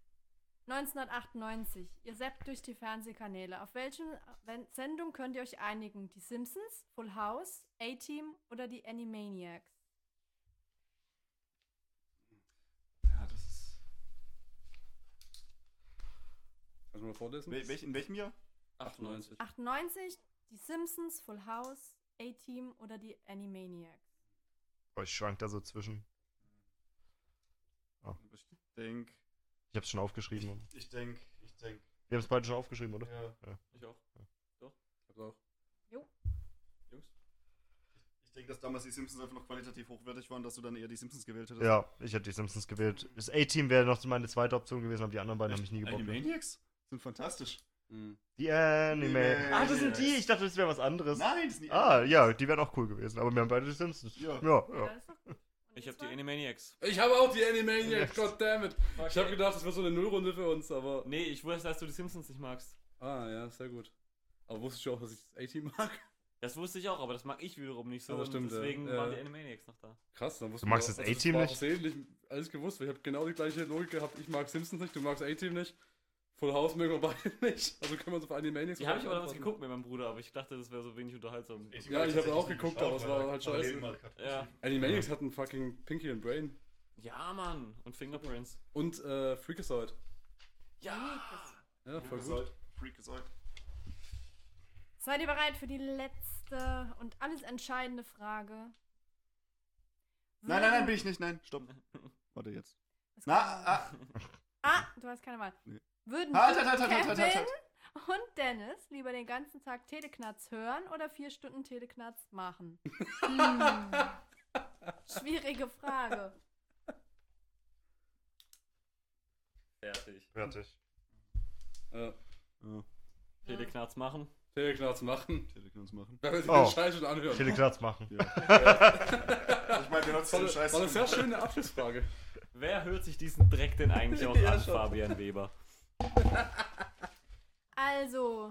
Speaker 3: 1998. Ihr seppt durch die Fernsehkanäle. Auf welchen wenn- Sendung könnt ihr euch einigen? Die Simpsons, Full House, A-Team oder die Animaniacs?
Speaker 4: Ja, das ist.
Speaker 2: Kannst du mal vorlesen?
Speaker 4: Wel welch, in welchem Jahr?
Speaker 2: 98.
Speaker 3: 98, die Simpsons, Full House, A-Team oder die Animaniacs?
Speaker 5: Oh, ich schwank da so zwischen.
Speaker 4: Ich denk.
Speaker 5: Ich hab's schon aufgeschrieben.
Speaker 4: Ich denk. Ich denk.
Speaker 5: Wir haben es beide schon aufgeschrieben, oder?
Speaker 4: Ja.
Speaker 1: Ich auch.
Speaker 2: Ich hab's auch.
Speaker 1: Jungs.
Speaker 4: Ich denk, dass damals die Simpsons einfach noch qualitativ hochwertig waren, dass du dann eher die Simpsons gewählt hättest.
Speaker 5: Ja, ich hätte die Simpsons gewählt. Das A-Team wäre noch meine zweite Option gewesen, aber die anderen beiden haben mich nie gebockt.
Speaker 4: Animaniacs sind fantastisch.
Speaker 2: Mhm.
Speaker 5: Die Anime.
Speaker 4: Animaniacs.
Speaker 5: Ah, das sind die. Ich dachte, das wäre was anderes.
Speaker 4: Nein, das sind die
Speaker 5: Ah, ja, die wären auch cool gewesen. Aber wir haben beide die Simpsons.
Speaker 4: Ja.
Speaker 5: ja.
Speaker 3: Ja,
Speaker 5: ja.
Speaker 3: das ist doch gut. Und
Speaker 1: Ich
Speaker 3: ihr
Speaker 1: habe die
Speaker 3: zwei?
Speaker 1: Animaniacs.
Speaker 2: Ich habe auch die Animaniacs,
Speaker 5: Yes.
Speaker 2: goddammit. Ich habe gedacht, das wird so eine Nullrunde für uns, aber.
Speaker 1: Nee, ich wusste, dass du die Simpsons nicht magst.
Speaker 2: Ah, ja, sehr gut. Aber wusstest du auch, dass ich das A-Team mag?
Speaker 1: Das wusste ich auch, aber das mag ich wiederum nicht so.
Speaker 2: Ja, das
Speaker 1: und
Speaker 2: stimmt, ja.
Speaker 1: deswegen
Speaker 2: Ja.
Speaker 1: waren die Animaniacs noch da.
Speaker 2: Krass, dann wusste
Speaker 5: Du magst
Speaker 2: man-
Speaker 5: das
Speaker 2: also
Speaker 5: A-Team
Speaker 2: war
Speaker 5: nicht?
Speaker 2: versehentlich alles gewusst, weil ich habe genau die gleiche Logik gehabt. Ich mag Simpsons nicht, du magst A-Team nicht. Full House mögen wir beide nicht. Also können wir uns auf Animaniacs
Speaker 1: Die habe ich aber damals
Speaker 2: antworten.
Speaker 1: geguckt mit meinem Bruder, aber ich dachte, das wäre so wenig unterhaltsam.
Speaker 2: Ja, ich habe auch geguckt, aber es war halt scheiße.
Speaker 1: Ja.
Speaker 2: Animaniacs hatten fucking Pinky und Brain.
Speaker 1: Ja, Mann. Und Fingerprints.
Speaker 2: Und äh, Freakazoid.
Speaker 1: Ja.
Speaker 2: Ja, voll gut.
Speaker 4: Freakazoid. Freakazoid.
Speaker 3: Seid ihr bereit für die letzte und alles entscheidende Frage?
Speaker 4: Nein, nein, nein, bin ich nicht, nein, stopp. Warte jetzt. Na, ah,
Speaker 3: Ah, du hast keine Wahl.
Speaker 4: Nee.
Speaker 3: Würden
Speaker 4: Halt, halt, halt, halt,
Speaker 3: Kevin
Speaker 4: halt, halt, halt, halt.
Speaker 3: und Dennis lieber den ganzen Tag Teleknatz hören oder vier Stunden Teleknatz machen? hm. Schwierige Frage.
Speaker 1: Fertig.
Speaker 5: Fertig.
Speaker 2: Ja.
Speaker 4: ja,
Speaker 1: Viele Knarz machen.
Speaker 2: Teleknarz machen.
Speaker 4: hätte ich uns machen.
Speaker 2: Damit wir
Speaker 5: Oh.
Speaker 2: den Scheiß schon anhören.
Speaker 5: Teleklatsch machen.
Speaker 4: Ich meine, wir nutzen den
Speaker 2: War eine,
Speaker 4: Scheiß.
Speaker 2: war eine sehr schöne Abschlussfrage.
Speaker 1: Wer hört sich diesen Dreck denn eigentlich auch
Speaker 2: Ja,
Speaker 1: an,
Speaker 2: schon.
Speaker 1: Fabian Weber?
Speaker 3: Also,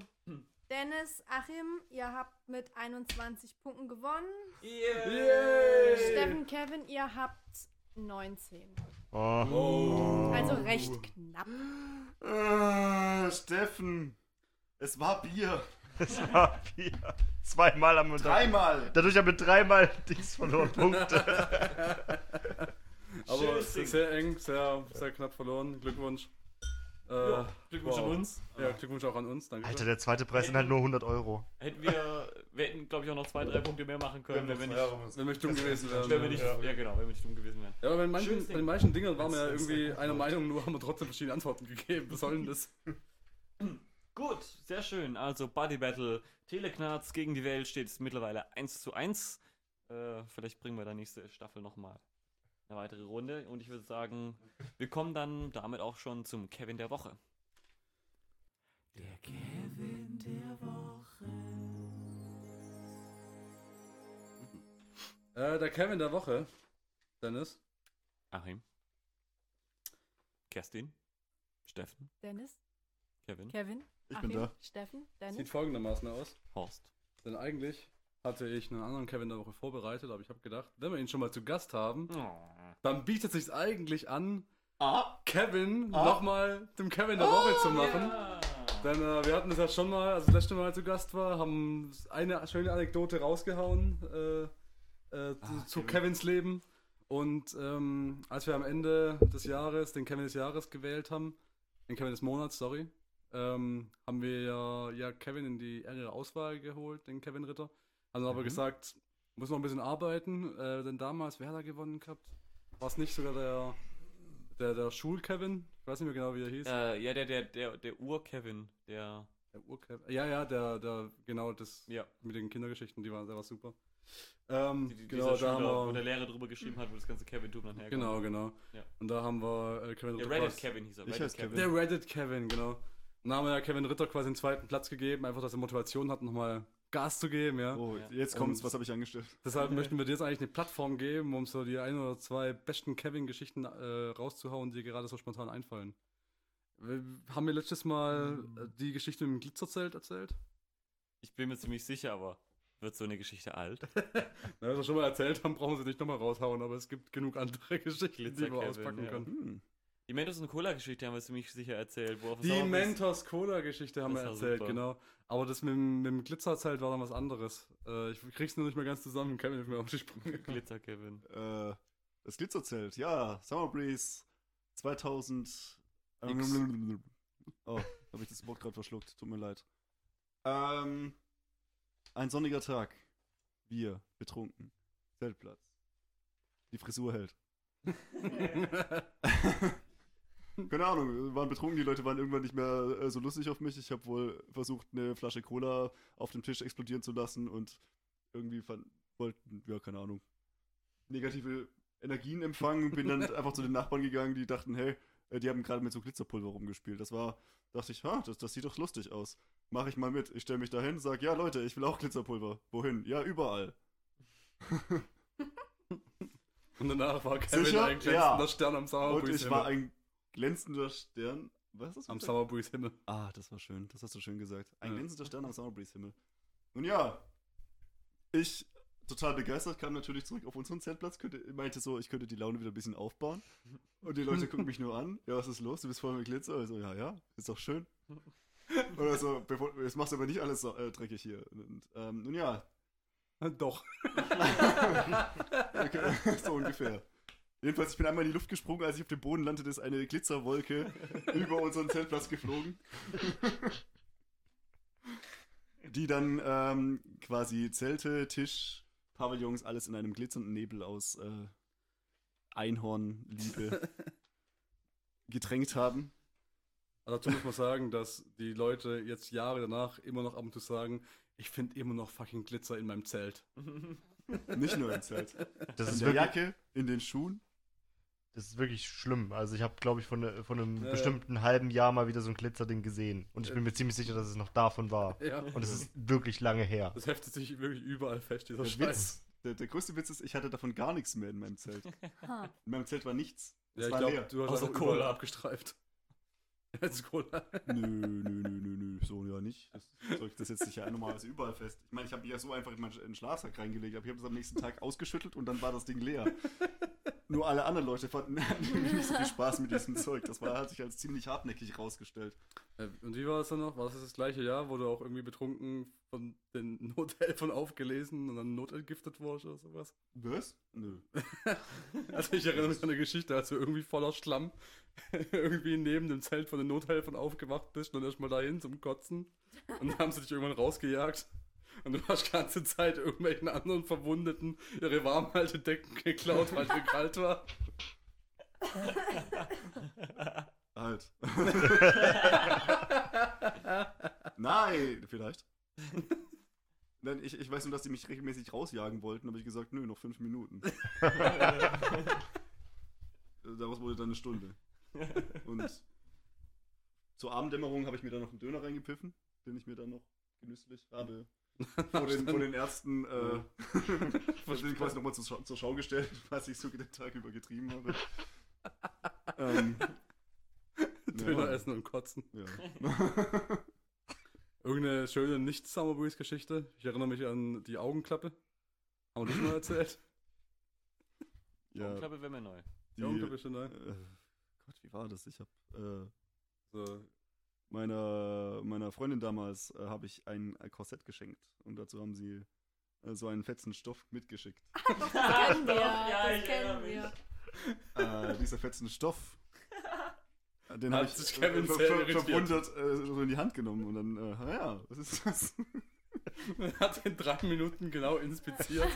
Speaker 3: Dennis, Achim, ihr habt mit 21 Punkten gewonnen.
Speaker 2: Yay!
Speaker 3: Steffen, Kevin, ihr habt 19.
Speaker 5: Oh.
Speaker 3: Also recht knapp.
Speaker 4: Äh, Steffen, es war Bier.
Speaker 5: Das war vier. Zweimal am
Speaker 4: Dreimal.
Speaker 5: Dadurch haben wir dreimal Dings verloren. Punkte.
Speaker 2: Aber
Speaker 1: Schönes
Speaker 2: es
Speaker 1: Ding.
Speaker 2: ist sehr eng, sehr, sehr knapp verloren. Glückwunsch. Äh,
Speaker 1: Ja, Glückwunsch
Speaker 2: wow.
Speaker 1: an uns.
Speaker 2: Ja, Glückwunsch auch an uns, danke.
Speaker 5: Alter, der zweite Preis sind halt nur 100 Euro.
Speaker 1: Hätten wir, wir hätten, glaube ich, auch noch zwei, drei Punkte mehr machen können, wenn wir nicht,
Speaker 2: wenn wir dumm gewesen wären.
Speaker 1: wenn wir nicht,
Speaker 2: ja.
Speaker 1: ja. genau, wenn wir nicht dumm gewesen wären.
Speaker 2: ja, aber bei
Speaker 1: Schönes
Speaker 2: manchen,
Speaker 1: Ding.
Speaker 2: bei manchen Dingern waren wir ja
Speaker 4: Wenn's- wenn's
Speaker 2: irgendwie
Speaker 4: gut
Speaker 2: einer
Speaker 4: läuft.
Speaker 2: Meinung, nur haben wir trotzdem verschiedene Antworten gegeben. Wir sollen das.
Speaker 1: Gut, sehr schön. Also Body Battle, Teleknarz gegen die Welt steht es mittlerweile 1 zu 1. Äh, vielleicht bringen wir da nächste Staffel nochmal eine weitere Runde. Und ich würde sagen, wir kommen dann damit auch schon zum Kevin der Woche.
Speaker 2: Äh, der Kevin der Woche, Dennis.
Speaker 1: Achim. Kerstin. Steffen.
Speaker 3: Dennis,
Speaker 1: Kevin.
Speaker 3: Kevin,
Speaker 4: Ich
Speaker 3: Achim,
Speaker 4: bin da.
Speaker 3: Steffen,
Speaker 2: Sieht
Speaker 3: Dennis.
Speaker 2: folgendermaßen aus.
Speaker 1: Horst.
Speaker 2: Denn eigentlich hatte ich einen anderen Kevin der Woche vorbereitet, aber ich habe gedacht, wenn wir ihn schon mal zu Gast haben, dann bietet sich's eigentlich an, Kevin nochmal zum Kevin der Woche zu machen. Denn äh, wir hatten das ja schon mal, als ich das letzte Mal zu Gast war, haben eine schöne Anekdote rausgehauen äh, äh, zu, zu Kevins Leben. Und ähm, als wir am Ende des Jahres den Kevin des Jahres gewählt haben, den Kevin des Monats, sorry, ähm, haben wir ja, ja Kevin in die engere Auswahl geholt, den Kevin Ritter. Also Haben aber gesagt, muss noch ein bisschen arbeiten, äh, denn damals, wer hat da gewonnen gehabt? War es nicht sogar der, der, der Schul-Kevin? Ich weiß nicht mehr genau, wie er hieß.
Speaker 1: Äh, ja, der, der, der, der Ur-Kevin, der.
Speaker 2: Der Urkevin. Ja, ja, der, der, genau, das
Speaker 1: Ja.
Speaker 2: mit den Kindergeschichten, die war, der war super. Ähm,
Speaker 1: Die, die,
Speaker 2: genau,
Speaker 1: dieser
Speaker 2: da
Speaker 1: Schüler, wo
Speaker 2: haben
Speaker 1: der
Speaker 2: wir,
Speaker 1: Lehrer drüber geschrieben hat, wo das ganze Kevin-Tum dann herkommt.
Speaker 2: genau, genau.
Speaker 1: Ja.
Speaker 2: Und da haben wir äh, Kevin
Speaker 1: Der
Speaker 2: Ritter
Speaker 1: Reddit
Speaker 2: quasi-
Speaker 1: Kevin hieß er.
Speaker 4: Ich heiß Kevin.
Speaker 2: Der Reddit Kevin, genau. Und da haben wir ja Kevin Ritter quasi den zweiten Platz gegeben, einfach, dass er Motivation hat, nochmal Gas zu geben, ja.
Speaker 4: Oh,
Speaker 1: Ja.
Speaker 4: jetzt kommt's, was habe ich angestellt?
Speaker 2: Deshalb möchten wir dir jetzt eigentlich eine Plattform geben, um so die ein oder zwei besten Kevin-Geschichten äh, rauszuhauen, die dir gerade so spontan einfallen. Wir haben wir letztes Mal
Speaker 1: Hm.
Speaker 2: äh, die Geschichte mit dem Glitzerzelt erzählt?
Speaker 1: Ich bin mir ziemlich sicher, aber wird so eine Geschichte alt?
Speaker 2: Na, was wir schon mal erzählt haben, brauchen sie nicht nochmal raushauen, aber es gibt genug andere Geschichten, die
Speaker 1: Glitzer
Speaker 2: wir
Speaker 1: Kevin,
Speaker 2: auspacken
Speaker 1: ja.
Speaker 2: können.
Speaker 4: Hm.
Speaker 1: Die Mentos und Cola-Geschichte haben wir ziemlich sicher erzählt. Wo auf
Speaker 2: Die
Speaker 1: Sauerbiss-
Speaker 2: Mentos-Cola-Geschichte haben wir
Speaker 1: Das war
Speaker 2: erzählt,
Speaker 1: super.
Speaker 2: genau. Aber das mit, dem- mit dem Glitzerzelt war dann was anderes. Äh, ich krieg's nur nicht mehr ganz zusammen, Kevin ist mir auf die Sprünge gekommen.
Speaker 1: Glitzer Kevin.
Speaker 4: Äh, das Glitzerzelt, ja. Summer Breeze 2000.
Speaker 1: X.
Speaker 4: Oh, habe ich das Wort gerade verschluckt. Tut mir leid. Ähm, ein sonniger Tag. Wir, betrunken. Zeltplatz. Die Frisur hält. Keine Ahnung, waren betrunken, die Leute waren irgendwann nicht mehr äh, so lustig auf mich. Ich habe wohl versucht, eine Flasche Cola auf dem Tisch explodieren zu lassen und irgendwie fand, wollten, ja, keine Ahnung, negative Energien empfangen. Bin dann einfach zu den Nachbarn gegangen, die dachten, hey, äh, die haben gerade mit so Glitzerpulver rumgespielt. Das war, dachte ich, ha, das, das sieht doch lustig aus. Mache ich mal mit. Ich stelle mich dahin, sag, ja, Leute, ich will auch Glitzerpulver. Wohin? Ja, überall.
Speaker 2: Und danach war Kevin
Speaker 4: Sicher?
Speaker 2: ein glänzender
Speaker 4: Ja.
Speaker 2: Stern am
Speaker 4: Und ich war
Speaker 2: Sauerbreeze-Himmel.
Speaker 4: ein glänzender Stern. Was ist das?
Speaker 2: Am
Speaker 4: wieder?
Speaker 2: Sauerbreeze-Himmel.
Speaker 4: Ah, das war schön. Das hast du schön gesagt. Ein
Speaker 2: Ja.
Speaker 4: glänzender Stern am Summerbreeze-Himmel. Nun ja, ich, total begeistert, kam natürlich zurück auf unseren Zeltplatz, könnte, meinte so, ich könnte die Laune wieder ein bisschen aufbauen. Und die Leute gucken mich nur an. Ja, was ist los? Du bist voll mit Glitzer. Also, ja, ja, ist doch schön. Oder so, bevor, jetzt machst du aber nicht alles so, äh, dreckig hier. Und, ähm, nun ja,
Speaker 2: Doch.
Speaker 4: Okay, so ungefähr. Jedenfalls, ich bin einmal in die Luft gesprungen, als ich auf dem Boden landete, ist eine Glitzerwolke über unseren Zeltplatz geflogen. Die dann ähm, quasi Zelte, Tisch, Pavillons, alles in einem glitzernden Nebel aus äh, Einhornliebe getränkt haben.
Speaker 2: Also dazu muss man sagen, dass die Leute jetzt Jahre danach immer noch ab und zu sagen, ich finde immer noch fucking Glitzer in meinem Zelt.
Speaker 4: Nicht nur im Zelt. Also
Speaker 5: Das
Speaker 4: In
Speaker 5: ist
Speaker 4: der
Speaker 5: wirklich,
Speaker 4: Jacke, in den Schuhen.
Speaker 5: das ist wirklich schlimm. Also ich habe, glaube ich, von, ne- von einem
Speaker 2: Ja, ja.
Speaker 5: bestimmten halben Jahr mal wieder so ein Glitzerding gesehen. Und ich bin mir ziemlich sicher, dass es noch davon war.
Speaker 2: Ja.
Speaker 5: Und es ist wirklich lange her.
Speaker 2: Das heftet sich wirklich überall fest, dieser
Speaker 4: Der
Speaker 2: Scheiß.
Speaker 4: Witz, der, der größte Witz ist, ich hatte davon gar nichts mehr in meinem Zelt.
Speaker 3: Ha.
Speaker 4: In meinem Zelt war nichts.
Speaker 2: Ja,
Speaker 4: Es
Speaker 2: ich
Speaker 4: war
Speaker 2: glaube,
Speaker 4: leer.
Speaker 2: du hast
Speaker 1: Außer
Speaker 2: auch Cola
Speaker 1: Cola.
Speaker 2: abgestreift. Als Cola.
Speaker 4: Nö, nö, nö, nö, nö, so ja nicht. Das Zeug, das setzt sich ja normalerweise überall fest. Ich meine, ich habe die ja so einfach in meinen Sch- in den Schlafsack reingelegt, aber ich habe das am nächsten Tag ausgeschüttelt und dann war das Ding leer. Nur alle anderen Leute fanden nicht so viel Spaß mit diesem Zeug. Das war, hat sich als ziemlich hartnäckig rausgestellt.
Speaker 2: Äh, Und wie war das dann noch? War das das gleiche Jahr, wo du auch irgendwie betrunken von den Nothelfern aufgelesen und dann notentgiftet wurdest oder sowas?
Speaker 4: Was? Nö.
Speaker 2: Also ich erinnere mich an eine Geschichte, als du irgendwie voller Schlamm irgendwie neben dem Zelt von den Nothelfern aufgewacht bist und dann erstmal dahin zum Kotzen. Und dann haben sie dich irgendwann rausgejagt. Und du hast die ganze Zeit irgendwelchen anderen Verwundeten ihre Warmhaltedecken geklaut, weil es dir kalt war.
Speaker 4: Halt. Nein, vielleicht. Nein, ich, ich weiß nur, dass die mich regelmäßig rausjagen wollten, habe ich gesagt, nö, noch fünf Minuten. Daraus wurde dann eine Stunde. Und zur Abenddämmerung habe ich mir dann noch einen Döner reingepiffen, den ich mir dann noch genüsslich habe vor den, vor den Ärzten äh, ich den quasi nochmal zur, Schau- zur Schau gestellt, was ich so den Tag über getrieben habe. ähm,
Speaker 2: Döner
Speaker 4: ja.
Speaker 2: essen und kotzen.
Speaker 4: Ja.
Speaker 2: Irgendeine schöne Nicht-Summerboys-Geschichte. Ich erinnere mich an die Augenklappe. Haben wir das mal erzählt?
Speaker 1: Ich glaube, wenn wir neu.
Speaker 2: Die Augenklappe ist schon da.
Speaker 4: äh, Gott, wie war das? Ich habe äh,
Speaker 2: So.
Speaker 4: meiner, meiner Freundin damals äh, habe ich ein, ein Korsett geschenkt und dazu haben sie äh, so einen fetzen Stoff mitgeschickt.
Speaker 3: Das kennen wir.
Speaker 1: Ja,
Speaker 3: das
Speaker 1: ich
Speaker 3: kennen
Speaker 1: erinnere
Speaker 3: wir.
Speaker 4: äh, dieser fetzen Stoff. äh, Den habe
Speaker 2: Hat
Speaker 4: ich
Speaker 2: sich
Speaker 4: äh,
Speaker 2: Kevin
Speaker 4: ver
Speaker 2: sehr
Speaker 4: ver
Speaker 2: irritiert.
Speaker 4: verwundert äh, so in die Hand genommen und dann, äh, ah ja, was ist das?
Speaker 2: Man hat in drei Minuten genau inspiziert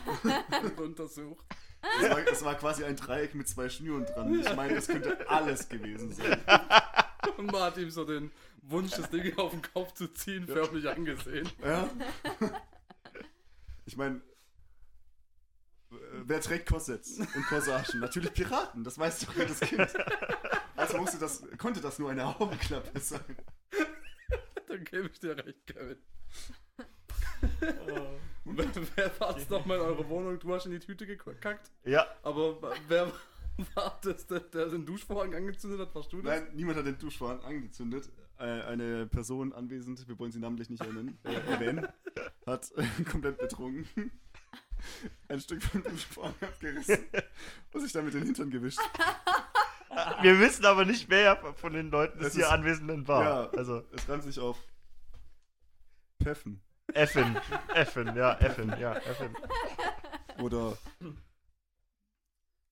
Speaker 2: und untersucht.
Speaker 4: Das war, das war quasi ein Dreieck mit zwei Schnüren dran. Ich meine, das könnte alles gewesen sein.
Speaker 2: Und man hat ihm so den Wunsch, das Ding auf den Kopf zu ziehen, förmlich angesehen.
Speaker 4: Ja. Ich meine, äh, wer trägt Korsets und Corsagen? Natürlich Piraten, das weiß doch jedes Kind. Also musste das, konnte das nur eine Augenklappe sein.
Speaker 2: Dann gebe ich dir recht, Kevin. Wer, wer war es nochmal in eure Wohnung? Du hast in die Tüte gekackt.
Speaker 5: Ja,
Speaker 2: Aber wer war das, der, der den Duschvorhang angezündet hat? Warst du das?
Speaker 4: Nein, niemand hat den Duschvorhang angezündet. Äh, Eine Person anwesend, wir wollen sie namentlich nicht ernennen, äh, erwähnen, hat äh, komplett betrunken ein Stück vom Duschvorhang abgerissen und sich damit den Hintern gewischt.
Speaker 5: wir wissen aber nicht, wer von den Leuten
Speaker 4: Das
Speaker 5: das hier
Speaker 4: ist-
Speaker 5: Anwesenden war.
Speaker 4: Ja.
Speaker 5: Also,
Speaker 4: Es rann sich auf Peffen
Speaker 5: Effin, Effin, ja, Effin, ja, Effin.
Speaker 4: oder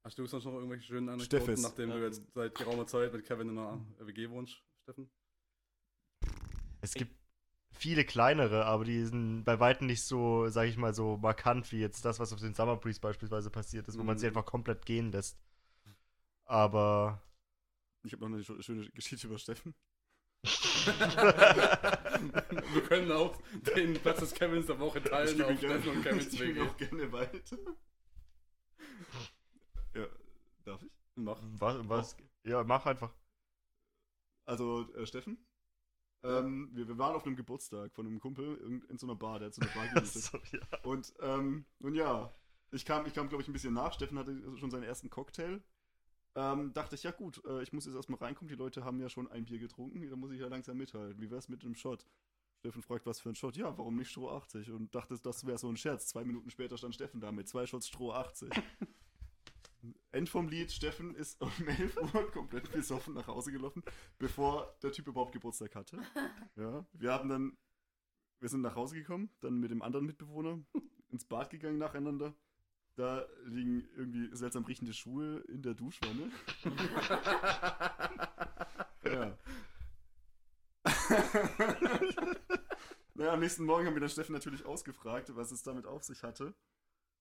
Speaker 2: Hast du sonst noch irgendwelche schönen Anekdoten,
Speaker 4: Steffes.
Speaker 2: nachdem du jetzt seit geraumer Zeit mit Kevin in einer WG wohnst, Steffen?
Speaker 5: Es gibt viele kleinere, aber die sind bei weitem nicht so, sag ich mal, so markant wie jetzt das, was auf den Summer Breeze beispielsweise passiert ist, wo man sie
Speaker 2: Mhm.
Speaker 5: einfach komplett gehen lässt. Aber.
Speaker 4: ich habe noch eine scho- schöne Geschichte über Steffen.
Speaker 2: Wir können auch den Platz des Kevins der Woche teilen
Speaker 4: gebe
Speaker 2: auf Steffen und Kevins
Speaker 4: ich gebe
Speaker 2: WG.
Speaker 4: auch gerne weiter. Ja, darf ich?
Speaker 2: Mach.
Speaker 5: was, was? Ja, mach einfach.
Speaker 4: Also, äh, Steffen? Ähm, wir, wir waren auf einem Geburtstag von einem Kumpel in, in so einer Bar, der hat so eine Bar gemietet.
Speaker 5: So, ja.
Speaker 4: Und, ähm, nun ja, ich kam, ich kam glaube ich, ein bisschen nach. Steffen hatte schon seinen ersten Cocktail. Ähm, dachte ich, ja gut, äh, ich muss jetzt erstmal reinkommen. Die Leute haben ja schon ein Bier getrunken, da muss ich ja langsam mithalten. Wie wär's mit einem Shot? Steffen fragt, was für ein Shot? Ja, warum nicht Stroh 80? Und dachte, das wäre so ein Scherz. Zwei Minuten später stand Steffen da mit zwei Shots Stroh 80. End vom Lied, Steffen ist um 11 Uhr komplett besoffen nach Hause gelaufen, bevor der Typ überhaupt Geburtstag hatte. Ja, wir haben dann, wir sind nach Hause gekommen, dann mit dem anderen Mitbewohner ins Bad gegangen nacheinander. Da liegen irgendwie seltsam riechende Schuhe in der Duschwanne. ja. naja, am nächsten Morgen haben wir dann Steffen natürlich ausgefragt, was es damit auf sich hatte.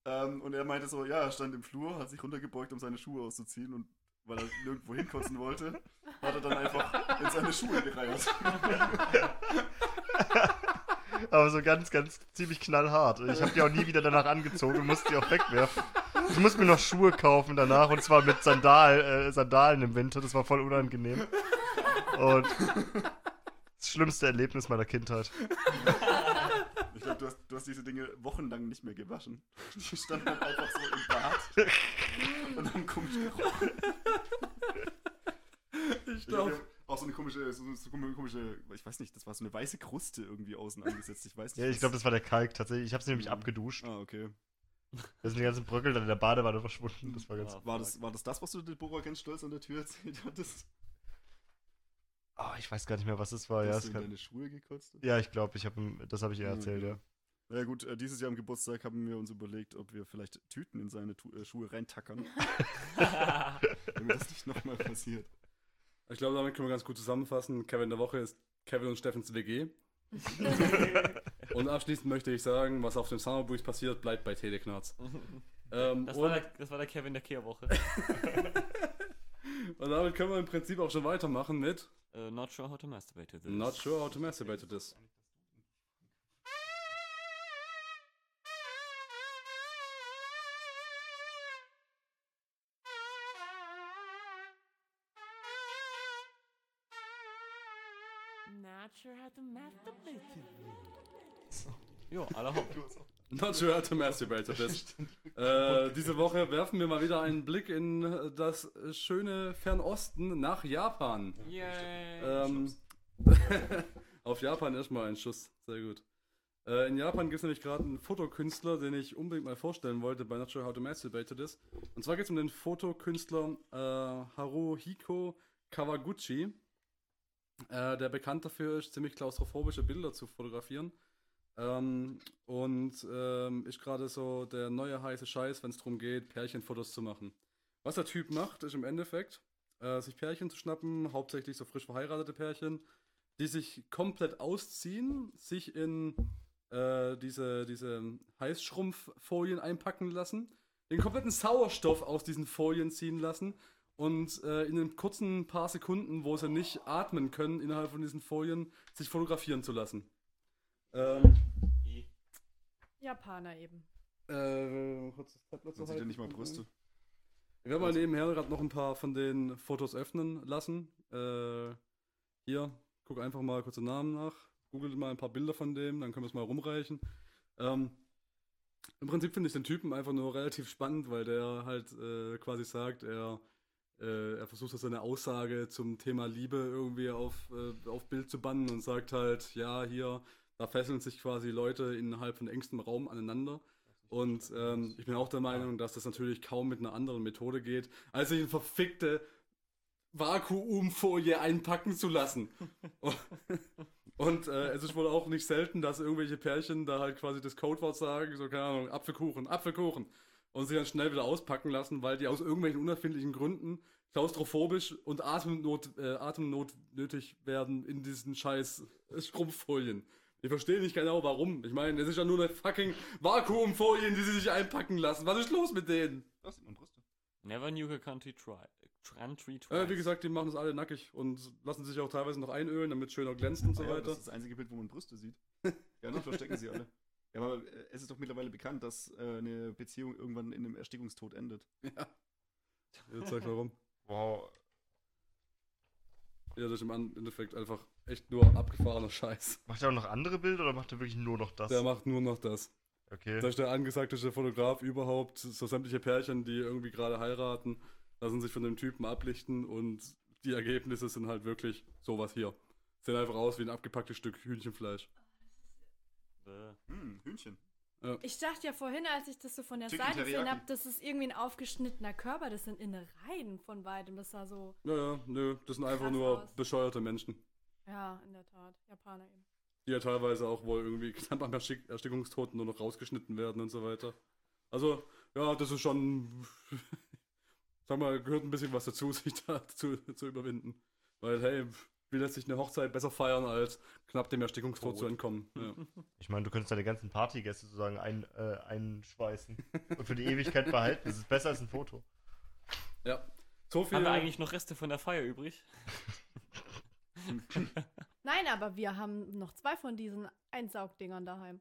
Speaker 4: Ähm, und er meinte so, ja, er stand im Flur, hat sich runtergebeugt, um seine Schuhe auszuziehen und weil er nirgendwo hinkotzen wollte, hat er dann einfach in seine Schuhe gereiht.
Speaker 5: Aber so ganz, ganz ziemlich knallhart. Ich habe die auch nie wieder danach angezogen und musste die auch wegwerfen. Ich musste mir noch Schuhe kaufen danach und zwar mit Sandal, äh, Sandalen im Winter. Das war voll unangenehm. Und das schlimmste Erlebnis meiner Kindheit.
Speaker 4: Ich glaube, du hast, du hast diese Dinge wochenlang nicht mehr gewaschen. Die standen dann einfach so im Bad und haben komisch gerochen.
Speaker 2: Ich
Speaker 4: Ich glaub,
Speaker 2: glaube,
Speaker 4: wir- Auch so eine komische, so eine so eine komische, ich weiß nicht, das war so eine weiße Kruste irgendwie außen angesetzt. Ich weiß nicht.
Speaker 5: Ja, ich glaube,
Speaker 4: was-
Speaker 5: das war der Kalk tatsächlich. Ich habe sie nämlich
Speaker 4: Mhm.
Speaker 5: abgeduscht.
Speaker 4: Ah, okay.
Speaker 5: Da sind die ganzen Bröckel dann in der Badewanne verschwunden. Das war ganz.
Speaker 1: Ja.
Speaker 4: War das, war das das, was du Deborah ganz stolz an der Tür erzählt hattest?
Speaker 5: Oh, ich weiß gar nicht mehr, was es war. Ah, Ja,
Speaker 4: dass
Speaker 5: es
Speaker 4: du in
Speaker 5: kann...
Speaker 4: deine Schuhe gekotzt hast?
Speaker 5: ja ich glaube, ich hab, das habe ich ihr
Speaker 4: Ja,
Speaker 5: erzählt, ja.
Speaker 4: Na ja, gut, äh, dieses Jahr am Geburtstag haben wir uns überlegt, ob wir vielleicht Tüten in seine tu äh, Schuhe reintackern, damit das nicht nochmal passiert.
Speaker 2: Ich glaube, damit können wir ganz gut zusammenfassen. Kevin der Woche ist Kevin und Steffens WG. und abschließend möchte ich sagen, was auf dem Summerbreeze passiert, bleibt bei Teleknarz. Ähm,
Speaker 1: Das
Speaker 2: und,
Speaker 1: war, der, das war der Kevin der Kehrwoche.
Speaker 2: und damit können wir im Prinzip auch schon weitermachen mit
Speaker 1: äh, not sure how to masturbate to this.
Speaker 2: Not sure how to masturbate to this.
Speaker 1: Jo, alle hopp.
Speaker 2: Not sure how to masturbate to this. äh, diese Woche werfen wir mal wieder einen Blick in äh, das schöne Fernosten nach Japan.
Speaker 1: Yay.
Speaker 2: Ähm, auf Japan erstmal ein Schuss. Sehr gut. Äh, in Japan gibt es nämlich gerade einen Fotokünstler, den ich unbedingt mal vorstellen wollte bei Not Sure How to Masturbate This. Und zwar geht es um den Fotokünstler äh, Haruhiko Kawaguchi, äh, der bekannt dafür ist, ziemlich klaustrophobische Bilder zu fotografieren. Ähm, und ähm, ist gerade so der neue heiße Scheiß, wenn es darum geht, Pärchenfotos zu machen. Was der Typ macht, ist im Endeffekt, äh, sich Pärchen zu schnappen, hauptsächlich so frisch verheiratete Pärchen, die sich komplett ausziehen, sich in äh, diese, diese Heißschrumpffolien einpacken lassen, den kompletten Sauerstoff aus diesen Folien ziehen lassen und äh, in den kurzen paar Sekunden, wo sie nicht atmen können, innerhalb von diesen Folien, sich fotografieren zu lassen. Ähm,
Speaker 3: Japaner eben.
Speaker 2: äh, kurz das Tablet
Speaker 4: Man
Speaker 2: so
Speaker 4: sieht ja
Speaker 2: halten.
Speaker 4: nicht mal Brüste.
Speaker 2: Ich werde mal nebenher gerade noch ein paar von den Fotos öffnen lassen. Äh, hier, guck einfach mal kurz den Namen nach. Googelt mal ein paar Bilder von dem, dann können wir es mal rumreichen. Ähm, Im Prinzip finde ich den Typen einfach nur relativ spannend, weil der halt äh, quasi sagt, er, äh, er versucht seine Aussage zum Thema Liebe irgendwie auf, äh, auf Bild zu bannen und sagt halt, ja, hier, da fesseln sich quasi Leute innerhalb von engstem Raum aneinander. Und ähm, ich bin auch der Meinung, dass das natürlich kaum mit einer anderen Methode geht, als sich in verfickte Vakuumfolie einpacken zu lassen. Und- Und äh, es ist wohl auch nicht selten, dass irgendwelche Pärchen da halt quasi das Codewort sagen, so keine Ahnung, Apfelkuchen, Apfelkuchen. Und sich dann schnell wieder auspacken lassen, weil die aus irgendwelchen unerfindlichen Gründen klaustrophobisch und Atemnot, äh, Atemnot nötig werden in diesen scheiß äh, Schrumpffolien. Ich verstehe nicht genau warum. Ich meine, es ist ja nur eine fucking Vakuumfolien, die sie sich einpacken lassen. Was ist los mit denen?
Speaker 4: Da sieht man Brüste.
Speaker 1: Never nuke a country try. Country
Speaker 2: Äh, wie
Speaker 1: twice.
Speaker 2: gesagt, die machen es alle nackig und lassen sich auch teilweise noch einölen, damit es schöner glänzt und so
Speaker 4: Ah ja,
Speaker 2: weiter.
Speaker 4: Das ist das einzige Bild, wo man Brüste sieht. Ja, noch verstecken sie alle. Ja, aber äh, es ist doch mittlerweile bekannt, dass äh, eine Beziehung irgendwann in einem Erstickungstod endet.
Speaker 2: Jetzt sag ich warum.
Speaker 5: Wow.
Speaker 2: Ja, das ist im An- Endeffekt einfach echt nur abgefahrener Scheiß.
Speaker 5: Macht er auch noch andere Bilder oder macht er wirklich nur noch das?
Speaker 2: Der macht nur noch das. Das
Speaker 5: okay.
Speaker 2: ist der angesagteste Fotograf überhaupt. So sämtliche Pärchen, die irgendwie gerade heiraten, lassen sich von dem Typen ablichten und die Ergebnisse sind halt wirklich sowas hier. Sehen einfach aus wie ein abgepacktes Stück Hühnchenfleisch.
Speaker 1: Bäh.
Speaker 4: Hm, Hühnchen.
Speaker 3: Ich dachte ja vorhin, als ich das so von der
Speaker 4: Chicken
Speaker 3: Seite gesehen
Speaker 4: Teriyaki.
Speaker 3: habe, das ist irgendwie ein aufgeschnittener Körper. Das sind Innereien von weitem. Das sah so,
Speaker 2: Naja, nö, das sind einfach
Speaker 3: Krass
Speaker 2: nur
Speaker 3: aus.
Speaker 2: bescheuerte Menschen,
Speaker 3: ja, in der Tat. Japaner eben.
Speaker 2: die ja teilweise auch wohl irgendwie knapp am Erstick Erstickungstoten nur noch rausgeschnitten werden und so weiter. Also, ja, das ist schon, sag mal, gehört ein bisschen was dazu, sich da zu, zu überwinden. Weil, hey, wie lässt sich eine Hochzeit besser feiern, als knapp dem Erstickungstod zu entkommen? Ja.
Speaker 5: Ich meine, du könntest deine ganzen Partygäste sozusagen ein, äh, einschweißen und für die Ewigkeit behalten. Das ist besser als ein Foto.
Speaker 2: ja. So viel.
Speaker 1: Haben wir eigentlich noch Reste von der Feier übrig?
Speaker 3: Nein, aber wir haben noch zwei von diesen Einsaugdingern daheim.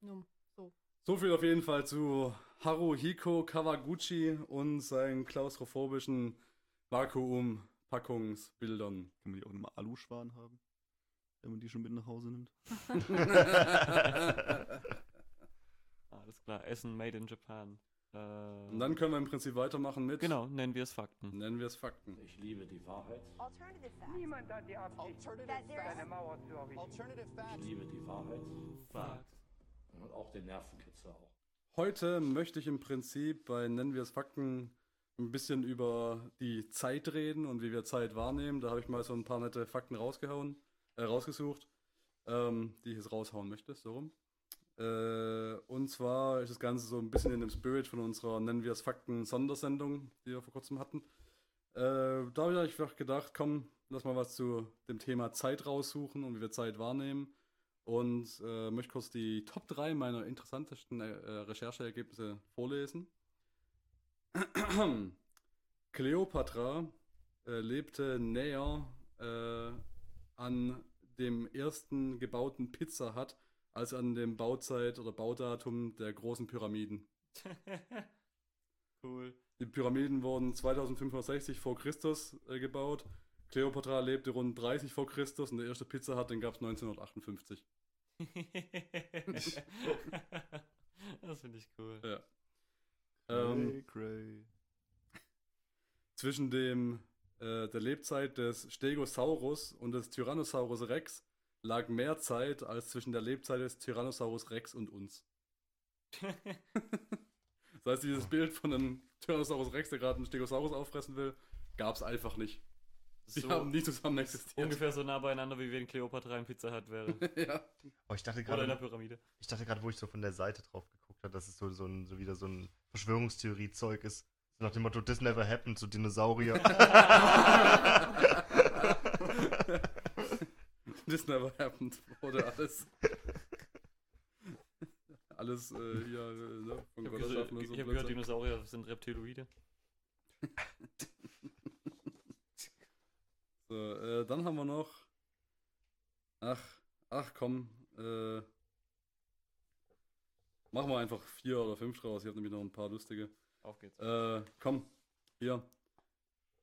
Speaker 3: Nun, so.
Speaker 2: So viel auf jeden Fall zu Haruhiko Kawaguchi und seinen klaustrophobischen Vakuumpackungsbildern.
Speaker 4: Kann man die auch nochmal Aluschwan haben? Wenn man die schon mit nach Hause nimmt.
Speaker 1: Alles klar, Essen made in Japan. Äh,
Speaker 2: Und dann können wir im Prinzip weitermachen mit.
Speaker 1: genau, nennen wir es Fakten.
Speaker 2: Nennen wir es Fakten.
Speaker 6: Ich liebe die Wahrheit.
Speaker 7: Alternative facts.
Speaker 8: Niemand hat die Absicht,
Speaker 7: That there is
Speaker 8: eine Mauer zu errichten.
Speaker 6: Ich liebe die Wahrheit. Und auch den Nervenkitzel auch.
Speaker 2: Heute möchte ich im Prinzip bei Nennen wir es Fakten ein bisschen über die Zeit reden und wie wir Zeit wahrnehmen. Da habe ich mal so ein paar nette Fakten rausgehauen, äh, rausgesucht, ähm, die ich jetzt raushauen möchte, so rum. Äh, und zwar ist das Ganze so ein bisschen in dem Spirit von unserer Nennen wir es Fakten Sondersendung, die wir vor kurzem hatten. Äh, da habe ich einfach gedacht, komm, lass mal was zu dem Thema Zeit raussuchen und wie wir Zeit wahrnehmen und äh, möchte kurz die Top 3 meiner interessantesten äh, äh, Rechercheergebnisse vorlesen. Cleopatra äh, lebte näher äh, an dem ersten gebauten Pizza Hut als an dem Bauzeit oder Baudatum der großen Pyramiden.
Speaker 1: cool.
Speaker 2: Die Pyramiden wurden 2560 vor Christus äh, gebaut. Cleopatra lebte rund 30 vor Christus und der erste Pizza Hut, den gab es 1958.
Speaker 1: das finde ich cool.
Speaker 2: Ja. Ähm,
Speaker 4: Cray, cray.
Speaker 2: zwischen dem, äh, der Lebzeit des Stegosaurus und des Tyrannosaurus Rex lag mehr Zeit als zwischen der Lebzeit des Tyrannosaurus Rex und uns. Das heißt, dieses Bild von einem Tyrannosaurus Rex, der gerade einen Stegosaurus auffressen will, gab es einfach nicht. Die
Speaker 1: so
Speaker 2: haben nie zusammen existiert.
Speaker 1: ungefähr so nah beieinander, wie wenn Cleopatra ein Pizza Hut wäre.
Speaker 2: ja.
Speaker 5: Oh, ich dachte
Speaker 1: Oder in der
Speaker 5: gerade,
Speaker 1: Pyramide.
Speaker 5: ich dachte gerade, wo ich so von der Seite drauf geguckt habe, dass es so, so, ein, so wieder so ein Verschwörungstheorie-Zeug ist. So Nach dem Motto, this never happened zu Dinosaurier.
Speaker 2: This never happened. Wurde alles. alles äh, hier äh, ne, von
Speaker 1: Ich habe
Speaker 2: Gott
Speaker 1: gehört,
Speaker 2: erschaffen und so
Speaker 1: ich hab
Speaker 2: Blödsinn.
Speaker 1: gehört, Dinosaurier sind Reptiloide.
Speaker 2: So, äh, dann haben wir noch. Ach, ach komm. Äh, machen wir einfach vier oder fünf draus. Ich habe nämlich noch ein paar lustige.
Speaker 1: Auf geht's.
Speaker 2: Äh, komm, hier.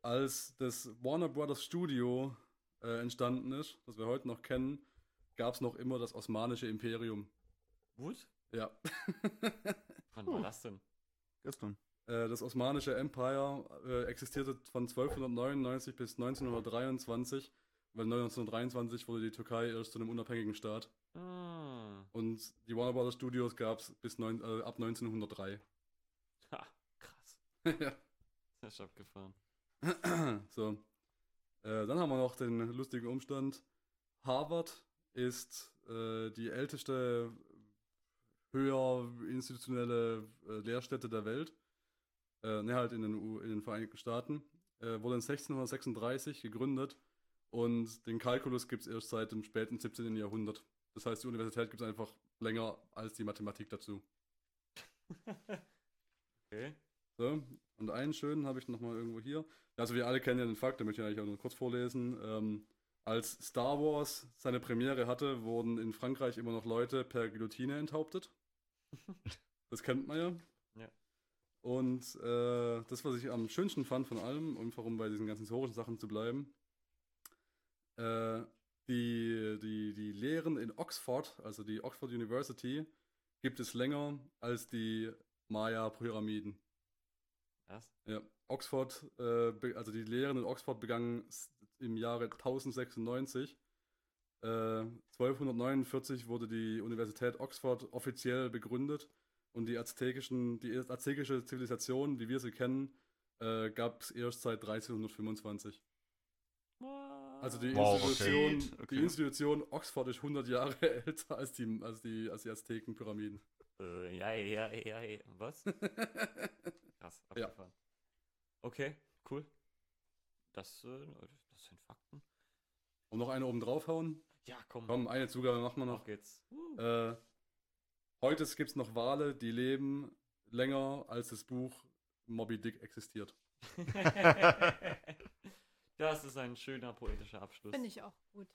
Speaker 2: Als das Warner Brothers Studio äh, entstanden ist, das wir heute noch kennen, gab es noch immer das Osmanische Imperium.
Speaker 1: Gut?
Speaker 2: Ja.
Speaker 1: Wann
Speaker 2: uh.
Speaker 1: war das denn?
Speaker 4: Gestern.
Speaker 2: Äh, Das Osmanische Empire äh, existierte von 1299 bis 1923, weil 1923 wurde die Türkei erst zu einem unabhängigen Staat.
Speaker 1: Ah,
Speaker 2: Und die Warner Brothers Studios gab es bis neun, äh, ab 1903.
Speaker 1: ha, krass. Das ist abgefahren.
Speaker 2: so. Äh, dann haben wir noch den lustigen Umstand. Harvard ist äh, die älteste höher institutionelle äh, Lehrstätte der Welt. Äh, ne, halt in den, U in den Vereinigten Staaten. Äh, wurde in 1636 gegründet und den Kalkulus gibt es erst seit dem späten 17. Jahrhundert. Das heißt, die Universität gibt es einfach länger als die Mathematik dazu.
Speaker 1: Okay.
Speaker 2: So, und einen schönen habe ich nochmal irgendwo hier. Also wir alle kennen ja den Fakt, den möchte ich eigentlich auch nur kurz vorlesen. Ähm, als Star Wars seine Premiere hatte, wurden in Frankreich immer noch Leute per Guillotine enthauptet. Das kennt man ja.
Speaker 1: Ja.
Speaker 2: Und äh, das, was ich am schönsten fand von allem, um warum bei diesen ganzen historischen Sachen zu bleiben, äh, die, die, die Lehren in Oxford, also die Oxford University, gibt es länger als die Maya-Pyramiden.
Speaker 1: Was?
Speaker 2: Ja, Oxford, äh, be- also die Lehren in Oxford begannen s- im Jahre 1096. Äh, 1249 wurde die Universität Oxford offiziell begründet und die aztekischen, die erst- aztekische Zivilisation, wie wir sie kennen, äh, gab es erst seit 1325. Also
Speaker 1: Ah.
Speaker 2: die
Speaker 5: Wow, okay.
Speaker 2: Institution,
Speaker 4: Shit, okay.
Speaker 2: die Institution Oxford ist 100 Jahre älter als die, als die, als die Aztekenpyramiden.
Speaker 1: Äh, ja, ja, ja, ja. Was? Krass,
Speaker 2: Ja.
Speaker 1: abgefahren. Okay, cool. Das, äh, das sind Fakten.
Speaker 2: Und noch eine oben draufhauen.
Speaker 1: Ja, komm.
Speaker 2: Komm, eine Zugabe machen wir noch.
Speaker 1: Auf geht's. Uh.
Speaker 2: Äh, heute gibt es noch Wale, die leben länger als das Buch Moby Dick existiert.
Speaker 1: das ist ein schöner poetischer Abschluss.
Speaker 3: Finde ich auch gut.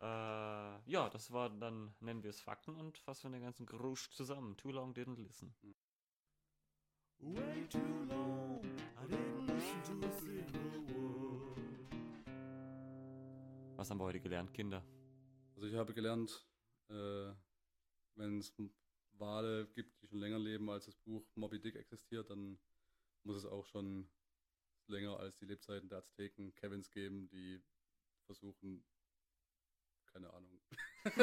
Speaker 1: Äh, ja, das war dann, nennen wir es Fakten und fassen wir den ganzen Grusch zusammen. Too long didn't listen. Way too long, I didn't listen to a single word. Was haben wir heute gelernt, Kinder?
Speaker 2: Also ich habe gelernt, äh, wenn es Wale gibt, die schon länger leben, als das Buch Moby Dick existiert, dann muss es auch schon länger als die Lebzeiten der Azteken Kevins geben, die versuchen, keine Ahnung. ich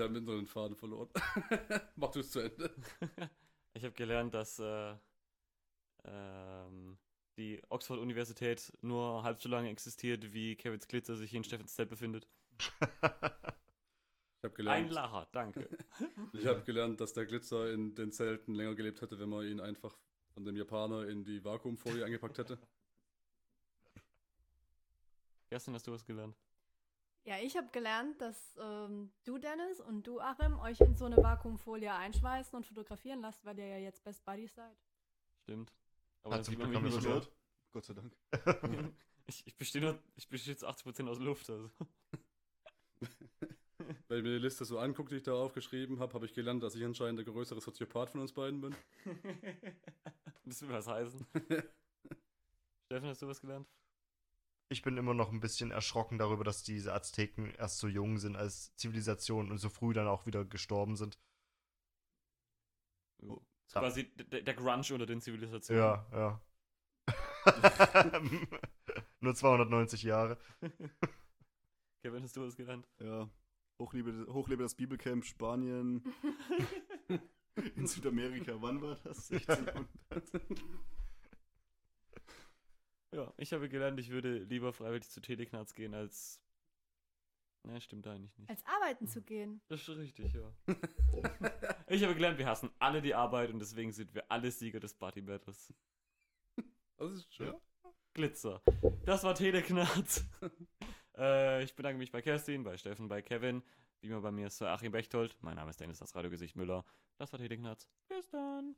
Speaker 2: habe mit so einen Faden verloren. Mach du es zu Ende.
Speaker 1: Ich habe gelernt, dass äh, ähm, die Oxford-Universität nur halb so lange existiert, wie Kevins Glitzer sich in Steffens Zelt befindet.
Speaker 2: Ich habe
Speaker 1: Ein
Speaker 2: gelernt,
Speaker 1: Lacher, danke.
Speaker 2: ich hab gelernt, dass der Glitzer in den Zelten länger gelebt hätte, wenn man ihn einfach von dem Japaner in die Vakuumfolie eingepackt hätte.
Speaker 1: Kerstin, hast du was gelernt?
Speaker 3: Ja, ich habe gelernt, dass ähm, du, Dennis, und du, Achim, euch in so eine Vakuumfolie einschweißen und fotografieren lasst, weil ihr ja jetzt Best Buddies seid.
Speaker 1: Stimmt.
Speaker 5: Na,
Speaker 1: Aber das
Speaker 5: zum
Speaker 1: sieht man
Speaker 5: Glück
Speaker 1: mich
Speaker 5: haben wir
Speaker 1: nicht
Speaker 5: das
Speaker 1: mehr.
Speaker 5: gehört.
Speaker 4: Gott sei Dank.
Speaker 1: Ich, ich bestehe nur, ich bestehe zu 80% aus Luft. Also.
Speaker 2: Wenn ich mir die Liste so angucke, die ich da aufgeschrieben habe, habe ich gelernt, dass ich anscheinend der größere Soziopath von uns beiden bin.
Speaker 1: Das will was heißen. Steffen, hast du was gelernt?
Speaker 5: Ich bin immer noch ein bisschen erschrocken darüber, dass diese Azteken erst so jung sind als Zivilisation und so früh dann auch wieder gestorben sind. Oh,
Speaker 1: Ist
Speaker 5: ja.
Speaker 1: Quasi d- der, der Grunge unter den Zivilisationen.
Speaker 5: Ja, ja. Nur 290 Jahre.
Speaker 1: Kevin, hast du was gelernt?
Speaker 4: Ja. Hochlebe, hochlebe das Bibelcamp Spanien. In Südamerika. Wann war das? 1600.
Speaker 1: Ja, ich habe gelernt, ich würde lieber freiwillig zu Teleknarz gehen, als. Ne, stimmt eigentlich nicht.
Speaker 3: Als arbeiten zu gehen.
Speaker 1: Das ist richtig, ja. ich habe gelernt, wir hassen alle die Arbeit und deswegen sind wir alle Sieger des Party Battles.
Speaker 2: Das ist schön.
Speaker 1: Glitzer. Das war Teleknarz. äh, ich bedanke mich bei Kerstin, bei Steffen, bei Kevin. Wie immer bei mir ist Sir Achim Bechtold. Mein Name ist Dennis, das Radiogesicht Müller. Das war Teleknarz. Bis dann.